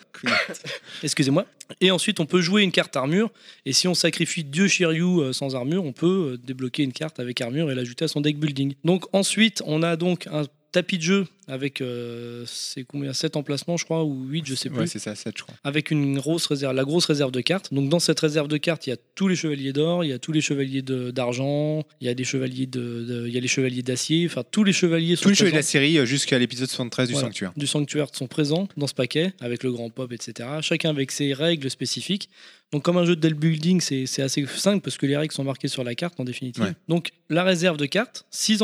[SPEAKER 6] Excusez-moi. Et ensuite, on peut jouer une carte armure. Et si on sacrifie deux Shiryu euh, sans armure, on peut euh, débloquer une carte avec armure et l'ajouter à son deck building. Donc ensuite, on a donc un tapis de jeu avec euh, c'est combien 7 emplacements je crois ou 8 je sais plus
[SPEAKER 7] Ouais, c'est ça, 7 je crois.
[SPEAKER 6] avec une grosse réserve la grosse réserve de cartes donc dans cette réserve de cartes il y a tous les chevaliers d'or il y a tous les chevaliers de- d'argent il y a des chevaliers de, de- il y a les chevaliers d'acier enfin tous les chevaliers sont
[SPEAKER 7] Tout le jeu de
[SPEAKER 6] présents
[SPEAKER 7] la série euh, jusqu'à l'épisode 73 du
[SPEAKER 6] Voilà.
[SPEAKER 7] Sanctuaire.
[SPEAKER 6] du sanctuaire sont présents dans ce paquet, avec le grand pop, etc. Chacun avec ses règles spécifiques. Donc, comme un jeu de deck building, c'est c'est assez simple parce que les règles sont marquées sur la carte en définitive.
[SPEAKER 7] Ouais.
[SPEAKER 6] Donc, la réserve de cartes, 7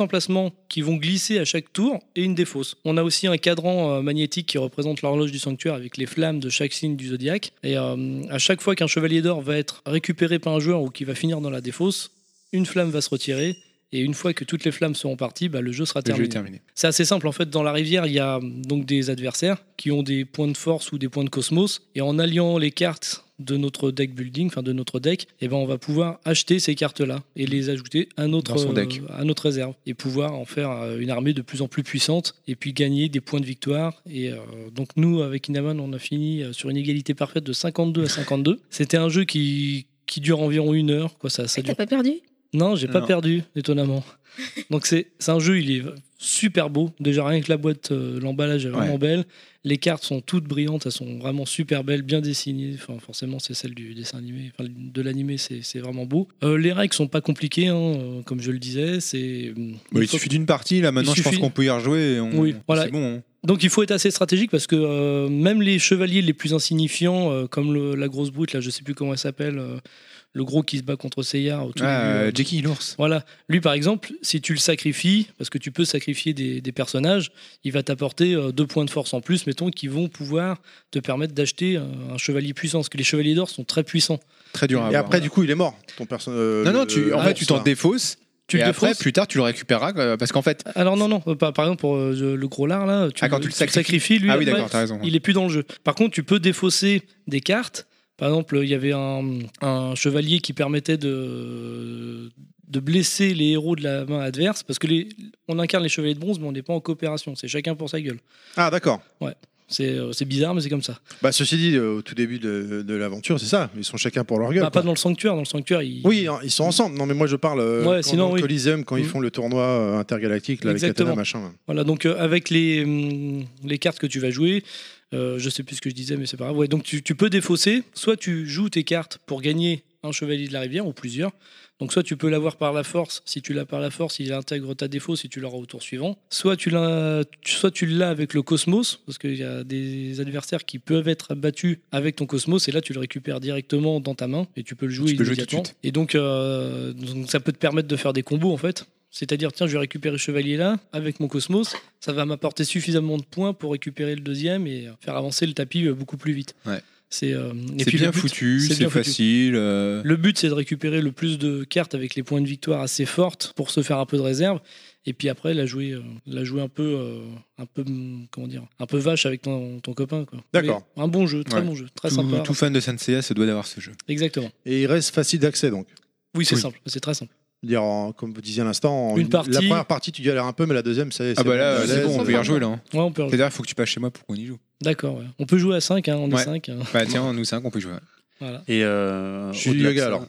[SPEAKER 6] emplacements qui vont glisser à chaque tour et une défausse. On a aussi un cadran euh, magnétique qui représente l'horloge du sanctuaire avec les flammes de chaque signe du zodiaque. Et euh, à chaque fois qu'un chevalier d'or va être récupéré par un joueur ou qui va finir dans la défausse, une flamme va se retirer. Et une fois que toutes les flammes seront parties, bah, le jeu sera
[SPEAKER 7] Le jeu
[SPEAKER 6] terminé.
[SPEAKER 7] est terminé.
[SPEAKER 6] C'est assez simple en fait. Dans la rivière, il y a hum, donc des adversaires qui ont des points de force ou des points de cosmos, et en alliant les cartes de notre deck building, enfin de notre deck, et ben on va pouvoir acheter ces cartes-là et les ajouter à notre,
[SPEAKER 7] Dans son deck.
[SPEAKER 6] euh, à notre réserve et pouvoir en faire euh, une armée de plus en plus puissante et puis gagner des points de victoire. Et euh, donc nous, avec Inaman, on a fini euh, sur une égalité parfaite de 52 à 52. C'était un jeu qui, qui dure environ une heure, quoi, ça, ça
[SPEAKER 5] T'as
[SPEAKER 6] dure
[SPEAKER 5] pas perdu
[SPEAKER 6] non, j'ai pas
[SPEAKER 7] Non.
[SPEAKER 6] perdu, étonnamment. Donc c'est c'est un jeu, il est super beau. Déjà rien que la boîte, euh, l'emballage est vraiment
[SPEAKER 7] Ouais.
[SPEAKER 6] belle. Les cartes sont toutes brillantes, elles sont vraiment super belles, bien dessinées. Enfin, forcément, c'est celle du dessin animé, enfin de l'animé, c'est c'est vraiment beau. Euh, les règles sont pas compliquées, hein, euh, comme je le disais. C'est
[SPEAKER 7] Bah,
[SPEAKER 6] il
[SPEAKER 7] il
[SPEAKER 6] faut-
[SPEAKER 7] suffit d'une partie, là maintenant
[SPEAKER 6] il
[SPEAKER 7] je pense
[SPEAKER 6] suffit-
[SPEAKER 7] qu'on peut y rejouer. et on-
[SPEAKER 6] Oui, voilà.
[SPEAKER 7] C'est bon. hein.
[SPEAKER 6] donc il faut être assez stratégique parce que euh, même les chevaliers les plus insignifiants, euh, comme le- la grosse brute, là, je sais plus comment elle s'appelle, euh, le gros qui se bat contre Seyar. au tout
[SPEAKER 7] Ah,
[SPEAKER 6] début, euh,
[SPEAKER 7] euh, Jackie l'ours.
[SPEAKER 6] Voilà. Lui, par exemple, si tu le sacrifies, parce que tu peux sacrifier des, des personnages, il va t'apporter euh, deux points de force en plus, mettons, qui vont pouvoir te permettre d'acheter euh, un chevalier puissant. Parce que les chevaliers d'or sont très puissants.
[SPEAKER 7] Très dur à
[SPEAKER 3] Et
[SPEAKER 7] avoir.
[SPEAKER 6] hein.
[SPEAKER 3] après, du coup, il est mort, ton euh, personnage.
[SPEAKER 7] non, non, tu, en fait,
[SPEAKER 3] Ah,
[SPEAKER 7] tu t'en défausses.
[SPEAKER 6] Tu
[SPEAKER 7] et
[SPEAKER 6] le
[SPEAKER 7] après,
[SPEAKER 6] défausses
[SPEAKER 7] plus tard, tu le récupéreras. euh, Parce qu'en fait,
[SPEAKER 6] Alors, non, non. euh, par, par exemple, pour euh, le gros lard, là, tu,
[SPEAKER 7] Ah, quand tu le sacrifies.
[SPEAKER 6] lui,
[SPEAKER 7] Ah oui, d'accord,
[SPEAKER 6] ouais,
[SPEAKER 7] t'as raison.
[SPEAKER 6] il est plus dans le jeu. Par contre, tu peux défausser des cartes. Par exemple, il y avait un, un chevalier qui permettait de, de blesser les héros de la main adverse, parce que les, on incarne les chevaliers de bronze, mais on n'est pas en coopération. C'est chacun pour sa gueule.
[SPEAKER 3] Ah, d'accord.
[SPEAKER 6] C'est euh, c'est bizarre, mais c'est comme ça.
[SPEAKER 3] Bah, ceci dit, euh, au tout début de, de l'aventure, c'est ça. Ils sont chacun pour leur gueule.
[SPEAKER 6] Bah, pas
[SPEAKER 3] quoi.
[SPEAKER 6] dans le sanctuaire. Dans le sanctuaire, il...
[SPEAKER 3] Oui, hein, ils sont ensemble. Non, mais moi, je parle euh,
[SPEAKER 6] Ouais,
[SPEAKER 3] quand,
[SPEAKER 6] sinon,
[SPEAKER 3] dans le
[SPEAKER 6] oui.
[SPEAKER 3] Coliseum, quand ils
[SPEAKER 6] Mhm.
[SPEAKER 3] font le tournoi euh, intergalactique là, avec
[SPEAKER 6] Exactement.
[SPEAKER 3] Katana, machin. là.
[SPEAKER 6] Voilà, donc euh, avec les, hum, les cartes que tu vas jouer, euh, je sais plus ce que je disais, mais c'est pas grave. Ouais, donc tu, tu peux défausser. Soit tu joues tes cartes pour gagner un chevalier de la rivière ou plusieurs. Donc soit tu peux l'avoir par la force. Si tu l'as par la force, il intègre ta défausse et tu l'auras au tour suivant. Soit tu l'as, tu- soit tu l'as avec le cosmos, parce qu'il y a des adversaires qui peuvent être abattus avec ton cosmos et là tu le récupères directement dans ta main et tu peux le jouer
[SPEAKER 7] Tu peux jouer tout de
[SPEAKER 6] immédiatement. et donc, euh, donc ça peut te permettre de faire des combos en fait. C'est-à-dire, tiens, je vais récupérer le chevalier là avec mon cosmos, ça va m'apporter suffisamment de points pour récupérer le deuxième et euh, faire avancer le tapis euh, beaucoup plus vite.
[SPEAKER 7] Ouais.
[SPEAKER 6] C'est euh, et
[SPEAKER 7] c'est
[SPEAKER 6] puis le
[SPEAKER 7] bien
[SPEAKER 6] but-
[SPEAKER 7] foutu,
[SPEAKER 6] c'est bien
[SPEAKER 7] c'est
[SPEAKER 6] foutu.
[SPEAKER 7] facile. euh,
[SPEAKER 6] Le but, c'est de récupérer le plus de cartes avec les points de victoire assez fortes pour se faire un peu de réserve. Et puis après, la jouer, euh, la jouer un peu, euh, un peu, hum, comment dire, un peu vache avec ton, ton copain. quoi.
[SPEAKER 3] D'accord.
[SPEAKER 6] Mais Un bon jeu, très
[SPEAKER 7] Ouais.
[SPEAKER 6] bon jeu, très
[SPEAKER 7] Tout,
[SPEAKER 6] sympa.
[SPEAKER 7] tout fan de Sanseiya se doit d'avoir ce jeu.
[SPEAKER 6] Exactement.
[SPEAKER 3] Et il reste facile d'accès, donc.
[SPEAKER 6] Oui, c'est
[SPEAKER 7] Oui.
[SPEAKER 6] simple, c'est très simple.
[SPEAKER 3] Dire, en- comme vous disiez à l'instant, en
[SPEAKER 6] Une
[SPEAKER 3] une-
[SPEAKER 6] partie.
[SPEAKER 3] la première partie, tu galères un peu, mais la deuxième, c'est.
[SPEAKER 7] Ah bah là,
[SPEAKER 3] à
[SPEAKER 7] c'est
[SPEAKER 3] l'aise.
[SPEAKER 7] bon, on peut y rejouer là. hein.
[SPEAKER 6] Ouais, on peut.
[SPEAKER 7] C'est-à-dire, il faut que tu passes chez moi pour qu'on y joue.
[SPEAKER 6] D'accord. ouais. On peut jouer à 5, on
[SPEAKER 7] Ouais.
[SPEAKER 6] est hein. 5.
[SPEAKER 7] Bah tiens, nous cinq, on peut y jouer.
[SPEAKER 6] Voilà.
[SPEAKER 4] Et euh,
[SPEAKER 3] Je suis
[SPEAKER 4] au-delà
[SPEAKER 3] du yoga,
[SPEAKER 4] de ça-
[SPEAKER 3] alors.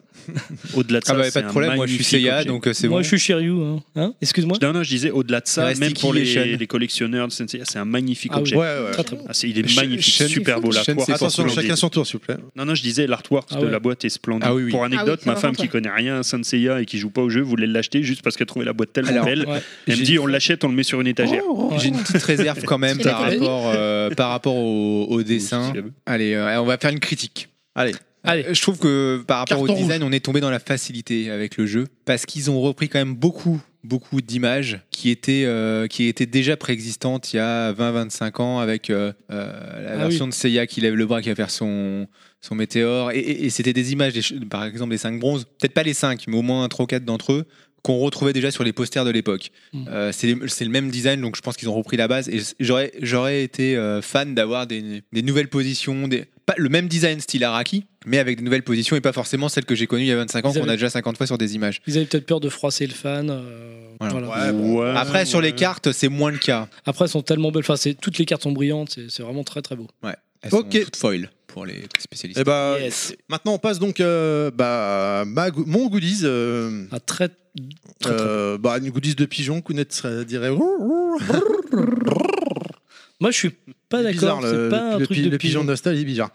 [SPEAKER 4] Au-delà de ça,
[SPEAKER 7] Ah bah
[SPEAKER 4] c'est
[SPEAKER 7] pas de
[SPEAKER 4] un
[SPEAKER 7] problème, moi je suis
[SPEAKER 4] magnifique
[SPEAKER 7] Seiya,
[SPEAKER 4] objet.
[SPEAKER 7] donc euh, c'est
[SPEAKER 6] Moi,
[SPEAKER 7] bon.
[SPEAKER 6] je suis Shiryu. Hein. Hein Excuse-moi.
[SPEAKER 4] Non, non, je disais au-delà de ça,
[SPEAKER 7] Ouais,
[SPEAKER 4] même
[SPEAKER 7] Sticky
[SPEAKER 4] pour
[SPEAKER 7] et
[SPEAKER 4] les,
[SPEAKER 7] Shen.
[SPEAKER 4] les collectionneurs de Sensei, c'est un magnifique
[SPEAKER 6] Ah oui.
[SPEAKER 4] objet.
[SPEAKER 3] Ouais, ouais.
[SPEAKER 6] Très, très bon.
[SPEAKER 4] Ah, c'est- il est
[SPEAKER 7] Shen-
[SPEAKER 4] magnifique,
[SPEAKER 7] Shen-
[SPEAKER 4] super beau
[SPEAKER 7] Shen-
[SPEAKER 4] l'artwork.
[SPEAKER 7] c'est
[SPEAKER 3] Attention,
[SPEAKER 4] splendide.
[SPEAKER 3] chacun son tour, s'il vous plaît.
[SPEAKER 4] Non, non, je disais l'artwork
[SPEAKER 6] Ah
[SPEAKER 4] de
[SPEAKER 6] ouais.
[SPEAKER 4] la boîte est splendide.
[SPEAKER 7] Ah oui, oui.
[SPEAKER 4] Pour
[SPEAKER 5] Ah oui,
[SPEAKER 4] anecdote,
[SPEAKER 5] c'est
[SPEAKER 4] ma
[SPEAKER 5] vrai,
[SPEAKER 4] femme
[SPEAKER 5] ouais.
[SPEAKER 4] qui connaît rien à Senseiya et qui joue pas au jeu voulait l'acheter juste parce qu'elle trouvait la boîte tellement
[SPEAKER 7] Alors,
[SPEAKER 4] belle.
[SPEAKER 6] ouais.
[SPEAKER 4] Elle me
[SPEAKER 7] j'ai-
[SPEAKER 4] dit on l'achète, on le met sur une étagère.
[SPEAKER 3] Oh,
[SPEAKER 7] J'ai une petite réserve quand même
[SPEAKER 5] Il
[SPEAKER 7] par
[SPEAKER 5] a pas
[SPEAKER 7] rapport, euh, par rapport au, au dessin. Allez, euh, on va faire une critique. Euh,
[SPEAKER 3] Allez.
[SPEAKER 6] Allez.
[SPEAKER 7] Je trouve que par rapport
[SPEAKER 3] Carton
[SPEAKER 7] au design, on est tombé dans la facilité avec le jeu parce qu'ils ont repris quand même beaucoup beaucoup d'images qui étaient euh, qui étaient déjà préexistantes il y a 20 25 ans avec euh, euh, la
[SPEAKER 6] Ah
[SPEAKER 7] version de Seiya qui lève le bras qui va faire son son météore et, et- et c'était des images des ch- par exemple des 5 bronzes, peut-être pas les 5 mais au moins un 3 ou 4 d'entre eux qu'on retrouvait déjà sur les posters de l'époque.
[SPEAKER 6] Mm.
[SPEAKER 7] Euh, c'est c'est le même design, donc je pense qu'ils ont repris la base. Et j'aurais j'aurais été euh, fan d'avoir des, des nouvelles positions, des, pas le même design style Araki, mais avec des nouvelles positions et pas forcément celles que j'ai connues il y a 25 ans
[SPEAKER 6] Ils
[SPEAKER 7] qu'on
[SPEAKER 6] avaient-
[SPEAKER 7] a déjà 50 fois sur des images.
[SPEAKER 6] Ils avaient peut-être peur de froisser le fan. euh,
[SPEAKER 7] Voilà.
[SPEAKER 6] voilà.
[SPEAKER 7] Après, sur les
[SPEAKER 4] cartes
[SPEAKER 7] cartes, c'est moins le cas.
[SPEAKER 6] Après, elles sont tellement belles. Enfin, c'est- toutes les cartes sont brillantes. c'est- C'est vraiment très très beau.
[SPEAKER 7] Elles sont
[SPEAKER 3] Ok.
[SPEAKER 7] toutes foil pour les spécialistes.
[SPEAKER 6] Euh,
[SPEAKER 3] Et bah,
[SPEAKER 6] Yes.
[SPEAKER 3] maintenant, on passe donc euh, bah, à ma go- mon goodies. euh,
[SPEAKER 6] Ah, très, très, très
[SPEAKER 3] euh, bah, une goodies de pigeon, Kounet serait- dirait. ouh, ouh.
[SPEAKER 6] Moi, je suis pas Ah, d'accord.
[SPEAKER 3] Bizarre,
[SPEAKER 6] C'est
[SPEAKER 3] le-
[SPEAKER 6] pas un
[SPEAKER 3] le
[SPEAKER 6] truc
[SPEAKER 3] pi-
[SPEAKER 6] de
[SPEAKER 3] le pigeon
[SPEAKER 6] pigeon.
[SPEAKER 3] de nostalgie bizarre.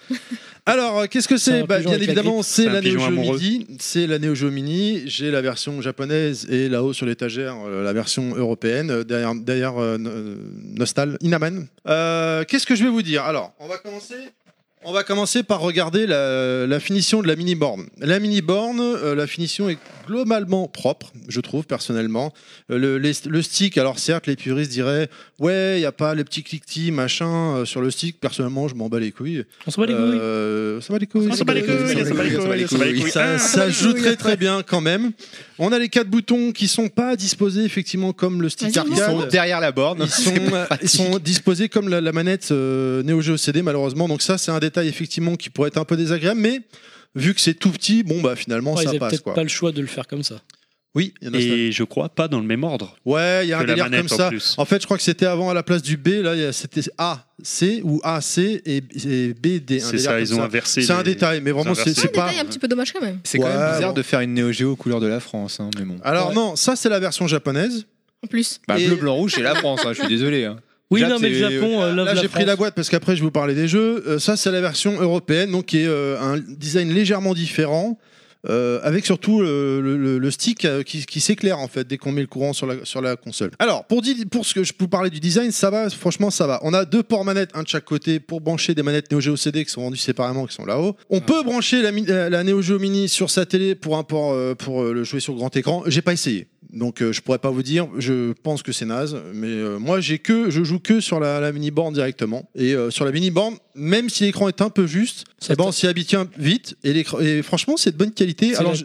[SPEAKER 3] Alors, euh, qu'est-ce que
[SPEAKER 6] C'est
[SPEAKER 3] c'est
[SPEAKER 6] un
[SPEAKER 3] Bah,
[SPEAKER 6] pigeon
[SPEAKER 3] Bien
[SPEAKER 6] avec la
[SPEAKER 3] évidemment,
[SPEAKER 6] grippe.
[SPEAKER 3] c'est
[SPEAKER 4] C'est un
[SPEAKER 3] la Neo
[SPEAKER 4] pigeon
[SPEAKER 3] Geo
[SPEAKER 4] amoureux.
[SPEAKER 3] Mini. C'est la Neo Geo Mini. J'ai la version japonaise et là-haut sur l'étagère, euh, la version européenne. euh, Derrière, derrière euh, no- euh, Nostal, Inaman. Euh, qu'est-ce que je vais vous dire Alors, on va commencer. On va commencer par regarder la, la finition de la mini borne. La mini borne, euh, la finition est globalement propre, je trouve personnellement. Euh, le, les- le stick, alors certes, les puristes diraient ouais, il y a pas le petit cliquetis machin euh, sur le stick. Personnellement, je m'en bats les couilles.
[SPEAKER 6] On s'en bat les couilles.
[SPEAKER 3] Euh, ça bat les couilles.
[SPEAKER 4] On s'en bat les couilles, on s'en bat les couilles, on s'en bat les couilles.
[SPEAKER 3] Ça,
[SPEAKER 4] Ah,
[SPEAKER 3] ça joue très très bien quand même. On a les quatre boutons qui sont pas disposés effectivement comme le stick
[SPEAKER 5] Vas-y,
[SPEAKER 7] Ils sont
[SPEAKER 3] arcade.
[SPEAKER 7] derrière la borne.
[SPEAKER 3] Ils sont, ils sont disposés comme la, la manette euh, Neo Geo CD malheureusement. Donc ça, c'est un des taille effectivement qui pourrait être un peu désagréable, mais vu que c'est tout petit, bon bah finalement
[SPEAKER 6] Ouais, ils
[SPEAKER 3] ça
[SPEAKER 6] avaient
[SPEAKER 3] passe
[SPEAKER 6] peut-être
[SPEAKER 3] quoi.
[SPEAKER 6] pas le choix de le faire comme ça.
[SPEAKER 3] Oui, il y en a ça.
[SPEAKER 4] Et je crois pas dans le même ordre.
[SPEAKER 3] Ouais, il y a un
[SPEAKER 4] que la
[SPEAKER 3] délire
[SPEAKER 4] manette
[SPEAKER 3] comme
[SPEAKER 4] en
[SPEAKER 3] ça. Oh,
[SPEAKER 4] plus.
[SPEAKER 3] En fait, je crois que c'était avant à la place du B, là il y a- c'était A, C ou A, C et, et B, D. un
[SPEAKER 4] C'est
[SPEAKER 3] délire
[SPEAKER 4] ça,
[SPEAKER 3] comme
[SPEAKER 4] ils ont inversé.
[SPEAKER 3] C'est un
[SPEAKER 4] les-
[SPEAKER 3] détail, mais vraiment c'est
[SPEAKER 4] inversé.
[SPEAKER 3] c'est
[SPEAKER 5] un
[SPEAKER 3] pas.
[SPEAKER 5] détail un petit peu dommage quand même.
[SPEAKER 7] C'est quand
[SPEAKER 3] Ouais,
[SPEAKER 7] même bizarre
[SPEAKER 3] bon.
[SPEAKER 7] de faire une Néo Geo couleur de la France, hein, mais bon.
[SPEAKER 3] Alors
[SPEAKER 6] Ouais.
[SPEAKER 3] non, ça c'est la version japonaise.
[SPEAKER 5] En plus,
[SPEAKER 7] Bah,
[SPEAKER 3] Et-
[SPEAKER 7] Bleu, blanc, rouge, c'est la France, hein, je suis désolé. hein.
[SPEAKER 6] Oui,
[SPEAKER 7] Jap,
[SPEAKER 6] non, mais le
[SPEAKER 7] c'est-
[SPEAKER 6] Japon, euh, love
[SPEAKER 3] Là,
[SPEAKER 6] la
[SPEAKER 3] j'ai pris la
[SPEAKER 6] France.
[SPEAKER 3] boîte parce qu'après, je vais vous parler des jeux. Euh, ça, c'est la version européenne, donc qui est euh, un design légèrement différent, euh, avec surtout euh, le, le- le stick euh, qui, qui s'éclaire en fait dès qu'on met le courant sur la, sur la console. Alors, pour, di- pour ce que je peux parler du design, ça va, franchement, ça va. On a deux ports manettes, un de chaque côté, pour brancher des manettes Neo Geo CD qui sont vendues séparément, qui sont là-haut. On peut brancher la, mi- la- la Neo Geo Mini sur sa télé pour, un port, euh, pour euh, le jouer sur grand écran. J'ai pas essayé. Donc euh, je pourrais pas vous dire, je pense que c'est naze, mais euh, moi j'ai que je joue que sur la, la mini borne directement et euh, sur la mini borne même si l'écran est un peu juste,
[SPEAKER 6] Ça
[SPEAKER 3] eh ben,
[SPEAKER 6] t'a-
[SPEAKER 3] on s'y habitue un- vite et, l'écran- et franchement c'est de bonne qualité.
[SPEAKER 6] C'est
[SPEAKER 3] Alors
[SPEAKER 6] la-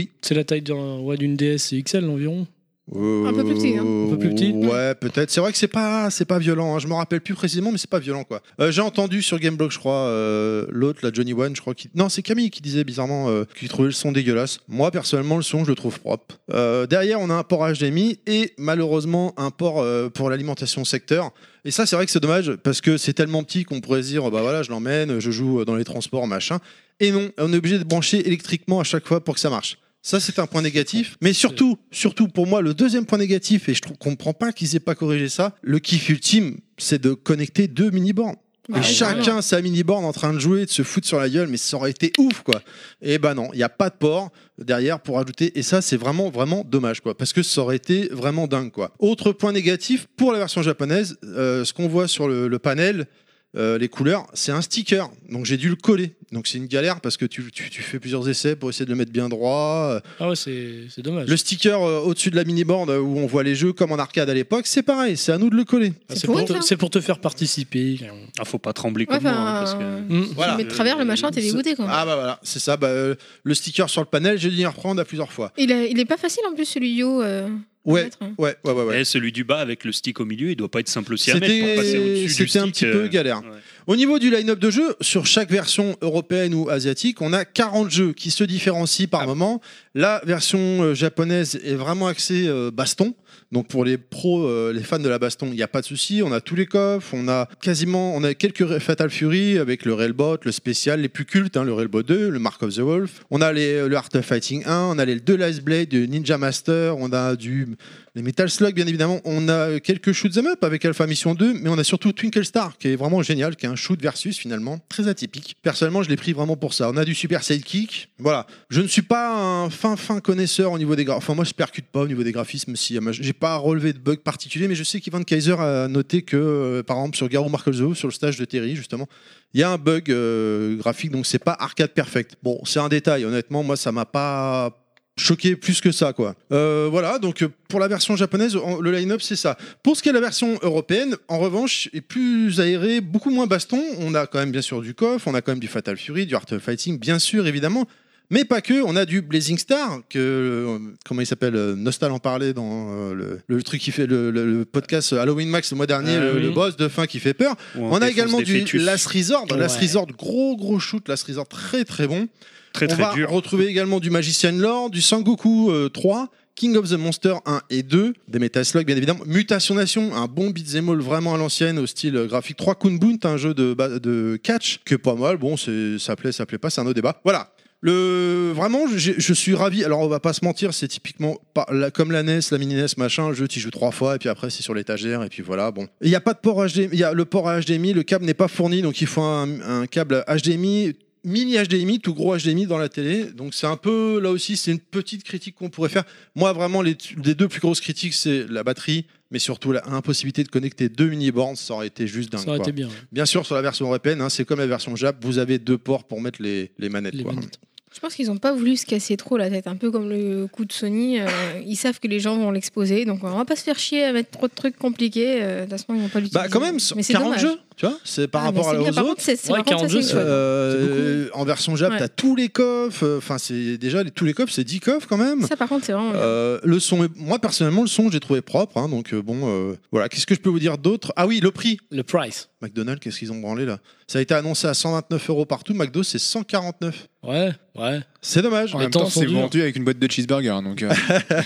[SPEAKER 3] je-
[SPEAKER 6] C'est la taille d'un- ouais, d'une DS et XL environ.
[SPEAKER 5] Un peu plus petit, hein.
[SPEAKER 3] Euh,
[SPEAKER 6] Un peu plus petit.
[SPEAKER 3] Ouais, peut-être. C'est vrai que c'est pas, c'est pas violent. hein. Je me rappelle plus précisément, mais c'est pas violent quoi. Euh, J'ai entendu sur Gameblog, je crois, euh, l'autre, la Johnny One, je crois qui. Non, c'est Camille qui disait bizarrement euh, qu'il trouvait le son dégueulasse. Moi personnellement, le son, je le trouve propre. Euh, derrière, on a un port HDMI et malheureusement un port euh, pour l'alimentation secteur. Et ça, c'est vrai que c'est dommage parce que c'est tellement petit qu'on pourrait se dire, bah voilà, je l'emmène, je joue euh, dans les transports, machin. Et non, on est obligé de brancher électriquement à chaque fois pour que ça marche. Ça, c'est un point négatif. Mais surtout, surtout pour moi, le deuxième point négatif, et je ne comprends pas qu'ils aient pas corrigé ça, le kiff ultime, c'est de connecter deux mini-bornes.
[SPEAKER 5] bah,
[SPEAKER 3] et
[SPEAKER 5] ouais,
[SPEAKER 3] chacun sa mini-borne en train de jouer, de se foutre sur la gueule, mais ça aurait été ouf, quoi. Et ben non, il n'y a pas de port derrière pour ajouter. Et ça, c'est vraiment, vraiment dommage, quoi. Parce que ça aurait été vraiment dingue, quoi. Autre point négatif, pour la version japonaise, euh, ce qu'on voit sur le, le panel, euh, les couleurs, c'est un sticker. Donc j'ai dû le coller. Donc c'est une galère parce que tu, tu- tu fais plusieurs essais pour essayer de le mettre bien droit. euh,
[SPEAKER 6] Ah ouais, c'est c'est dommage.
[SPEAKER 3] le sticker euh, au-dessus de la mini-board euh, où on voit les jeux comme en arcade à l'époque, c'est pareil, c'est à nous de le coller.
[SPEAKER 6] Ah,
[SPEAKER 5] C'est
[SPEAKER 6] C'est
[SPEAKER 5] pour
[SPEAKER 6] pour,
[SPEAKER 5] eux,
[SPEAKER 6] te-
[SPEAKER 5] ça.
[SPEAKER 6] c'est pour te faire participer.
[SPEAKER 4] Ah, faut pas trembler
[SPEAKER 5] Ouais,
[SPEAKER 4] comme moi. hein,
[SPEAKER 5] enfin,
[SPEAKER 4] parce
[SPEAKER 3] Mmh.
[SPEAKER 4] que...
[SPEAKER 5] euh,
[SPEAKER 6] Mm.
[SPEAKER 5] Tu mets de travers le machin, t'es dégoûté quoi.
[SPEAKER 3] Ah bah voilà, c'est ça, bah, euh, le sticker sur le panel, j'ai dû y reprendre à plusieurs fois.
[SPEAKER 5] Il, est- il est pas facile en plus celui Yo. euh, à
[SPEAKER 3] Ouais,
[SPEAKER 5] mettre, hein.
[SPEAKER 3] ouais, ouais, ouais. ouais.
[SPEAKER 4] Eh, celui du bas avec le stick au milieu, il doit pas être simple aussi à mettre pour passer
[SPEAKER 3] C'était
[SPEAKER 4] au-dessus du stick.
[SPEAKER 3] c'était un petit peu
[SPEAKER 4] euh,
[SPEAKER 3] galère.
[SPEAKER 4] ouais.
[SPEAKER 3] Au niveau du line-up de jeux, sur chaque version européenne ou asiatique, on a 40 jeux qui se différencient
[SPEAKER 4] Ah.
[SPEAKER 3] par moment. La version euh, japonaise est vraiment axée euh, baston. Donc pour les pros, euh, les fans de la baston, il n'y a pas de souci. On a tous les coffres, on a quasiment, on a quelques Fatal Fury avec le Railbot, le spécial, les plus cultes, hein, le Railbot 2, le Mark of the Wolf. On a les, le Art of Fighting 1, on a les deux Last Blade, du Ninja Master, on a du les Metal Slug, bien évidemment. On a quelques shoot 'em up avec Alpha Mission 2, mais on a surtout Twinkle Star, qui est vraiment génial, qui est un shoot versus finalement, très atypique. Personnellement, je l'ai pris vraiment pour ça. On a du Super Sidekick. Voilà. Je ne suis pas un fin, fin connaisseur au niveau des graphismes. Enfin, moi, je percute pas au niveau des graphismes. Si, euh, moi, j'ai pas relevé de bug particulier, mais je sais qu'Ivan Kaiser a noté que, euh, par exemple, sur Garou Marcolzo, sur le stage de Terry, justement, il y a un bug euh, graphique, donc c'est pas arcade perfect. Bon, c'est un détail. Honnêtement, moi, ça m'a pas choqué plus que ça quoi. Euh, voilà donc euh, pour la version japonaise en- le line-up c'est ça. Pour ce qui est de la version européenne en revanche est plus aéré, beaucoup moins baston, on a quand même bien sûr du KOF, on a quand même du Fatal Fury, du Art of Fighting bien sûr évidemment. Mais pas que, on a du Blazing Star, que euh, comment il s'appelle euh, Nostal en parlait dans euh, le, le truc qui fait le, le- le podcast Halloween Max le mois dernier,
[SPEAKER 6] Ah
[SPEAKER 3] le,
[SPEAKER 6] oui.
[SPEAKER 3] le boss de fin qui fait peur.
[SPEAKER 4] Ou
[SPEAKER 3] On, a
[SPEAKER 4] défonce
[SPEAKER 3] également
[SPEAKER 4] des
[SPEAKER 3] du
[SPEAKER 4] fœtus.
[SPEAKER 3] Last Resort, Last
[SPEAKER 6] Ouais.
[SPEAKER 3] Resort gros gros shoot, Last Resort très très bon
[SPEAKER 4] très
[SPEAKER 3] on va
[SPEAKER 4] très dur.
[SPEAKER 3] retrouver également du Magician Lore, du Sangoku euh, 3, King of the Monster 1 et 2, des Metal Slug bien évidemment, Mutation Nation, un bon beat'em all vraiment à l'ancienne au style euh, graphique, 3 Kunbunt, un jeu de, ba- de catch que pas mal, bon c'est- ça plaît, ça plaît pas, c'est un autre débat. Voilà. Le vraiment, j'ai- je suis ravi. Alors on va pas se mentir, c'est typiquement pas la- comme la NES, la mini NES, machin. Le jeu, tu joues trois fois et puis après c'est sur l'étagère et puis voilà. Bon, il y a pas de port HDMI. Il y a le port HDMI, le câble n'est pas fourni, donc il faut un- un câble HDMI mini HDMI, tout gros HDMI dans la télé. Donc c'est un peu, là aussi, c'est une petite critique qu'on pourrait faire. Moi, vraiment, les, les deux plus grosses critiques, c'est la batterie, mais surtout la- l'impossibilité de connecter deux mini-bornes, ça aurait été juste dingue.
[SPEAKER 6] Ça aurait
[SPEAKER 3] quoi.
[SPEAKER 6] été bien.
[SPEAKER 3] Bien sûr, sur la version européenne, hein, c'est comme la version Jap, vous avez deux ports pour mettre les, les manettes.
[SPEAKER 6] Les
[SPEAKER 3] quoi.
[SPEAKER 6] manettes.
[SPEAKER 5] Je pense qu'ils ont pas voulu se casser trop la tête, un peu comme le coup de Sony. euh, ils savent que les gens vont l'exposer, donc on va pas se faire chier à mettre trop de trucs compliqués. euh, De toute façon, ils vont pas l'utiliser.
[SPEAKER 3] Bah quand même, c-
[SPEAKER 5] Mais c'est
[SPEAKER 3] 40
[SPEAKER 5] dommage.
[SPEAKER 3] jeux Tu vois, c'est par
[SPEAKER 5] Ah, mais
[SPEAKER 3] rapport
[SPEAKER 5] c'est
[SPEAKER 3] à-
[SPEAKER 5] bien.
[SPEAKER 3] aux
[SPEAKER 5] Par
[SPEAKER 3] autres.
[SPEAKER 5] contre, c'est c'est-
[SPEAKER 6] Ouais,
[SPEAKER 5] par contre, ça,
[SPEAKER 6] 42,
[SPEAKER 5] c'est
[SPEAKER 6] ouais.
[SPEAKER 5] chouette.
[SPEAKER 3] Euh, en version Jap,
[SPEAKER 5] Ouais.
[SPEAKER 3] t'as tous les coffres. euh, Enfin, c'est déjà les- tous les coffres, c'est 10 coffres quand même.
[SPEAKER 5] Ça, par contre, c'est vraiment. bien.
[SPEAKER 3] Euh, le son, est- moi personnellement, le son, j'ai trouvé propre. hein, donc euh, bon, euh, voilà. Qu'est-ce que je peux vous dire d'autre Ah oui, le prix.
[SPEAKER 6] Le price.
[SPEAKER 3] McDonald's, qu'est-ce qu'ils ont branlé là Ça a été annoncé à 129 euros partout. McDo, c'est 149.
[SPEAKER 6] Ouais, ouais.
[SPEAKER 3] C'est dommage.
[SPEAKER 6] En
[SPEAKER 7] En
[SPEAKER 6] Les
[SPEAKER 7] même
[SPEAKER 6] temps
[SPEAKER 7] temps,
[SPEAKER 6] sont
[SPEAKER 7] c'est
[SPEAKER 6] durs.
[SPEAKER 7] vendu avec une boîte de cheeseburger. hein, Donc, euh,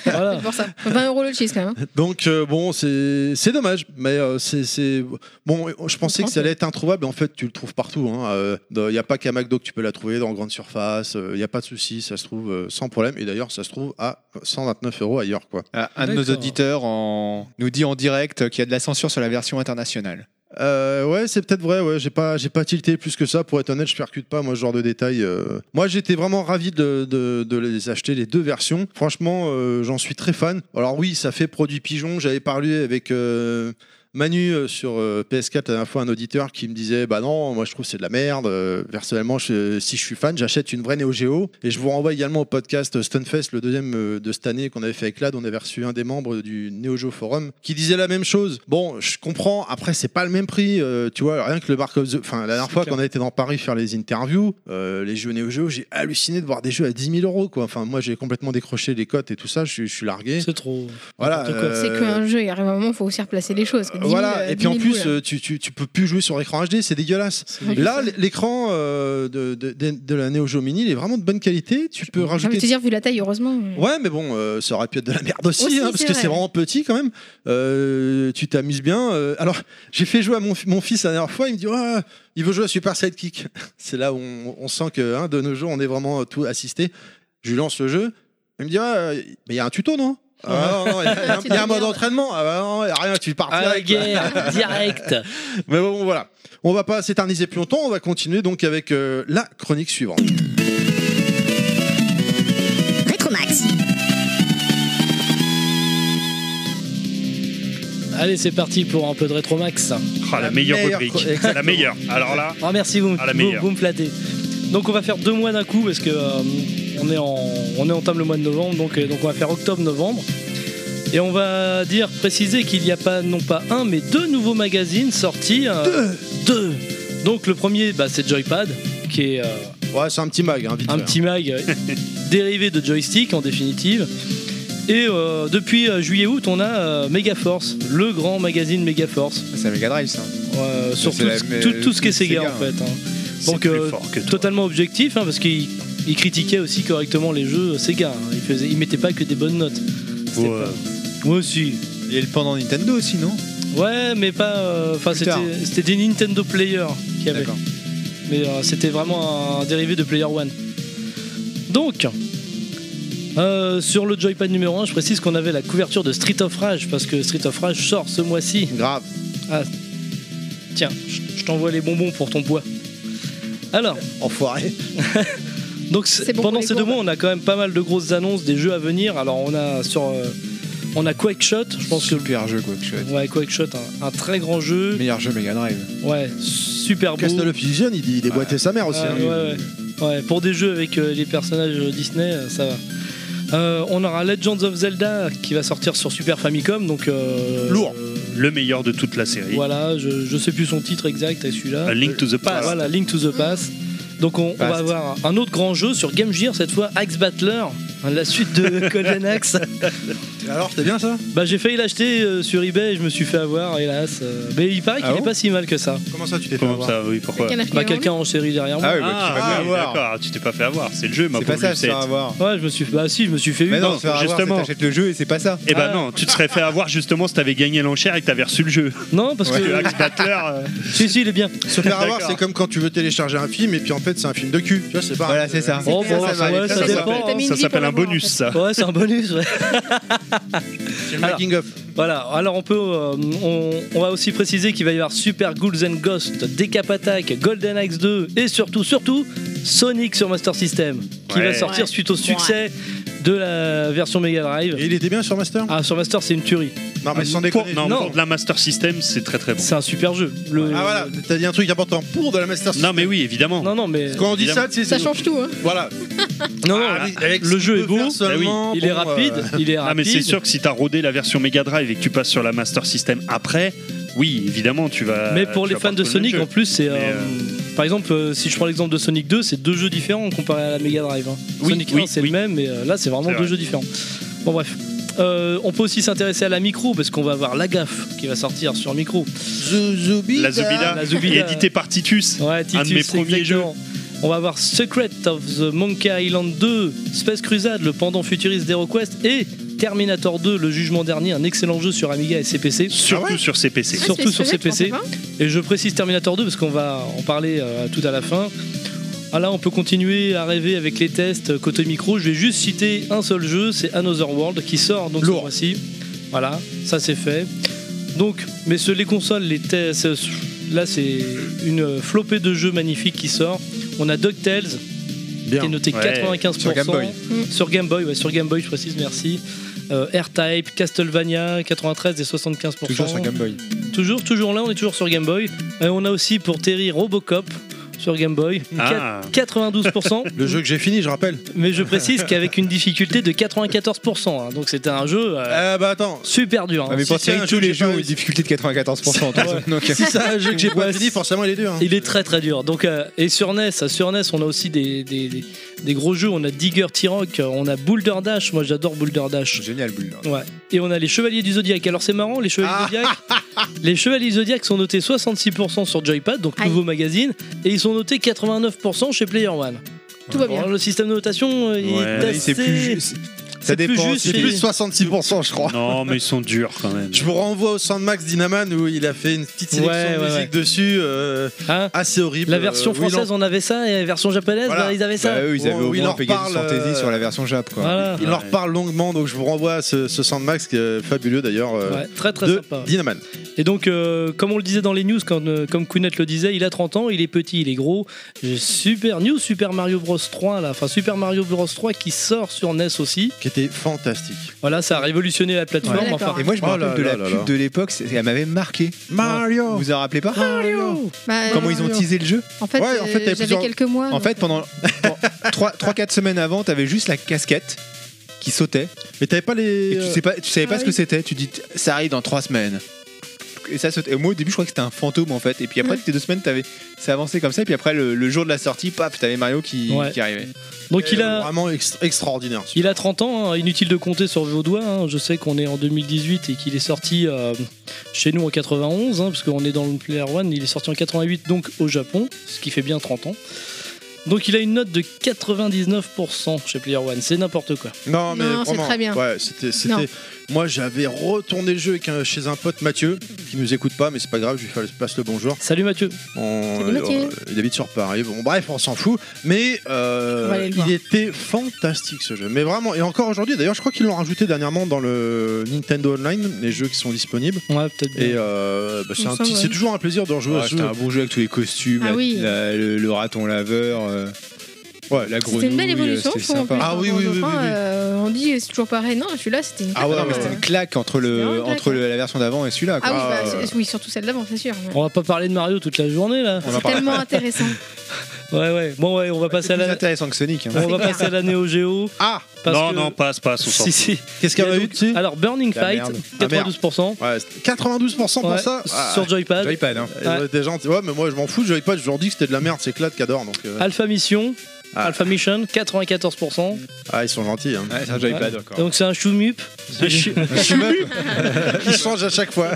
[SPEAKER 6] voilà.
[SPEAKER 5] C'est pour ça. 20 euros le cheese quand même. hein.
[SPEAKER 3] Donc euh, bon, c'est c'est dommage, mais euh, c'est c'est- bon. Je pensais que ça allait être introuvable. En fait, tu le trouves partout. Il hein. euh, dans- y a pas qu'à McDo que tu peux la trouver dans grande surface. euh, Il n'y y a pas de souci, ça se trouve euh, sans problème. Et d'ailleurs, ça se trouve à 129 euros ailleurs, quoi.
[SPEAKER 7] un Ah, un de nos
[SPEAKER 6] D'accord.
[SPEAKER 7] auditeurs en- nous dit en direct qu'il y a de la censure sur la version internationale.
[SPEAKER 3] Euh, ouais, c'est peut-être vrai. Ouais, j'ai pas, j'ai pas tilté plus que ça. Pour être honnête, je percute pas moi ce genre de détails. euh. Moi, j'étais vraiment ravi de, de, de les acheter les deux versions. Franchement, euh, j'en suis très fan. Alors oui, ça fait produit pigeon. J'avais parlé avec. euh, Manu euh, sur euh, PS4 la dernière fois un auditeur qui me disait bah non moi je trouve que c'est de la merde Euh, personnellement je- si je suis fan j'achète une vraie Neo Geo et je vous renvoie également au podcast Stunfest le deuxième euh, de cette année qu'on avait fait avec Lad on avait reçu un des membres du Neo Geo Forum qui disait la même chose bon je comprends après c'est pas le même prix euh, tu vois rien que le Mark of the enfin la dernière fois qu'on a été dans Paris faire les interviews euh, les jeux Neo Geo j'ai halluciné de voir des jeux à 10 000 euros quoi enfin moi j'ai complètement décroché les cotes et tout ça je, suis- je suis largué
[SPEAKER 6] C'est trop.
[SPEAKER 3] voilà
[SPEAKER 6] n'importe quoi.
[SPEAKER 3] euh,
[SPEAKER 5] C'est qu'un jeu, il arrive un moment, il faut aussi replacer les choses. quoi. 10 000,
[SPEAKER 3] voilà,
[SPEAKER 5] euh,
[SPEAKER 3] et puis en
[SPEAKER 5] 10 000
[SPEAKER 3] plus,
[SPEAKER 5] boules,
[SPEAKER 3] euh, tu, tu, tu peux plus jouer sur écran HD, c'est dégueulasse.
[SPEAKER 5] hein.
[SPEAKER 3] Là, l- l'écran euh, de, de, de- de la Neo Geo Mini, il est vraiment de bonne qualité. Tu peux
[SPEAKER 5] J'ai envie de te
[SPEAKER 3] rajouter.
[SPEAKER 5] dire, vu la taille, heureusement.
[SPEAKER 3] Ouais, mais bon, euh, ça aurait pu être de la merde aussi,
[SPEAKER 5] Aussi,
[SPEAKER 3] hein, parce
[SPEAKER 5] c'est
[SPEAKER 3] que
[SPEAKER 5] vrai.
[SPEAKER 3] c'est vraiment petit quand même. Euh, tu t'amuses bien. euh, alors, j'ai fait jouer à mon, fi- mon fils la dernière fois, il me dit Ah, il veut jouer à Super Sidekick. C'est là où on, on sent que hein, de nos jours, on est vraiment euh, tout assisté. Je lui lance le jeu. Il me dit Ah, euh, mais il y a un tuto, non Ah, non, non, il y a- il y a un- il y, a un mode entraînement. Ah, bah, non, il y a rien, tu pars
[SPEAKER 6] À Ah, la
[SPEAKER 3] direct, quoi.
[SPEAKER 6] guerre, direct.
[SPEAKER 3] Mais bon, voilà. On va pas s'éterniser plus longtemps, on va continuer donc avec euh, la chronique suivante.
[SPEAKER 1] Rétromax.
[SPEAKER 6] Allez, c'est parti pour un peu de rétromax.
[SPEAKER 4] Ah, la, meilleure,
[SPEAKER 3] meilleure
[SPEAKER 4] rubrique.
[SPEAKER 3] co- exactement.
[SPEAKER 4] La meilleure. Alors là,
[SPEAKER 6] Ah merci, vous, me-
[SPEAKER 4] Ah, la
[SPEAKER 6] vous-
[SPEAKER 4] meilleure.
[SPEAKER 6] vous me flattez. Donc on va faire deux mois d'un coup parce que euh, on est en on est en table le mois de novembre, donc, euh, donc on va faire octobre-novembre. Et on va dire préciser qu'il n'y a pas non pas un mais deux nouveaux magazines sortis. euh, deux. Donc le premier bah, c'est Joypad qui est euh,
[SPEAKER 3] Ouais, c'est un petit mag, hein, vite
[SPEAKER 6] un
[SPEAKER 3] fait,
[SPEAKER 6] petit mag euh, dérivé de joystick en définitive. Et euh, depuis juillet-août, on a euh, Megaforce, le grand magazine Megaforce,
[SPEAKER 7] C'est Mega Drive, ça.
[SPEAKER 6] euh, sur
[SPEAKER 7] C'est
[SPEAKER 6] tout,
[SPEAKER 7] la-
[SPEAKER 6] ce-
[SPEAKER 7] mais-
[SPEAKER 6] tout, tout ce qui est
[SPEAKER 7] c'est
[SPEAKER 6] Sega,
[SPEAKER 7] Sega,
[SPEAKER 6] en fait. hein.
[SPEAKER 4] c'est
[SPEAKER 6] Donc,
[SPEAKER 4] plus
[SPEAKER 6] euh,
[SPEAKER 4] fort que toi.
[SPEAKER 6] Totalement objectif, hein, parce qu'il il critiquait aussi correctement les jeux Sega. hein. Il, faisait, il mettait pas que des bonnes notes. C'était
[SPEAKER 4] Ouais.
[SPEAKER 6] pas- Moi aussi.
[SPEAKER 7] Il y a le pendant Nintendo aussi, non
[SPEAKER 6] Ouais, mais pas. euh, Enfin,
[SPEAKER 7] Plus
[SPEAKER 6] c'était-
[SPEAKER 7] tard.
[SPEAKER 6] c'était des Nintendo Players qu'il y avait.
[SPEAKER 7] D'accord.
[SPEAKER 6] Mais euh, c'était vraiment un dérivé de Player One. Donc, euh, sur le Joypad numéro 1, je précise qu'on avait la couverture de Street of Rage, parce que Street of Rage sort ce mois-ci.
[SPEAKER 3] hein. Grave.
[SPEAKER 6] Tiens, je je t'envoie les bonbons pour ton bois. Alors,
[SPEAKER 3] Enfoiré.
[SPEAKER 6] Donc c'est-
[SPEAKER 5] C'est bon
[SPEAKER 6] pendant
[SPEAKER 5] pour les
[SPEAKER 6] ces deux
[SPEAKER 5] courbes.
[SPEAKER 6] mois, on a quand même pas mal de grosses annonces des jeux à venir. Alors on a sur euh, on a Quake Shot, je pense que
[SPEAKER 7] Super jeu, quoi. que je-
[SPEAKER 6] ouais Quake Shot, un, un très grand jeu,
[SPEAKER 7] Meilleur jeu Mega Drive.
[SPEAKER 6] ouais super beau.
[SPEAKER 3] Castle of Illusion, il, il déboîtait sa mère aussi.
[SPEAKER 6] Ouais,
[SPEAKER 3] hein.
[SPEAKER 6] ouais, ouais. Ouais, pour des jeux avec euh, les personnages Disney, euh, ça va. Euh, on aura Legends of Zelda qui va sortir sur Super Famicom, donc euh,
[SPEAKER 3] Lourd.
[SPEAKER 4] Le meilleur de toute la série.
[SPEAKER 6] Voilà, je, je sais plus son titre exact à celui-là.
[SPEAKER 4] A Link to the Past.
[SPEAKER 6] Voilà, Link to the Past. Donc on, on va
[SPEAKER 7] Past.
[SPEAKER 6] avoir un autre grand jeu sur Game Gear, cette fois Axe Battler, hein, la suite de Golden Axe.
[SPEAKER 3] Alors, c'était bien ça
[SPEAKER 6] Bah j'ai failli l'acheter euh, sur eBay et je me suis fait avoir, hélas. Euh, mais il paraît qu'il
[SPEAKER 7] Ah
[SPEAKER 6] est
[SPEAKER 7] bon
[SPEAKER 6] pas si mal que ça.
[SPEAKER 3] Comment ça, tu t'es fait
[SPEAKER 4] Comment
[SPEAKER 3] avoir
[SPEAKER 4] ça, oui, pourquoi
[SPEAKER 5] Quelqu'un a
[SPEAKER 6] Bah
[SPEAKER 5] filé
[SPEAKER 6] quelqu'un en série derrière moi.
[SPEAKER 7] Ah oui, bah,
[SPEAKER 4] Ah,
[SPEAKER 7] tu vas bien
[SPEAKER 4] oui,
[SPEAKER 7] le voir.
[SPEAKER 4] d'accord, tu t'es pas fait avoir. C'est le jeu, ma
[SPEAKER 3] Bah,
[SPEAKER 7] C'est pas
[SPEAKER 4] pauvre
[SPEAKER 7] ça, se
[SPEAKER 4] Lucette.
[SPEAKER 7] faire avoir.
[SPEAKER 6] Ouais, je me suis bah si, je me suis fait
[SPEAKER 7] Mais
[SPEAKER 6] eu.
[SPEAKER 7] non,
[SPEAKER 4] non,
[SPEAKER 7] se faire avoir, c'est
[SPEAKER 4] justement.
[SPEAKER 7] t'achètes le jeu et c'est pas ça.
[SPEAKER 4] Eh ben
[SPEAKER 6] Ah.
[SPEAKER 4] non, tu te serais fait avoir justement si t'avais gagné l'enchère et que t'avais reçu le jeu.
[SPEAKER 6] Non, parce
[SPEAKER 4] Parce que
[SPEAKER 6] que
[SPEAKER 4] Axe Battler, euh,
[SPEAKER 6] si si, il est bien.
[SPEAKER 3] Se faire avoir,
[SPEAKER 4] D'accord.
[SPEAKER 3] c'est comme quand tu veux télécharger un film et puis en fait, c'est un film de cul. Tu vois, c'est pas.
[SPEAKER 7] Voilà, c'est ça.
[SPEAKER 6] Oh,
[SPEAKER 5] clair,
[SPEAKER 6] bon,
[SPEAKER 5] ça
[SPEAKER 6] ça,
[SPEAKER 7] va,
[SPEAKER 6] ouais,
[SPEAKER 7] ça
[SPEAKER 6] ça
[SPEAKER 7] s'appelle-
[SPEAKER 6] dépend. hein.
[SPEAKER 5] T'as mis une
[SPEAKER 4] ça
[SPEAKER 5] vie
[SPEAKER 4] s'appelle
[SPEAKER 5] pour
[SPEAKER 4] un
[SPEAKER 5] l'avoir,
[SPEAKER 4] bonus,
[SPEAKER 5] en fait.
[SPEAKER 4] ça.
[SPEAKER 6] Ouais, c'est un bonus, ouais.
[SPEAKER 3] C'est le
[SPEAKER 6] Alors.
[SPEAKER 3] making of.
[SPEAKER 6] Voilà, alors on peut. euh, on, on va aussi préciser qu'il va y avoir Super Ghouls and Ghosts, Decap Attack, Golden Axe 2 et surtout, surtout, Sonic sur Master System qui
[SPEAKER 4] Ouais.
[SPEAKER 6] va sortir
[SPEAKER 5] Ouais.
[SPEAKER 6] suite au succès de la version Mega Drive.
[SPEAKER 3] Et il était bien sur Master
[SPEAKER 6] Ah, sur Master, c'est une tuerie.
[SPEAKER 3] Non, mais sans
[SPEAKER 4] Pour-
[SPEAKER 3] déconner.
[SPEAKER 4] non,
[SPEAKER 6] Non.
[SPEAKER 4] pour de la Master System, c'est très très bon.
[SPEAKER 6] C'est un super jeu. Le-
[SPEAKER 3] Ah voilà, t'as dit un truc important pour de la Master
[SPEAKER 4] Non,
[SPEAKER 3] System.
[SPEAKER 4] mais oui, évidemment.
[SPEAKER 6] Non, non, mais.
[SPEAKER 3] Quand on dit
[SPEAKER 4] Évidemment.
[SPEAKER 3] ça, tu sais,
[SPEAKER 5] Ça
[SPEAKER 3] c'est-
[SPEAKER 5] change tout. Hein.
[SPEAKER 3] Voilà.
[SPEAKER 6] Non, non,
[SPEAKER 3] Ah, avec ce
[SPEAKER 6] le
[SPEAKER 3] qu'il
[SPEAKER 6] jeu
[SPEAKER 3] peut
[SPEAKER 6] est beau.
[SPEAKER 3] faire seulement,
[SPEAKER 6] Il est
[SPEAKER 3] bon, euh,
[SPEAKER 6] rapide, il est rapide.
[SPEAKER 4] Ah mais c'est sûr que si t'as rodé la version Mega Drive et que tu passes sur la Master System après, Oui, évidemment, tu vas.
[SPEAKER 6] Mais pour
[SPEAKER 4] tu
[SPEAKER 6] les
[SPEAKER 4] vas
[SPEAKER 6] fans
[SPEAKER 4] pas
[SPEAKER 6] de
[SPEAKER 4] retrouver le
[SPEAKER 6] Sonic,
[SPEAKER 4] même
[SPEAKER 6] en plus, c'est.
[SPEAKER 4] Mais,
[SPEAKER 6] euh, Par exemple, euh, si je prends l'exemple de Sonic 2, c'est deux jeux différents comparé à la Mega Drive. hein.
[SPEAKER 4] Oui,
[SPEAKER 6] Sonic 1,
[SPEAKER 4] oui,
[SPEAKER 6] c'est
[SPEAKER 4] oui.
[SPEAKER 6] le même, mais euh, là, c'est vraiment
[SPEAKER 4] C'est
[SPEAKER 6] deux
[SPEAKER 4] vrai.
[SPEAKER 6] jeux différents. Bon, bref. Euh, on peut aussi s'intéresser à la micro, parce qu'on va avoir la gaffe qui va sortir sur micro.
[SPEAKER 4] jeu. La Zubida,
[SPEAKER 6] La Zubida. Ah
[SPEAKER 4] édité par Titus.
[SPEAKER 6] Ouais,
[SPEAKER 4] Un de mes
[SPEAKER 6] Titus,
[SPEAKER 4] premiers
[SPEAKER 6] exactement. On va avoir Secret of the Monkey Island 2, Space Crusade, le pendant futuriste d'HeroQuest, et Terminator 2, le jugement dernier, un excellent jeu sur Amiga et CPC.
[SPEAKER 4] Surtout sur CPC.
[SPEAKER 5] Ah,
[SPEAKER 6] Surtout sur
[SPEAKER 5] spécial, je
[SPEAKER 6] CPC.
[SPEAKER 5] pensais pas.
[SPEAKER 6] Et je précise Terminator 2 parce qu'on va en parler euh, tout à la fin. Ah là, on peut continuer à rêver avec les tests euh, côté micro. Je vais juste citer un seul jeu, c'est Another World qui sort donc ce
[SPEAKER 7] Lourd.
[SPEAKER 6] mois-ci. Voilà, ça c'est fait. Donc, mais ce, les consoles, les tests, euh, là c'est une euh, flopée de jeux magnifiques qui sort. On a DuckTales
[SPEAKER 7] Bien.
[SPEAKER 6] qui est noté
[SPEAKER 4] Ouais.
[SPEAKER 6] 95%
[SPEAKER 7] Sur Game Boy.
[SPEAKER 5] Mm.
[SPEAKER 6] Sur Game Boy, ouais, sur Game Boy, je précise, merci. Euh, R-Type, Castlevania, 93 et 75%.
[SPEAKER 7] Toujours sur Game Boy.
[SPEAKER 6] Toujours, toujours là, on est toujours sur Game Boy. Et on a aussi pour Terry Robocop sur Game Boy.
[SPEAKER 4] Ah.
[SPEAKER 6] Quat- 92%,
[SPEAKER 3] Le jeu que j'ai fini, je rappelle.
[SPEAKER 6] mais je précise qu'avec une difficulté de 94%. hein. donc c'était un jeu euh,
[SPEAKER 3] Ah bah attends.
[SPEAKER 6] super dur. hein.
[SPEAKER 7] Ah, mais
[SPEAKER 3] si
[SPEAKER 7] pour
[SPEAKER 3] c'est
[SPEAKER 7] Thierry,
[SPEAKER 3] un
[SPEAKER 7] tous
[SPEAKER 3] jeu que
[SPEAKER 7] les
[SPEAKER 3] j'ai
[SPEAKER 7] jeux
[SPEAKER 3] pas
[SPEAKER 7] ont une
[SPEAKER 3] réussi.
[SPEAKER 7] difficulté de 94%. donc, euh,
[SPEAKER 3] Si c'est un jeu que j'ai pas
[SPEAKER 6] Ouais,
[SPEAKER 3] fini,
[SPEAKER 6] c'est-
[SPEAKER 3] forcément il est dur. hein.
[SPEAKER 6] Il est très très dur. Donc, euh, et sur NES, sur NES, on a aussi des, des, des- des gros jeux. On a Digger, T-Rock, on a Boulder Dash. Moi j'adore Boulder Dash.
[SPEAKER 7] Génial, Bull.
[SPEAKER 6] Ouais. Et on a les Chevaliers du Zodiac. Alors c'est marrant, les Chevaliers du Zodiac.
[SPEAKER 7] Ah.
[SPEAKER 6] les Chevaliers du Zodiac sont notés 66% sur Joypad, donc
[SPEAKER 5] Aïe.
[SPEAKER 6] nouveau magazine, et ils sont notés 89% chez Player One.
[SPEAKER 5] Tout va bien.
[SPEAKER 6] Alors, le système de notation, euh, il
[SPEAKER 4] Ouais.
[SPEAKER 6] est
[SPEAKER 4] Ouais,
[SPEAKER 6] assez...
[SPEAKER 7] C'est plus juste. Ça
[SPEAKER 6] plus
[SPEAKER 7] dépend.
[SPEAKER 6] juste,
[SPEAKER 7] c'est
[SPEAKER 6] c'est-
[SPEAKER 7] plus-
[SPEAKER 3] Plus 66%, je crois.
[SPEAKER 4] Non, mais ils sont durs quand même.
[SPEAKER 3] Je vous renvoie au Sandmax Dynaman où il a fait une petite sélection
[SPEAKER 6] Ouais,
[SPEAKER 3] de
[SPEAKER 6] ouais,
[SPEAKER 3] musique
[SPEAKER 6] ouais.
[SPEAKER 3] dessus. euh,
[SPEAKER 6] Hein
[SPEAKER 3] assez horrible.
[SPEAKER 6] la version
[SPEAKER 3] Euh, oui, non.
[SPEAKER 6] française, on avait ça, et la version japonaise,
[SPEAKER 3] Voilà.
[SPEAKER 6] bah, ils avaient ça.
[SPEAKER 7] Bah, Euh, eux, ils avaient
[SPEAKER 3] Oh,
[SPEAKER 7] au
[SPEAKER 3] oui,
[SPEAKER 7] moins
[SPEAKER 3] leur
[SPEAKER 7] Pegasus
[SPEAKER 3] parle,
[SPEAKER 7] Fantasy
[SPEAKER 3] euh,
[SPEAKER 7] sur la version Jap, quoi.
[SPEAKER 6] Voilà.
[SPEAKER 3] Il en
[SPEAKER 4] Ouais.
[SPEAKER 3] reparle longuement, donc je vous renvoie à ce, ce Sandmax qui est fabuleux d'ailleurs. euh,
[SPEAKER 6] Ouais, très très
[SPEAKER 3] de
[SPEAKER 6] sympa.
[SPEAKER 3] Dynaman.
[SPEAKER 6] Et donc, euh, comme on le disait dans les news, quand, euh, comme Kounet le disait, il a 30 ans, il est petit, il est gros. J'ai Super New Super Mario Bros 3, là, enfin Super Mario Bros 3 qui sort sur NES aussi.
[SPEAKER 3] Qui était fantastique.
[SPEAKER 6] Voilà, ça a révolutionné la plateforme.
[SPEAKER 5] Ouais,
[SPEAKER 6] enfin,
[SPEAKER 5] d'accord.
[SPEAKER 7] Et moi, je me
[SPEAKER 3] Oh
[SPEAKER 7] rappelle
[SPEAKER 3] là
[SPEAKER 7] de
[SPEAKER 3] là
[SPEAKER 7] la
[SPEAKER 3] là
[SPEAKER 7] pub
[SPEAKER 3] là.
[SPEAKER 7] de l'époque, c'est- elle m'avait marqué.
[SPEAKER 3] Mario
[SPEAKER 7] Vous vous en rappelez pas
[SPEAKER 5] Bah,
[SPEAKER 7] Comment
[SPEAKER 5] euh,
[SPEAKER 7] ils ont teasé le jeu
[SPEAKER 5] En fait,
[SPEAKER 3] Ouais, en fait,
[SPEAKER 5] euh,
[SPEAKER 3] t'avais
[SPEAKER 5] j'avais
[SPEAKER 3] plusieurs-
[SPEAKER 5] quelques mois.
[SPEAKER 7] En
[SPEAKER 5] donc-
[SPEAKER 7] fait, pendant 3-4 semaines avant, t'avais juste la casquette qui sautait.
[SPEAKER 3] Mais t'avais pas les. euh,
[SPEAKER 7] Et tu, sais pas, tu savais pas
[SPEAKER 5] Ah
[SPEAKER 7] ce
[SPEAKER 5] oui.
[SPEAKER 7] que c'était. Tu dis, ça arrive dans 3 semaines. Et ça sautait. Et moi, au début, je croyais que c'était un fantôme en fait. Et puis après,
[SPEAKER 5] Ouais.
[SPEAKER 7] toutes les deux semaines, t'avais. Ça avançait comme ça. Et puis après, le, le jour de la sortie, paf, t'avais Mario qui,
[SPEAKER 6] Ouais.
[SPEAKER 7] qui arrivait.
[SPEAKER 6] donc il a,
[SPEAKER 3] Vraiment ext- extraordinaire. celui-là.
[SPEAKER 6] Il a 30 ans, hein, inutile de compter sur vos doigts. hein. Je sais qu'on est en 2018 et qu'il est sorti euh, chez nous en 91, hein, parce qu'on est dans le Player One. Il est sorti en 88, donc au Japon, ce qui fait bien 30 ans. Donc il a une note de 99% chez Player One, c'est n'importe quoi.
[SPEAKER 3] Non, mais
[SPEAKER 5] Non, c'est
[SPEAKER 3] vraiment.
[SPEAKER 5] très bien.
[SPEAKER 3] Ouais, c'était, c'était-
[SPEAKER 5] Non.
[SPEAKER 3] Moi, j'avais retourné le jeu avec un- chez un pote Mathieu qui nous écoute pas, mais c'est pas grave, je lui fais- passe le bonjour.
[SPEAKER 6] Salut Mathieu.
[SPEAKER 3] On,
[SPEAKER 5] Salut, Mathieu.
[SPEAKER 3] euh, il habite sur Paris. Bon, bref, on s'en fout. Mais euh,
[SPEAKER 5] On va aller le voir.
[SPEAKER 3] il était fantastique ce jeu. Mais vraiment, et encore aujourd'hui, d'ailleurs, je crois qu'ils l'ont rajouté dernièrement dans le Nintendo Online, les jeux qui sont disponibles.
[SPEAKER 6] Ouais, peut-être. bien.
[SPEAKER 3] Et euh, bah, c'est,
[SPEAKER 5] Il me
[SPEAKER 3] un
[SPEAKER 5] semble,
[SPEAKER 3] petit-
[SPEAKER 5] ouais.
[SPEAKER 3] c'est toujours un plaisir de rejouer
[SPEAKER 7] Ouais,
[SPEAKER 3] à ce
[SPEAKER 7] c'était
[SPEAKER 3] jeu.
[SPEAKER 7] un bon jeu avec tous les costumes,
[SPEAKER 5] Ah
[SPEAKER 7] la-
[SPEAKER 5] oui.
[SPEAKER 7] la- le, le raton laveur, euh,
[SPEAKER 3] Ouais.
[SPEAKER 7] la grenouille.
[SPEAKER 5] C'était une belle évolution,
[SPEAKER 7] euh,
[SPEAKER 5] je
[SPEAKER 7] c'était
[SPEAKER 5] trouve. en plus,
[SPEAKER 7] sympa.
[SPEAKER 3] Ah
[SPEAKER 5] par
[SPEAKER 3] oui,
[SPEAKER 5] rapport
[SPEAKER 3] oui,
[SPEAKER 5] aux
[SPEAKER 3] oui,
[SPEAKER 5] enfants,
[SPEAKER 3] oui, oui.
[SPEAKER 5] euh, on dit c'est toujours pareil. Non, celui-là, c'était une
[SPEAKER 7] Ah ouais,
[SPEAKER 5] claque,
[SPEAKER 7] non, mais
[SPEAKER 5] euh,
[SPEAKER 7] c'était une claque entre,
[SPEAKER 5] C'est
[SPEAKER 7] le,
[SPEAKER 5] vraiment une claque,
[SPEAKER 7] entre le- la version d'avant et celui-là.
[SPEAKER 5] Ah
[SPEAKER 7] quoi.
[SPEAKER 5] oui,
[SPEAKER 3] Ah,
[SPEAKER 5] bah,
[SPEAKER 3] ouais.
[SPEAKER 5] c'est- oui, surtout celle d'avant, c'est sûr. ouais.
[SPEAKER 6] euh, On va pas parler de Mario toute la journée là.
[SPEAKER 7] On en
[SPEAKER 5] C'est
[SPEAKER 7] parle.
[SPEAKER 5] tellement intéressant.
[SPEAKER 6] Ouais, ouais. Bon, ouais, on va passer
[SPEAKER 7] C'est
[SPEAKER 6] à
[SPEAKER 7] plus
[SPEAKER 6] la.
[SPEAKER 7] intéressant que Sonic. hein.
[SPEAKER 6] On va passer à la Neo Geo.
[SPEAKER 3] Ah
[SPEAKER 6] parce
[SPEAKER 4] non,
[SPEAKER 6] que-
[SPEAKER 4] non, passe, passe, on s'en
[SPEAKER 6] Si, si.
[SPEAKER 3] Qu'est-ce qu'il y en a eu dessus
[SPEAKER 6] Alors, Burning
[SPEAKER 7] La
[SPEAKER 6] Fight,
[SPEAKER 7] merde.
[SPEAKER 3] Ah, merde.
[SPEAKER 6] 92%.
[SPEAKER 3] Ouais, c'était 92% pour
[SPEAKER 6] Ouais,
[SPEAKER 3] ça. Ah,
[SPEAKER 6] sur Joypad.
[SPEAKER 7] Joypad, hein.
[SPEAKER 3] et, euh, Des gens, ouais, mais moi je m'en fous, j'avais pas, je leur dis que c'était de la merde, c'est Clad qui adore. Donc, euh,
[SPEAKER 6] Alpha Mission,
[SPEAKER 3] Ah.
[SPEAKER 6] Alpha Mission, 94%.
[SPEAKER 3] ah, ils sont gentils. Hein.
[SPEAKER 7] Ouais, c'est un Joypad encore.
[SPEAKER 6] Donc c'est un choumup.
[SPEAKER 3] Ils changent à chaque fois.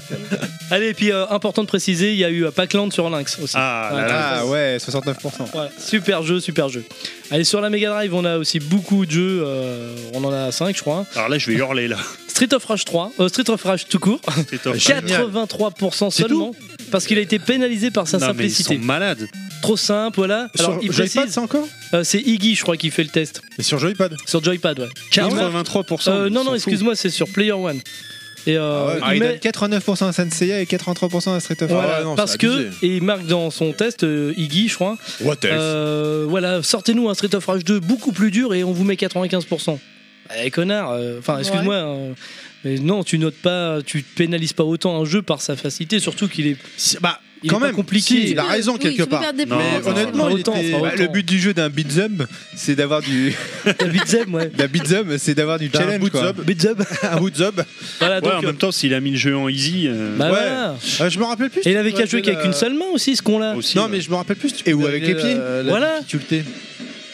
[SPEAKER 6] Allez, et puis euh, important de préciser, il y a eu euh, Pac-Land sur Lynx aussi.
[SPEAKER 4] Ah, là, là.
[SPEAKER 7] Ah ouais, 69%.
[SPEAKER 6] Voilà, super jeu, super jeu. Allez, sur la Mega Drive, on a aussi beaucoup de jeux. euh, on en a 5, je crois.
[SPEAKER 4] Alors là, je vais hurler là.
[SPEAKER 6] Street of Rage 3, euh, Street of Rage tout court,
[SPEAKER 4] C'est top.
[SPEAKER 6] 83% seulement. Parce qu'il a été pénalisé par sa
[SPEAKER 4] Non, mais ils
[SPEAKER 6] simplicité. Ah,
[SPEAKER 4] sont malades.
[SPEAKER 6] Trop simple, voilà. Alors,
[SPEAKER 3] sur
[SPEAKER 6] il
[SPEAKER 3] Joypad,
[SPEAKER 6] précise,
[SPEAKER 3] c'est encore
[SPEAKER 6] euh, c'est Iggy, je crois, qui fait le test.
[SPEAKER 3] Et sur Joypad
[SPEAKER 6] Sur Joypad, Ah ouais.
[SPEAKER 4] 83%.
[SPEAKER 6] Euh,
[SPEAKER 4] ils
[SPEAKER 6] non,
[SPEAKER 4] s'en
[SPEAKER 6] non,
[SPEAKER 4] foutent.
[SPEAKER 6] excuse-moi, c'est sur Player One. Et euh,
[SPEAKER 7] Ah,
[SPEAKER 6] il
[SPEAKER 7] il
[SPEAKER 6] met-
[SPEAKER 7] donne 89% à Senseiya et 83% à Street of Rage.
[SPEAKER 6] Voilà,
[SPEAKER 3] ouais, non,
[SPEAKER 6] parce
[SPEAKER 3] c'est
[SPEAKER 6] que,
[SPEAKER 3] abusé.
[SPEAKER 6] et il marque dans son test, euh, Iggy, je crois,
[SPEAKER 3] What
[SPEAKER 6] euh, voilà, sortez-nous un Street of Rage 2 beaucoup plus dur et on vous met 95%. Eh, connard, euh, enfin, excuse-moi, euh, mais non, tu notes pas, tu pénalises pas autant un jeu par sa facilité, surtout qu'il est.
[SPEAKER 3] Bah,
[SPEAKER 6] Il
[SPEAKER 3] Quand
[SPEAKER 6] est pas
[SPEAKER 3] même,
[SPEAKER 6] compliqué.
[SPEAKER 3] si, il a raison
[SPEAKER 5] Oui,
[SPEAKER 3] quelque
[SPEAKER 5] tu peux
[SPEAKER 3] part.
[SPEAKER 5] perdre des
[SPEAKER 4] Non,
[SPEAKER 5] points,
[SPEAKER 3] Mais
[SPEAKER 7] Ah,
[SPEAKER 5] c'est
[SPEAKER 3] honnêtement,
[SPEAKER 5] vrai.
[SPEAKER 3] il
[SPEAKER 6] Autant,
[SPEAKER 3] était-
[SPEAKER 6] enfin,
[SPEAKER 7] Bah, le but du jeu d'un beat'em, c'est d'avoir du
[SPEAKER 6] Un beat'em, ouais.
[SPEAKER 7] d'un beat'em, c'est d'avoir du
[SPEAKER 3] D'un
[SPEAKER 7] challenge. quoi.
[SPEAKER 3] bootzob.
[SPEAKER 6] Beat'em.
[SPEAKER 3] un bootzob.
[SPEAKER 6] Voilà,
[SPEAKER 4] Ouais,
[SPEAKER 6] donc, euh,
[SPEAKER 4] en même temps, s'il a mis le jeu en easy. euh,
[SPEAKER 6] bah
[SPEAKER 3] ouais.
[SPEAKER 6] voilà.
[SPEAKER 3] Euh, je me rappelle plus.
[SPEAKER 6] Et il avait qu'à
[SPEAKER 3] Ouais,
[SPEAKER 6] jouer
[SPEAKER 3] de
[SPEAKER 6] qu'avec
[SPEAKER 3] la-
[SPEAKER 6] une seule main aussi, ce con-là.
[SPEAKER 4] aussi,
[SPEAKER 3] Non,
[SPEAKER 4] ouais.
[SPEAKER 3] mais je me rappelle plus.
[SPEAKER 7] Et ou avec les pieds.
[SPEAKER 6] Voilà.
[SPEAKER 3] Difficulté.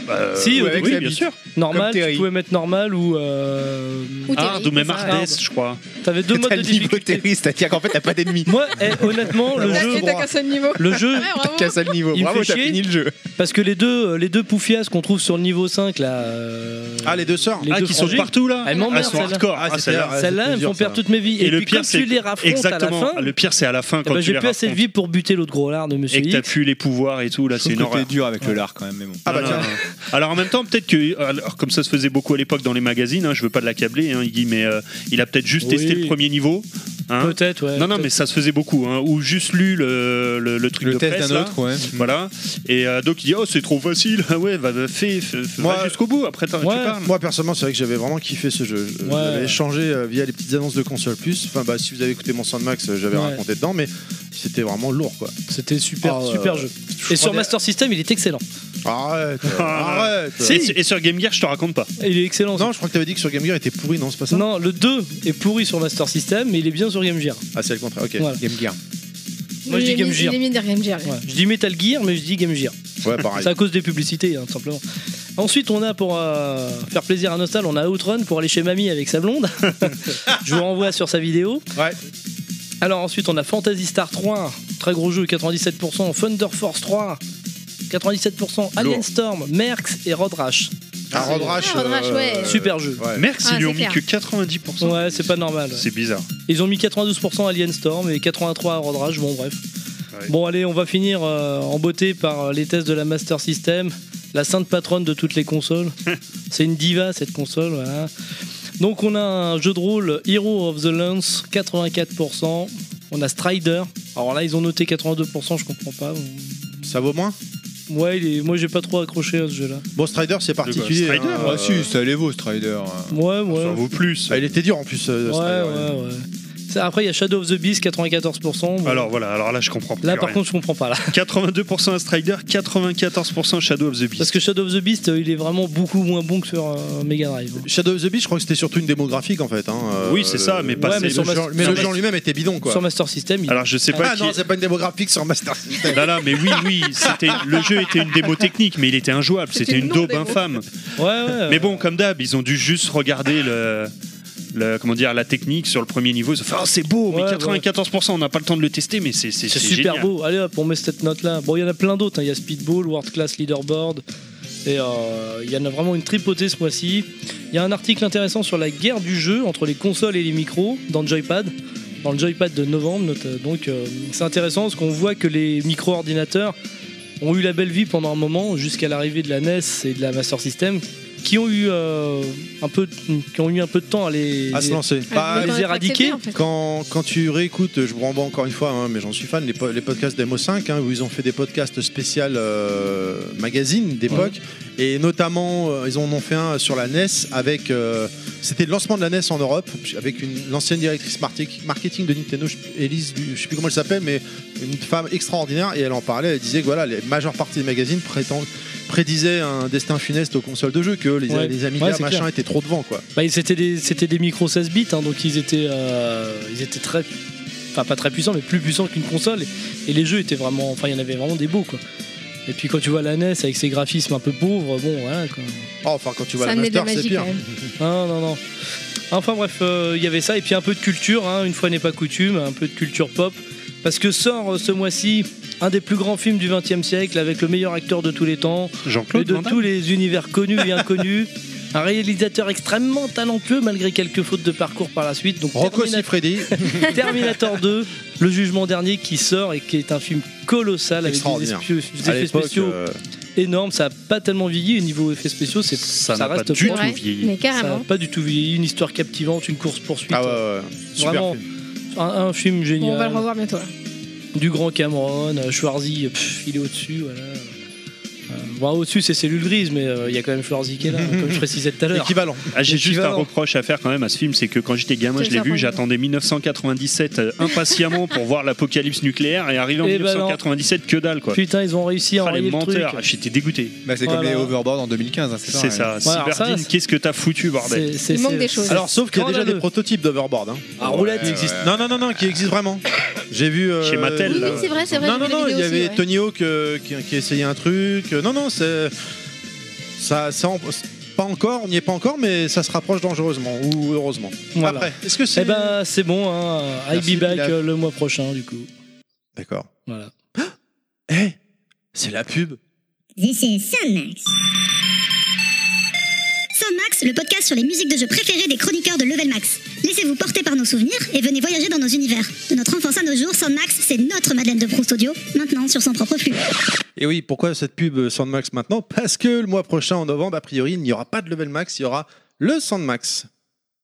[SPEAKER 4] Bah,
[SPEAKER 3] euh,
[SPEAKER 6] Si,
[SPEAKER 4] ouais,
[SPEAKER 6] au début,
[SPEAKER 4] oui,
[SPEAKER 7] la
[SPEAKER 4] bien
[SPEAKER 7] bite.
[SPEAKER 4] sûr.
[SPEAKER 6] Normal,
[SPEAKER 7] comme Terry.
[SPEAKER 6] tu pouvais mettre normal ou. Euh...
[SPEAKER 5] Ou Terry,
[SPEAKER 4] Hard ou ah, même
[SPEAKER 5] c'est ça.
[SPEAKER 4] Hardest, je crois.
[SPEAKER 6] T'avais deux modes
[SPEAKER 7] T'as
[SPEAKER 6] de
[SPEAKER 7] le niveau
[SPEAKER 6] difficulté.
[SPEAKER 7] terroriste, c'est-à-dire qu'en fait t'as pas d'ennemis.
[SPEAKER 6] Moi, eh, honnêtement, le
[SPEAKER 5] Là,
[SPEAKER 6] jeu,
[SPEAKER 5] tu t'as qu'un seul niveau.
[SPEAKER 6] le jeu,
[SPEAKER 5] Ouais, bravo.
[SPEAKER 7] Qu'à ça le niveau.
[SPEAKER 6] Il me
[SPEAKER 7] Bravo,
[SPEAKER 6] fait
[SPEAKER 7] t'as
[SPEAKER 6] chier.
[SPEAKER 7] fini le jeu.
[SPEAKER 6] parce que les deux, euh, les deux poufias qu'on trouve sur le niveau 5 là. euh,
[SPEAKER 3] Ah, les deux sœurs.
[SPEAKER 6] Les
[SPEAKER 4] ah,
[SPEAKER 6] deux
[SPEAKER 4] qui sont
[SPEAKER 6] frangines.
[SPEAKER 4] partout là
[SPEAKER 6] Elles m'emmerdent,
[SPEAKER 4] Elles sont
[SPEAKER 6] celles-là.
[SPEAKER 4] hardcore. Ah,
[SPEAKER 3] Ah, c'est
[SPEAKER 4] celles-là.
[SPEAKER 3] clair.
[SPEAKER 6] Celles-là, elles me font perdre toutes mes vies. Et,
[SPEAKER 4] Et le
[SPEAKER 6] puis,
[SPEAKER 4] pire,
[SPEAKER 6] comme
[SPEAKER 4] c'est
[SPEAKER 6] tu
[SPEAKER 4] que-
[SPEAKER 6] les raffrontes à la
[SPEAKER 4] Exactement.
[SPEAKER 6] fin,
[SPEAKER 4] Le pire, c'est à la fin
[SPEAKER 6] eh
[SPEAKER 4] quand
[SPEAKER 6] ben,
[SPEAKER 4] tu
[SPEAKER 6] j'ai
[SPEAKER 4] les
[SPEAKER 6] plus assez de
[SPEAKER 4] racontes
[SPEAKER 6] vie pour buter l'autre gros lard de Monsieur
[SPEAKER 4] et que t'as
[SPEAKER 6] X.
[SPEAKER 4] plus les pouvoirs et tout. Là, c'est une horreur.
[SPEAKER 7] dur avec le lard quand même, mais bon.
[SPEAKER 3] Ah bah
[SPEAKER 4] Non,
[SPEAKER 3] tiens.
[SPEAKER 4] non, non. Alors en même temps, peut-être que, alors, comme ça se faisait beaucoup à l'époque dans les magazines, hein, je veux pas de l'accabler, hein, Iggy, mais euh, il a peut-être juste
[SPEAKER 6] Oui.
[SPEAKER 4] testé le premier niveau. hein.
[SPEAKER 6] Peut-être, ouais.
[SPEAKER 4] non, non, mais
[SPEAKER 6] peut-être.
[SPEAKER 4] ça se faisait beaucoup. hein, ou juste lu le, le- le truc
[SPEAKER 7] Le
[SPEAKER 4] de
[SPEAKER 7] test
[SPEAKER 4] presse,
[SPEAKER 7] d'un
[SPEAKER 4] là.
[SPEAKER 7] autre, ouais.
[SPEAKER 4] Voilà. Et euh, donc il dit oh c'est trop facile. Ah ouais, va, va- fais, fais- fais-
[SPEAKER 3] Moi-
[SPEAKER 4] va jusqu'au bout. Après t'en- tu
[SPEAKER 6] Ouais.
[SPEAKER 4] parles.
[SPEAKER 3] Moi personnellement, c'est vrai que j'avais vraiment kiffé ce jeu. Je-
[SPEAKER 6] Ouais.
[SPEAKER 3] J'avais échangé euh, via les petites annonces de console plus. Enfin bah si vous avez écouté mon Soundmax, euh, j'avais
[SPEAKER 6] Ouais.
[SPEAKER 3] raconté dedans, mais c'était vraiment lourd quoi.
[SPEAKER 6] C'était super,
[SPEAKER 3] Ah, ouais,
[SPEAKER 6] super
[SPEAKER 3] ouais.
[SPEAKER 6] jeu.
[SPEAKER 3] Je
[SPEAKER 6] Et sur
[SPEAKER 3] prenais-
[SPEAKER 6] Master System, il est excellent.
[SPEAKER 3] Arrête, euh, arrête.
[SPEAKER 4] Et, et sur Game Gear, je te raconte pas.
[SPEAKER 6] Il est excellent.
[SPEAKER 3] Non, je crois que t'avais dit que sur Game Gear il était pourri, non, c'est pas ça
[SPEAKER 6] Non, le 2 est pourri sur Master System, mais il est bien sur Game Gear.
[SPEAKER 3] Ah c'est le contraire. Ok.
[SPEAKER 6] Voilà.
[SPEAKER 7] Game Gear.
[SPEAKER 6] Moi, je
[SPEAKER 5] Il
[SPEAKER 6] dis
[SPEAKER 5] est
[SPEAKER 6] Game
[SPEAKER 5] mis-
[SPEAKER 6] Gear.
[SPEAKER 5] Il est mis derrière Game Gear.
[SPEAKER 6] Ouais. Je dis Metal Gear, mais je dis Game Gear.
[SPEAKER 3] Ouais, pareil.
[SPEAKER 6] C'est à cause des publicités, hein, tout simplement. Ensuite, on a pour euh, faire plaisir à Nostal, on a Outrun pour aller chez Mamie avec sa blonde. Je vous renvoie sur sa vidéo.
[SPEAKER 3] Ouais.
[SPEAKER 6] Alors ensuite, on a Fantasy Star 3, très gros jeu, 97%. Thunder Force 3, 97%. Alien Storm, Merx et Road Rash.
[SPEAKER 3] Ah, Road Rash. euh,
[SPEAKER 5] Ah, Road Rash, ouais.
[SPEAKER 6] Super jeu.
[SPEAKER 3] Ouais.
[SPEAKER 4] Merci,
[SPEAKER 5] Ah,
[SPEAKER 4] ils lui
[SPEAKER 5] c'est
[SPEAKER 4] ont mis
[SPEAKER 5] clair.
[SPEAKER 4] que 90%.
[SPEAKER 6] Ouais, c'est pas normal.
[SPEAKER 4] C'est bizarre.
[SPEAKER 6] Ils ont mis 92% Alien Storm et 83% à Road Rash, bon bref.
[SPEAKER 4] Ouais.
[SPEAKER 6] Bon allez, on va finir euh, en beauté par euh, les tests de la Master System, la sainte patronne de toutes les consoles. C'est une diva cette console, voilà. Donc on a un jeu de rôle Hero of the Lance, 84%. On a Strider. Alors là, ils ont noté 82%, je comprends pas.
[SPEAKER 3] Ça vaut moins
[SPEAKER 6] Ouais, il est- moi j'ai pas trop accroché à ce jeu-là.
[SPEAKER 3] Bon, Strider, c'est particulier.
[SPEAKER 4] Strider
[SPEAKER 3] hein,
[SPEAKER 7] Ah
[SPEAKER 3] euh,
[SPEAKER 7] si, ça allait vaut Strider.
[SPEAKER 6] Ouais,
[SPEAKER 4] Ça
[SPEAKER 6] ouais.
[SPEAKER 4] vaut plus.
[SPEAKER 3] Ah, il était dur en plus. euh,
[SPEAKER 6] Ouais,
[SPEAKER 3] Strider,
[SPEAKER 6] ouais, ouais. Ça, Après, il y a Shadow of the Beast, 94%. Bon,
[SPEAKER 4] Alors voilà, alors là je comprends plus
[SPEAKER 6] là, par
[SPEAKER 4] rien.
[SPEAKER 6] contre, je comprends pas là.
[SPEAKER 4] 82% à Strider, 94% Shadow of the Beast.
[SPEAKER 6] Parce que Shadow of the Beast, euh, il est vraiment beaucoup moins bon que sur euh, Mega Drive.
[SPEAKER 3] Shadow of the Beach, je crois que c'était surtout une démographique en fait. hein, euh,
[SPEAKER 4] Oui, c'est ça,
[SPEAKER 3] le-
[SPEAKER 4] mais pas
[SPEAKER 6] Ouais, mais
[SPEAKER 3] le
[SPEAKER 6] sur
[SPEAKER 3] genre-
[SPEAKER 6] Master-
[SPEAKER 3] mais
[SPEAKER 6] sur
[SPEAKER 3] le
[SPEAKER 6] Master-
[SPEAKER 3] genre lui-même était bidon quoi.
[SPEAKER 6] Sur Master System, il...
[SPEAKER 4] Alors je sais pas
[SPEAKER 3] ah
[SPEAKER 4] qui.
[SPEAKER 3] non, c'est pas une démographique sur Master System.
[SPEAKER 4] Là, là, mais oui, oui, c'était le jeu était une démo technique, mais il était injouable,
[SPEAKER 5] C'était
[SPEAKER 4] c'était une
[SPEAKER 5] une
[SPEAKER 4] daube
[SPEAKER 5] non-démo.
[SPEAKER 4] infâme.
[SPEAKER 6] ouais, ouais.
[SPEAKER 4] Mais bon, comme d'hab, ils ont dû juste regarder le, le- comment dire, la technique sur le premier niveau. Ils ont fait, Ah, c'est beau, mais
[SPEAKER 6] Ouais,
[SPEAKER 4] 94%, on n'a pas le temps de le tester, mais c'est c'est-
[SPEAKER 6] c'est
[SPEAKER 4] c'est
[SPEAKER 6] super
[SPEAKER 4] génial.
[SPEAKER 6] beau. Allez hop, on met cette note-là. Bon, il y en a plein d'autres. hein. Il y a Speedball, World Class Leaderboard. Et euh, il y en a vraiment une tripotée ce mois-ci. Il y a un article intéressant sur la guerre du jeu entre les consoles et les micros dans le Joypad. Dans le Joypad de novembre, note- donc euh, c'est intéressant parce qu'on voit que les micro-ordinateurs ont eu la belle vie pendant un moment jusqu'à l'arrivée de la NES et de la Master System, qui ont eu euh, un peu, qui ont eu un peu de temps à les,
[SPEAKER 3] À se lancer. Bah,
[SPEAKER 6] les
[SPEAKER 5] Autant être
[SPEAKER 6] éradiquer.
[SPEAKER 5] accepté, en fait.
[SPEAKER 3] Quand, quand tu réécoutes, je vous renvoie encore une fois, hein, mais j'en suis fan, les, po- les podcasts Demo 5, hein, où ils ont fait des podcasts spécial euh, magazine d'époque, et notamment euh, ils en ont fait un sur la NES avec. euh, C'était le lancement de la NES en Europe, avec une l'ancienne directrice marti- marketing de Nintendo, je sais plus- Elise, du- je sais plus comment elle s'appelle, mais une femme extraordinaire, et elle en parlait, elle disait que voilà, les majeures parties des magazines prétendent prédisaient un destin funeste aux consoles de jeu que les,
[SPEAKER 6] Ouais.
[SPEAKER 3] les Amiga
[SPEAKER 6] Ouais, c'est
[SPEAKER 3] machin
[SPEAKER 6] clair.
[SPEAKER 3] étaient trop devant quoi.
[SPEAKER 6] Bah, c'était des c'était des micros 16 bits hein, donc ils étaient euh, ils étaient très enfin pas très puissants mais plus puissants qu'une console et, et les jeux étaient vraiment enfin il y en avait vraiment des beaux quoi. Et puis quand tu vois la NES avec ses graphismes un peu pauvres bon voilà quoi.
[SPEAKER 3] Oh, enfin quand tu vois
[SPEAKER 5] Ça
[SPEAKER 3] la
[SPEAKER 5] amenait de la
[SPEAKER 3] master c'est
[SPEAKER 5] magie
[SPEAKER 3] pire.
[SPEAKER 5] quand même.
[SPEAKER 6] Non non non. Enfin bref euh, il y avait ça et puis un peu de culture hein, une fois n'est pas coutume un peu de culture pop parce que sort euh, ce mois-ci un des plus grands films du 20 siècle avec le meilleur acteur de tous les temps et
[SPEAKER 4] Jean-Claude
[SPEAKER 6] de
[SPEAKER 4] Van Damme
[SPEAKER 6] tous les univers connus et inconnus. Un réalisateur extrêmement talentueux malgré quelques fautes de parcours par la suite. Donc
[SPEAKER 3] Rocco
[SPEAKER 6] Termina-
[SPEAKER 3] Siffredi,
[SPEAKER 6] Terminator 2, Le Jugement Dernier qui sort et qui est un film colossal avec des,
[SPEAKER 3] Extraordinaire.
[SPEAKER 6] espieux- des
[SPEAKER 3] à
[SPEAKER 6] effets
[SPEAKER 3] l'époque,
[SPEAKER 6] spéciaux
[SPEAKER 3] euh,
[SPEAKER 6] énormes. Ça n'a pas tellement vieilli. Au niveau effets spéciaux, c'est
[SPEAKER 4] Ça
[SPEAKER 6] ça
[SPEAKER 4] n'a pas
[SPEAKER 6] reste
[SPEAKER 4] du
[SPEAKER 6] propre.
[SPEAKER 4] tout
[SPEAKER 5] Ouais,
[SPEAKER 4] vieilli.
[SPEAKER 5] Mais
[SPEAKER 6] ça n'a
[SPEAKER 5] carrément.
[SPEAKER 6] pas du tout vieilli. Une histoire captivante, une course poursuite.
[SPEAKER 3] Ah ouais, ouais, super
[SPEAKER 6] Vraiment
[SPEAKER 3] film.
[SPEAKER 6] un, un film
[SPEAKER 5] Bon, on va
[SPEAKER 6] génial.
[SPEAKER 5] le revoir bientôt. là.
[SPEAKER 6] euh, du grand Cameron, euh, Schwarzy, pff, il est au-dessus. Voilà. Bon, au-dessus, c'est cellule grise, mais euh, il y a quand même Florence Ziquet là, comme je précisais tout à l'heure.
[SPEAKER 7] Équivalent.
[SPEAKER 4] Ah, J'ai juste un
[SPEAKER 7] Équivalent.
[SPEAKER 4] reproche à faire quand même à ce film, c'est que quand j'étais gamin,
[SPEAKER 5] C'est
[SPEAKER 4] je l'ai vu,
[SPEAKER 5] serpent.
[SPEAKER 4] j'attendais 1997 euh, impatiemment pour voir l'apocalypse nucléaire et arrivé en
[SPEAKER 6] Eh ben non.
[SPEAKER 4] 1997 que dalle quoi.
[SPEAKER 6] Putain, ils ont réussi à
[SPEAKER 4] Ah, les
[SPEAKER 6] enrayer le truc.
[SPEAKER 4] menteurs, j'étais dégoûté.
[SPEAKER 7] Bah, c'est
[SPEAKER 6] Voilà.
[SPEAKER 7] comme les Overboard en 2015, hein, c'est
[SPEAKER 4] C'est
[SPEAKER 7] pareil.
[SPEAKER 4] ça.
[SPEAKER 6] Ouais, alors ça,
[SPEAKER 4] Cyberdean,
[SPEAKER 6] c'est-
[SPEAKER 4] qu'est-ce que t'as foutu bordel
[SPEAKER 6] C'est- c'est-
[SPEAKER 5] Il manque
[SPEAKER 6] c'est-
[SPEAKER 5] des choses.
[SPEAKER 6] c'est-
[SPEAKER 3] Alors, sauf qu'il y a déjà des
[SPEAKER 6] scandaleux.
[SPEAKER 3] prototypes d'overboard. Hein.
[SPEAKER 6] Ah, roulette,
[SPEAKER 7] Ouais,
[SPEAKER 6] il existe.
[SPEAKER 7] ouais.
[SPEAKER 3] Non, non, non, non, qui existent vraiment. J'ai vu. euh,
[SPEAKER 4] Chez Mattel,
[SPEAKER 5] Oui,
[SPEAKER 4] là.
[SPEAKER 5] oui, c'est vrai, c'est vrai.
[SPEAKER 3] Non,
[SPEAKER 5] j'ai
[SPEAKER 3] non,
[SPEAKER 5] vu la
[SPEAKER 3] non, il y
[SPEAKER 5] vidéo aussi,
[SPEAKER 3] avait
[SPEAKER 5] ouais.
[SPEAKER 3] Tony Hawk euh, qui, qui essayait un truc. Euh, Non, non, c'est. Ça, ça en- pas encore, on n'y est pas encore, mais ça se rapproche dangereusement ou heureusement.
[SPEAKER 6] Voilà.
[SPEAKER 3] Après, est-ce que c'est.
[SPEAKER 6] Eh ben, c'est bon, hein. I'll
[SPEAKER 3] Merci,
[SPEAKER 6] be back
[SPEAKER 3] Pilaf.
[SPEAKER 6] euh, le mois prochain, du coup.
[SPEAKER 3] D'accord.
[SPEAKER 6] Voilà.
[SPEAKER 3] Eh, c'est la pub.
[SPEAKER 2] This is Sunmax.
[SPEAKER 1] Soundmax, le podcast sur les musiques de jeux préférées des chroniqueurs de Level Max. Laissez-vous porter par nos souvenirs et venez voyager dans nos univers. De notre enfance à nos jours, Soundmax, c'est notre Madeleine de Proust audio, maintenant sur son propre flux.
[SPEAKER 3] Et oui, pourquoi cette pub euh, Sandmax maintenant Parce que le mois prochain, en novembre, a priori, il n'y aura pas de level max, il y aura le Sandmax.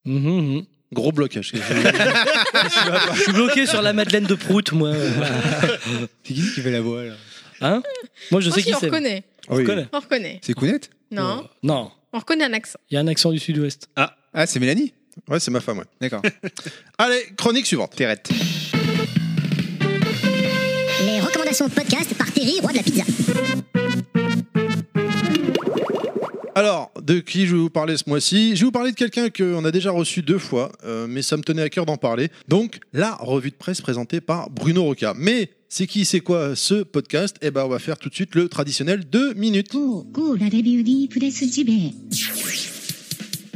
[SPEAKER 6] Mhm, mhm.
[SPEAKER 3] Gros blocage.
[SPEAKER 6] Je suis bloqué sur la Madeleine de Prout, moi.
[SPEAKER 7] C'est qui qui fait la voix là
[SPEAKER 6] Hein Moi, je
[SPEAKER 5] Oh,
[SPEAKER 6] sais
[SPEAKER 5] si,
[SPEAKER 6] qui
[SPEAKER 5] on
[SPEAKER 6] c'est.
[SPEAKER 5] reconnaît.
[SPEAKER 6] On reconnaît.
[SPEAKER 5] On reconnaît.
[SPEAKER 7] C'est Kounet
[SPEAKER 5] Non,
[SPEAKER 6] Non.
[SPEAKER 5] on reconnaît un accent.
[SPEAKER 6] Il y a un accent du sud-ouest.
[SPEAKER 7] Ah, c'est Mélanie
[SPEAKER 3] Ouais, c'est ma femme, ouais.
[SPEAKER 7] D'accord.
[SPEAKER 3] Allez, chronique suivante.
[SPEAKER 7] Terrette.
[SPEAKER 1] Les recommandations de podcast par Terry, roi de la pizza.
[SPEAKER 3] Alors, de qui je vais vous parler ce mois-ci Je vais vous parler de quelqu'un qu'on a déjà reçu deux fois, euh, mais ça me tenait à cœur d'en parler. Donc, la revue de presse présentée par Bruno Roca. Mais c'est qui, c'est quoi ce podcast Eh ben, on va faire tout de suite le traditionnel deux minutes.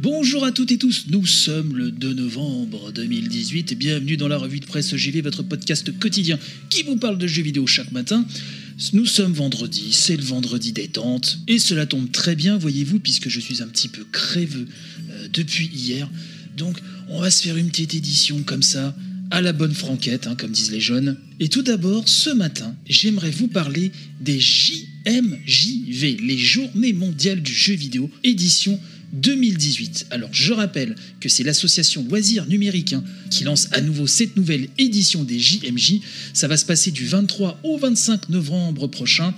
[SPEAKER 11] Bonjour à toutes et tous, nous sommes le 2 novembre 2018 et bienvenue dans la revue de presse JV, votre podcast quotidien qui vous parle de jeux vidéo chaque matin. Nous sommes vendredi, c'est le vendredi détente et cela tombe très bien, voyez-vous, puisque je suis un petit peu créveux euh, depuis hier. Donc on va se faire une petite édition comme ça, à la bonne franquette, hein, comme disent les jeunes. Et tout d'abord, ce matin, j'aimerais vous parler des JMJV, les Journées mondiales du jeu vidéo, édition 2018. Alors je rappelle que c'est l'association Loisirs Numériques hein, qui lance à nouveau cette nouvelle édition des JMJ. Ça va se passer du 23 au 25 novembre prochain.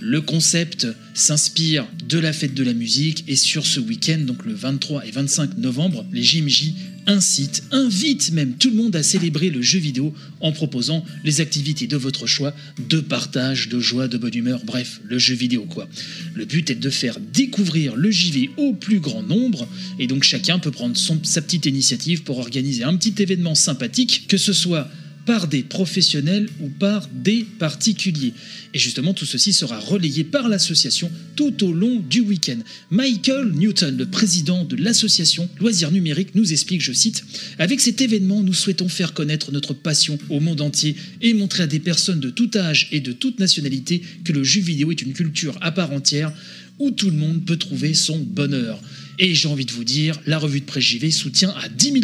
[SPEAKER 11] Le concept s'inspire de la fête de la musique et sur ce week-end, donc le 23 et 25 novembre, les JMJ incitent, invitent même tout le monde à célébrer le jeu vidéo en proposant les activités de votre choix, de partage, de joie, de bonne humeur, bref, le jeu vidéo quoi. Le but est de faire découvrir le JV au plus grand nombre, et donc chacun peut prendre son- sa petite initiative pour organiser un petit événement sympathique, que ce soit par des professionnels ou par des particuliers. Et justement, tout ceci sera relayé par l'association tout au long du week-end. Michael Newton, le président de l'association Loisirs Numériques, nous explique, je cite, Avec cet événement, nous souhaitons faire connaître notre passion au monde entier et montrer à des personnes de tout âge et de toute nationalité que le jeu vidéo est une culture à part entière où tout le monde peut trouver son bonheur. Et j'ai envie de vous dire, la revue de Presse JV soutient à 10 000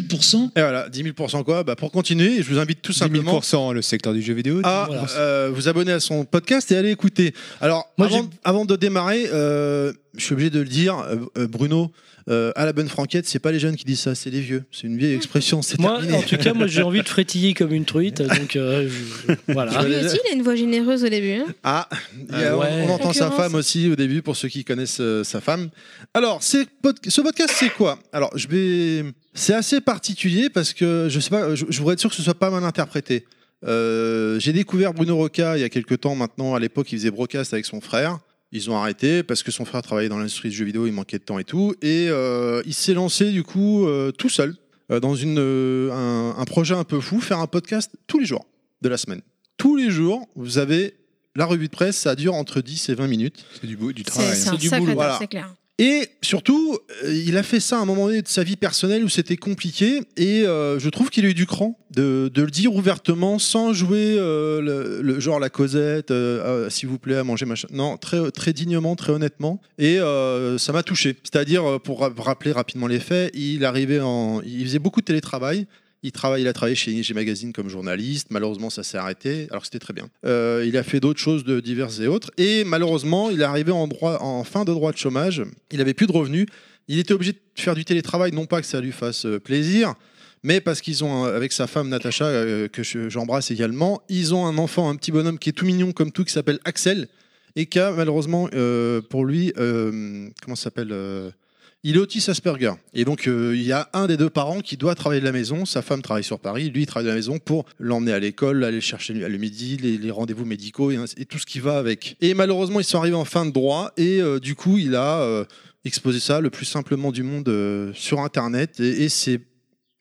[SPEAKER 3] Et voilà, 10 000% quoi Bah, Pour continuer, je vous invite tout
[SPEAKER 7] 10
[SPEAKER 3] simplement
[SPEAKER 7] 000% le secteur du jeu vidéo.
[SPEAKER 3] à
[SPEAKER 6] Voilà.
[SPEAKER 3] euh, vous abonner à son podcast et aller écouter. Alors,
[SPEAKER 6] Moi,
[SPEAKER 3] avant, avant de démarrer, euh, je suis obligé de le dire, euh, euh, Bruno, euh, à la bonne franquette, c'est pas les jeunes qui disent ça, c'est les vieux. C'est une vieille expression, c'est
[SPEAKER 6] Moi,
[SPEAKER 3] terminé.
[SPEAKER 6] en tout cas, moi, j'ai envie de frétiller comme une truite, donc euh, je- voilà.
[SPEAKER 5] Lui aussi, il a une voix généreuse au début. hein.
[SPEAKER 3] Ah, il y a-
[SPEAKER 6] Ah ouais.
[SPEAKER 3] on, on entend sa
[SPEAKER 5] Concurrence.
[SPEAKER 3] femme aussi au début, pour ceux qui connaissent euh, sa femme. Alors, c'est pod- ce podcast, c'est quoi Alors, je vais... C'est assez particulier parce que je sais pas, je, je voudrais être sûr que ce soit pas mal interprété. Euh, j'ai découvert Bruno Roca il y a quelques temps maintenant. À l'époque, il faisait Brocast avec son frère. Ils ont arrêté parce que son frère travaillait dans l'industrie du jeu vidéo, il manquait de temps et tout. Et euh, il s'est lancé du coup euh, tout seul euh, dans une, euh, un, un projet un peu fou, faire un podcast tous les jours de la semaine. Tous les jours, vous avez la revue de presse, ça dure entre 10 et 20 minutes.
[SPEAKER 7] C'est du, bout- du
[SPEAKER 5] C'est
[SPEAKER 7] travail.
[SPEAKER 5] c'est
[SPEAKER 7] hein.
[SPEAKER 5] un
[SPEAKER 6] du
[SPEAKER 5] sacré
[SPEAKER 6] boulot.
[SPEAKER 5] taf,
[SPEAKER 3] Voilà.
[SPEAKER 5] c'est clair.
[SPEAKER 3] Et surtout, euh, il a fait ça à un moment donné de sa vie personnelle où c'était compliqué. Et euh, je trouve qu'il a eu du cran de, de le dire ouvertement sans jouer euh, le, le- genre la Cosette, euh, Ah, s'il vous plaît, à manger machin. Non, très, très dignement, très honnêtement. Et euh, ça m'a touché. C'est-à-dire, euh, pour ra- rappeler rapidement les faits, il arrivait en, il faisait beaucoup de télétravail. Il, travaille, il a travaillé chez IG Magazine comme journaliste. Malheureusement, ça s'est arrêté, alors que c'était très bien. Euh, il a fait d'autres choses de diverses et autres. Et malheureusement, il est arrivé en, droit, en fin de droit de chômage. Il n'avait plus de revenus. Il était obligé de faire du télétravail, non pas que ça lui fasse euh, plaisir, mais parce qu'ils ont, euh, avec sa femme Natacha, euh, que je- j'embrasse également, ils ont un enfant, un petit bonhomme qui est tout mignon comme tout, qui s'appelle Axel, et qui a malheureusement, euh, pour lui, euh, comment ça s'appelle euh, il est autiste Asperger. Et donc, euh, il y a un des deux parents qui doit travailler de la maison. Sa femme travaille sur Paris. Lui, il travaille de la maison pour l'emmener à l'école, aller le chercher le midi, les, les rendez-vous médicaux et, ainsi- et tout ce qui va avec. Et malheureusement, ils sont arrivés en fin de droit. Et euh, du coup, il a euh, exposé ça le plus simplement du monde euh, sur Internet. Et, et c'est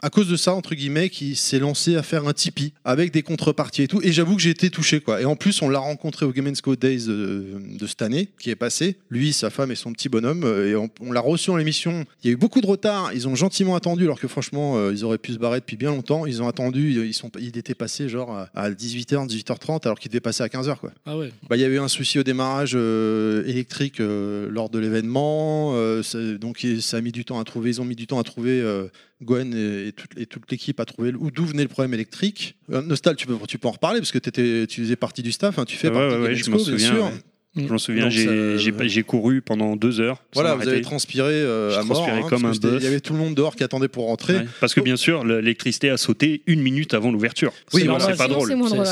[SPEAKER 3] à cause de ça, entre guillemets, qu'il s'est lancé à faire un Tipeee avec des contreparties et tout. Et j'avoue que j'ai été touché, quoi. Et en plus, on l'a rencontré au Game Co Days euh, de, cette année, qui est passé. Lui, sa femme et son petit bonhomme. euh, Et on, on l'a reçu en émission. Il y a eu beaucoup de retard. Ils ont gentiment attendu, alors que franchement, euh, ils auraient pu se barrer depuis bien longtemps. Ils ont attendu. Ils, sont, il était passé genre à- à 18h, 18h30, alors qu'il devait passer à 15h, quoi.
[SPEAKER 6] Ah ouais.
[SPEAKER 3] Bah, Il y avait eu un souci au démarrage euh, électrique euh, lors de l'événement, euh, ça- donc il- ça a mis du temps à trouver, ils ont mis du temps à trouver, euh, Gwen et, et toute, et toute l'équipe à trouver le- où- d'où venait le problème électrique. Euh, Nostal, tu peux, tu peux en reparler parce que t'étais- tu faisais partie du staff, hein, tu fais
[SPEAKER 4] Ouais,
[SPEAKER 3] partie
[SPEAKER 4] ouais,
[SPEAKER 3] de
[SPEAKER 4] ouais, je
[SPEAKER 3] Gamesco,
[SPEAKER 4] m'en
[SPEAKER 3] bien
[SPEAKER 4] souviens.
[SPEAKER 3] sûr.
[SPEAKER 4] ouais. Je
[SPEAKER 6] Mm.
[SPEAKER 4] m'en souviens,
[SPEAKER 3] Donc,
[SPEAKER 4] j'ai
[SPEAKER 3] ça-
[SPEAKER 4] j'ai pas- j'ai couru pendant deux heures. sans
[SPEAKER 3] Voilà, vous
[SPEAKER 4] m'arrêter.
[SPEAKER 3] avez transpiré euh,
[SPEAKER 4] Je
[SPEAKER 3] à mort.
[SPEAKER 4] transpirais
[SPEAKER 3] hein,
[SPEAKER 4] comme
[SPEAKER 3] parce que
[SPEAKER 4] un
[SPEAKER 3] c'était-
[SPEAKER 4] bœuf.
[SPEAKER 3] Il y avait tout le monde dehors qui attendait pour rentrer.
[SPEAKER 4] Ouais, parce que bien sûr, l'électricité a sauté une minute avant l'ouverture. Sinon, c'est pas drôle.
[SPEAKER 6] hein,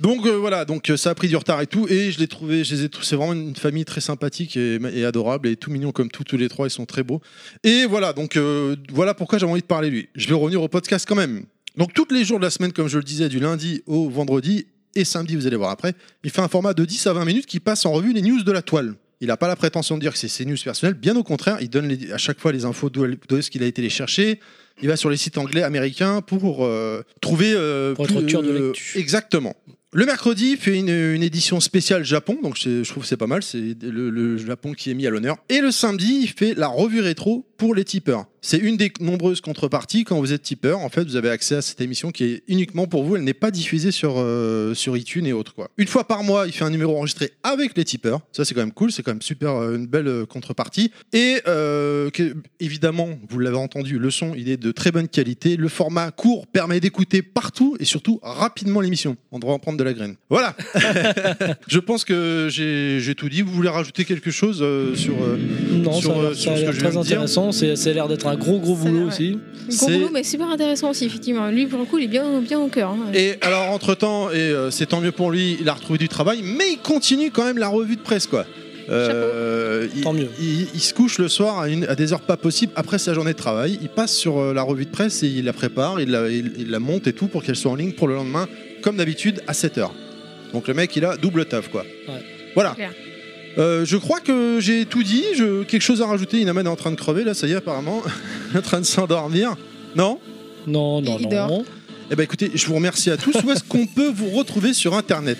[SPEAKER 3] Donc euh, voilà, donc euh, ça a pris du retard et tout, et je l'ai trouvé, je les ai trouvés, c'est vraiment une famille très sympathique et, et adorable et tout mignon comme tout, tous les trois, ils sont très beaux. Et voilà, donc euh, voilà pourquoi j'avais envie de parler de lui. Je vais revenir au podcast quand même. Donc tous les jours de la semaine, comme je le disais, du lundi au vendredi et samedi, vous allez voir après, il fait un format de 10 à 20 minutes qui passe en revue les news de la toile. Il n'a pas la prétention de dire que c'est ses news personnelles, bien au contraire, il donne les- à chaque fois les infos d'où elles- d'où est-ce qu'il a été les chercher. Il va sur les sites anglais, américains pour euh, trouver euh,
[SPEAKER 6] Pour être au cœur de
[SPEAKER 3] euh, Exactement. Le mercredi, il fait une, une édition spéciale Japon, donc c'est- je trouve que c'est pas mal, c'est le, le Japon qui est mis à l'honneur. Et le samedi, il fait la revue rétro pour les tipeurs. C'est une des nombreuses contreparties quand vous êtes tipeur. En fait, vous avez accès à cette émission qui est uniquement pour vous. Elle n'est pas diffusée sur, euh, sur iTunes et autres. Quoi. Une fois par mois, il fait un numéro enregistré avec les tipeurs. Ça, c'est quand même cool. C'est quand même super, euh, une belle euh, contrepartie. Et euh, que- évidemment, vous l'avez entendu, le son, il est de très bonne qualité. Le format court permet d'écouter partout et surtout rapidement l'émission. On devrait en prendre de la graine. Voilà. Je pense que j'ai j'ai tout dit. Vous voulez rajouter quelque chose euh, sur, euh,
[SPEAKER 6] Non,
[SPEAKER 3] sur,
[SPEAKER 6] ça a l'air-
[SPEAKER 3] euh,
[SPEAKER 6] ça
[SPEAKER 3] sur
[SPEAKER 6] a
[SPEAKER 3] ce
[SPEAKER 6] l'air
[SPEAKER 3] que je viens
[SPEAKER 6] très
[SPEAKER 3] de dire
[SPEAKER 6] intéressant. c'est- Ça a l'air d'être un gros gros boulot aussi.
[SPEAKER 5] Gros boulot, mais super intéressant aussi, effectivement. Lui, pour le coup, il est bien, bien au cœur. hein.
[SPEAKER 3] Et alors, entre-temps, et euh, c'est tant mieux pour lui, il a retrouvé du travail, mais il continue quand même la revue de presse, quoi. Euh, il, Il, il se couche le soir à, une- à des heures pas possibles après sa journée de travail. Il passe sur euh, la revue de presse et il la prépare, il la, il- il la monte et tout pour qu'elle soit en ligne pour le lendemain, comme d'habitude, à 7 heures. Donc le mec, il a double taf, quoi. Voilà. Euh, je crois que j'ai tout dit. Je... Quelque chose à rajouter. Inaman est en train de crever, là, ça y est, apparemment. en train de s'endormir. Non
[SPEAKER 6] Non,
[SPEAKER 3] non,
[SPEAKER 6] Il non. dort.
[SPEAKER 3] Eh ben écoutez, je vous remercie à tous. Où est-ce qu'on peut vous retrouver sur Internet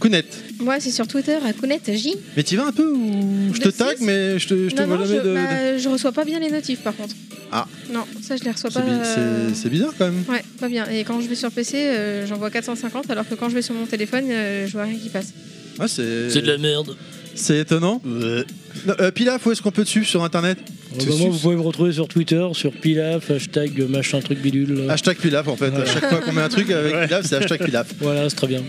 [SPEAKER 3] Kounet.
[SPEAKER 5] Moi, c'est sur Twitter, à connaître J.
[SPEAKER 3] Mais t'y vas un peu ou je te
[SPEAKER 5] Merci,
[SPEAKER 3] tag, mais je te, je te
[SPEAKER 5] non,
[SPEAKER 3] vois
[SPEAKER 5] non,
[SPEAKER 3] jamais
[SPEAKER 5] je,
[SPEAKER 3] de. de-
[SPEAKER 5] bah, je reçois pas bien les notifs, par contre.
[SPEAKER 3] Ah,
[SPEAKER 5] Non, ça, je les reçois
[SPEAKER 3] c'est
[SPEAKER 5] pas.
[SPEAKER 3] bi-
[SPEAKER 5] euh,
[SPEAKER 3] c'est- c'est bizarre quand même.
[SPEAKER 5] Ouais, pas bien. Et quand je vais sur PC, euh, j'en vois 450, alors que quand je vais sur mon téléphone, euh, je vois rien qui passe.
[SPEAKER 3] Ah, c'est.
[SPEAKER 6] C'est de la merde.
[SPEAKER 3] C'est étonnant. Non, euh, Pilaf, où est-ce qu'on peut te suivre sur Internet
[SPEAKER 6] Au moment où vous pouvez me retrouver sur Twitter, sur Pilaf, hashtag machin truc bidule.
[SPEAKER 3] Hashtag Pilaf en fait. À chaque fois qu'on met un truc avec Pilaf, c'est hashtag Pilaf.
[SPEAKER 6] Voilà, c'est très bien.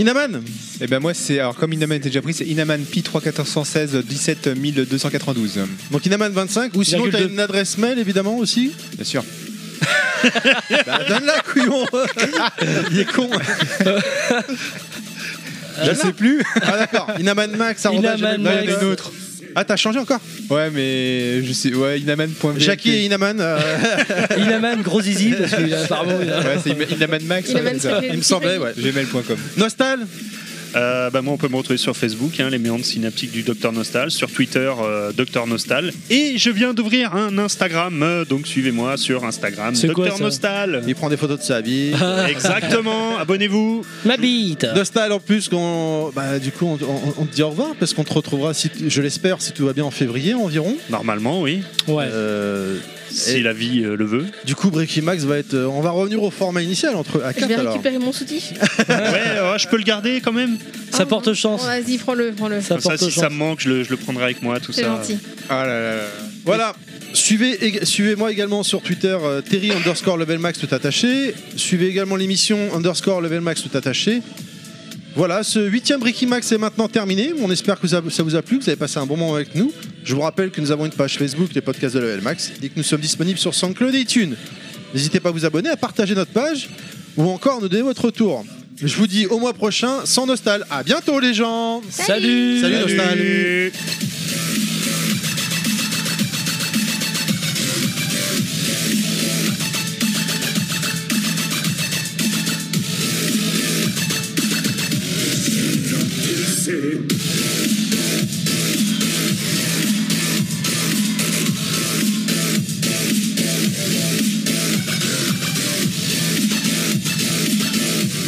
[SPEAKER 3] Inaman
[SPEAKER 7] Eh ben moi c'est alors comme Inaman était déjà pris, c'est Inaman Pi 3416 17292.
[SPEAKER 3] Donc Inaman 25 ou sinon t'as une adresse mail évidemment aussi
[SPEAKER 7] Bien sûr.
[SPEAKER 3] bah, Donne-la, couillon Il est con
[SPEAKER 7] Je sais plus.
[SPEAKER 3] Ah d'accord, Inaman Max, ça
[SPEAKER 7] Inaman Max.
[SPEAKER 3] une autre. Ah t'as changé encore
[SPEAKER 7] Ouais mais je sais ouais Inaman.vlp.
[SPEAKER 3] Jackie et Inaman. euh,
[SPEAKER 6] Inaman, gros zizi, parce qu'il a apparemment. il a-
[SPEAKER 7] Ouais, c'est Inaman Max.
[SPEAKER 6] Inaman,
[SPEAKER 7] ouais, c'est ça.
[SPEAKER 6] c'est- Il me semblait, ouais.
[SPEAKER 7] Gmail.com.
[SPEAKER 3] Nostal
[SPEAKER 4] Euh, bah, moi, on peut me retrouver sur Facebook, hein, les méandres synaptiques du Docteur Nostal, sur Twitter, euh, Docteur Nostal. Et je viens d'ouvrir un Instagram, euh, donc suivez-moi sur Instagram,
[SPEAKER 3] C'est quoi,
[SPEAKER 4] Docteur
[SPEAKER 3] ça
[SPEAKER 4] Nostal.
[SPEAKER 3] Il prend des photos de sa vie.
[SPEAKER 4] Exactement, abonnez-vous.
[SPEAKER 6] Ma bite.
[SPEAKER 3] Nostal en plus, qu'on- bah, du coup, on, on- on te dit au revoir parce qu'on te retrouvera, si, tu- je l'espère, si tout va bien en février environ. Euh,
[SPEAKER 4] Normalement, oui.
[SPEAKER 6] Ouais.
[SPEAKER 4] si la vie euh, le veut.
[SPEAKER 3] Du coup, Bricky Max va être. euh, on va revenir au format initial entre à
[SPEAKER 5] Je
[SPEAKER 3] 4
[SPEAKER 5] vais
[SPEAKER 3] alors.
[SPEAKER 5] récupérer mon soutif.
[SPEAKER 4] je peux le garder quand même.
[SPEAKER 6] Ça porte chance.
[SPEAKER 5] Ah, Vas-y, prends-le, prends-le.
[SPEAKER 4] Comme ça, si ça me manque, je le, je le prendrai avec moi, tout
[SPEAKER 5] C'est
[SPEAKER 4] ça.
[SPEAKER 5] gentil.
[SPEAKER 3] Ah là là là. Voilà. Suivez, ég- suivez-moi également sur Twitter, euh, Terry underscore level max tout attaché. Suivez également l'émission underscore level max tout attaché. Voilà, ce huitième Bricky Max est maintenant terminé. On espère que ça ça vous a plu, que vous avez passé un bon moment avec nous. Je vous rappelle que nous avons une page Facebook, les podcasts de Level Max, et que nous sommes disponibles sur SoundCloud et iTunes. N'hésitez pas à vous abonner, à partager notre page, ou encore nous donner votre retour. Je vous dis au mois prochain, sans Nostal. À bientôt les gens
[SPEAKER 6] Salut
[SPEAKER 3] Salut, Nostal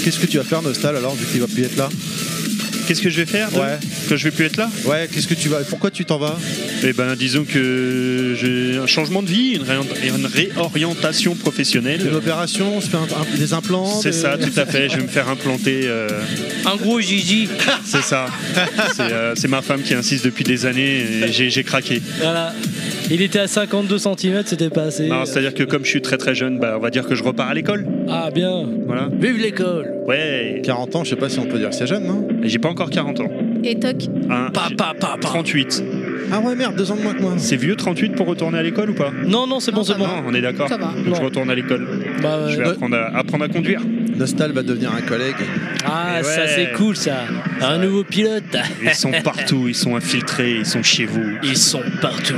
[SPEAKER 3] Qu'est-ce que tu vas faire Nostal alors vu qu'il va plus être là
[SPEAKER 4] Qu'est-ce que je vais faire donc
[SPEAKER 3] Ouais.
[SPEAKER 4] Que je vais plus être là
[SPEAKER 3] Ouais, qu'est-ce que tu vas Pourquoi tu t'en vas
[SPEAKER 4] Eh ben, disons que j'ai un changement de vie, une, réor- une réorientation professionnelle.
[SPEAKER 3] Une opération, on se fait un- un- des implants
[SPEAKER 4] C'est
[SPEAKER 3] des-
[SPEAKER 4] ça, tout à fait. Je vais me faire implanter. euh,
[SPEAKER 6] Un gros Gigi.
[SPEAKER 4] c'est ça. C'est euh, c'est ma femme qui insiste depuis des années et j'ai j'ai craqué.
[SPEAKER 6] Voilà. Il était à 52 cm, c'était pas assez.
[SPEAKER 4] Non, C'est-à-dire que comme je suis très très jeune, bah, on va dire que je repars à l'école.
[SPEAKER 6] Ah bien.
[SPEAKER 4] Voilà.
[SPEAKER 6] Vive l'école.
[SPEAKER 4] Ouais.
[SPEAKER 3] 40 ans, je sais pas si on peut dire que c'est jeune, non
[SPEAKER 4] Et J'ai pas encore 40 ans.
[SPEAKER 5] Et toc.
[SPEAKER 4] Hein,
[SPEAKER 6] Pa, pa, pa, pa.
[SPEAKER 4] 38.
[SPEAKER 3] Ah ouais, merde, deux ans de moins que moi.
[SPEAKER 4] C'est vieux 38 pour retourner à l'école ou pas
[SPEAKER 6] Non, non, c'est bon, c'est bon.
[SPEAKER 4] Non, on est d'accord.
[SPEAKER 5] Ah Ça va. Euh,
[SPEAKER 4] Donc
[SPEAKER 6] Non.
[SPEAKER 4] je retourne à l'école.
[SPEAKER 6] Bah, ouais.
[SPEAKER 4] Je vais apprendre à, apprendre à conduire.
[SPEAKER 3] Nostal va devenir un collègue.
[SPEAKER 6] Ah,
[SPEAKER 4] Et
[SPEAKER 6] ça
[SPEAKER 4] ouais.
[SPEAKER 6] c'est cool ça. Un nouveau pilote.
[SPEAKER 4] Ils sont partout, ils sont infiltrés, ils sont chez vous.
[SPEAKER 6] Ils sont partout.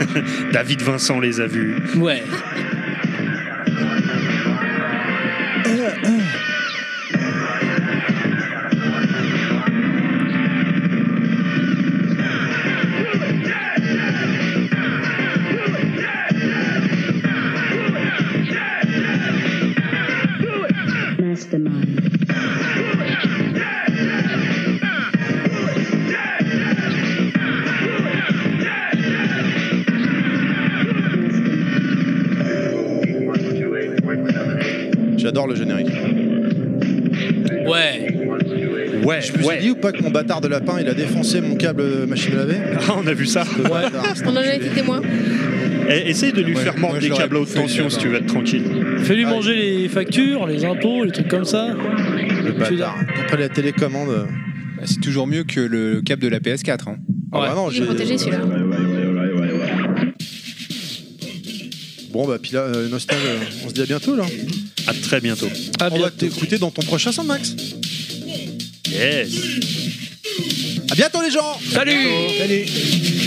[SPEAKER 4] David Vincent les a vus.
[SPEAKER 6] Ouais.
[SPEAKER 12] Mastermind.
[SPEAKER 3] J'adore le générique.
[SPEAKER 6] Ouais.
[SPEAKER 4] Ouais,
[SPEAKER 3] Je me suis dit ou pas que mon bâtard de lapin il a défoncé mon câble euh, machine à laver
[SPEAKER 4] Ah, on a vu ça.
[SPEAKER 3] Ouais,
[SPEAKER 5] On en a été témoin.
[SPEAKER 4] Eh, essaye de lui
[SPEAKER 3] Ouais,
[SPEAKER 4] faire mordre
[SPEAKER 3] moi,
[SPEAKER 4] des
[SPEAKER 3] j'aurais
[SPEAKER 4] câbles à haute
[SPEAKER 3] bouffé le hein.
[SPEAKER 4] tension si
[SPEAKER 3] câble.
[SPEAKER 4] tu veux être tranquille.
[SPEAKER 6] Fais-lui manger les factures, les impôts, les trucs comme ça.
[SPEAKER 3] Le bâtard. Après la télécommande. euh,
[SPEAKER 7] Bah, C'est toujours mieux que le câble de la PS4. hein.
[SPEAKER 3] ah
[SPEAKER 6] Ouais.
[SPEAKER 3] bah non,
[SPEAKER 5] Il est
[SPEAKER 3] j'ai-
[SPEAKER 5] protégé celui-là.
[SPEAKER 3] Bon bah puis là, euh, Nostal, euh, on se dit à bientôt là.
[SPEAKER 4] À très bientôt.
[SPEAKER 6] Ah
[SPEAKER 3] on va
[SPEAKER 6] bien.
[SPEAKER 3] t'écouter dans ton prochain son Max.
[SPEAKER 4] Yes.
[SPEAKER 3] À bientôt les gens
[SPEAKER 6] Salut.
[SPEAKER 3] Salut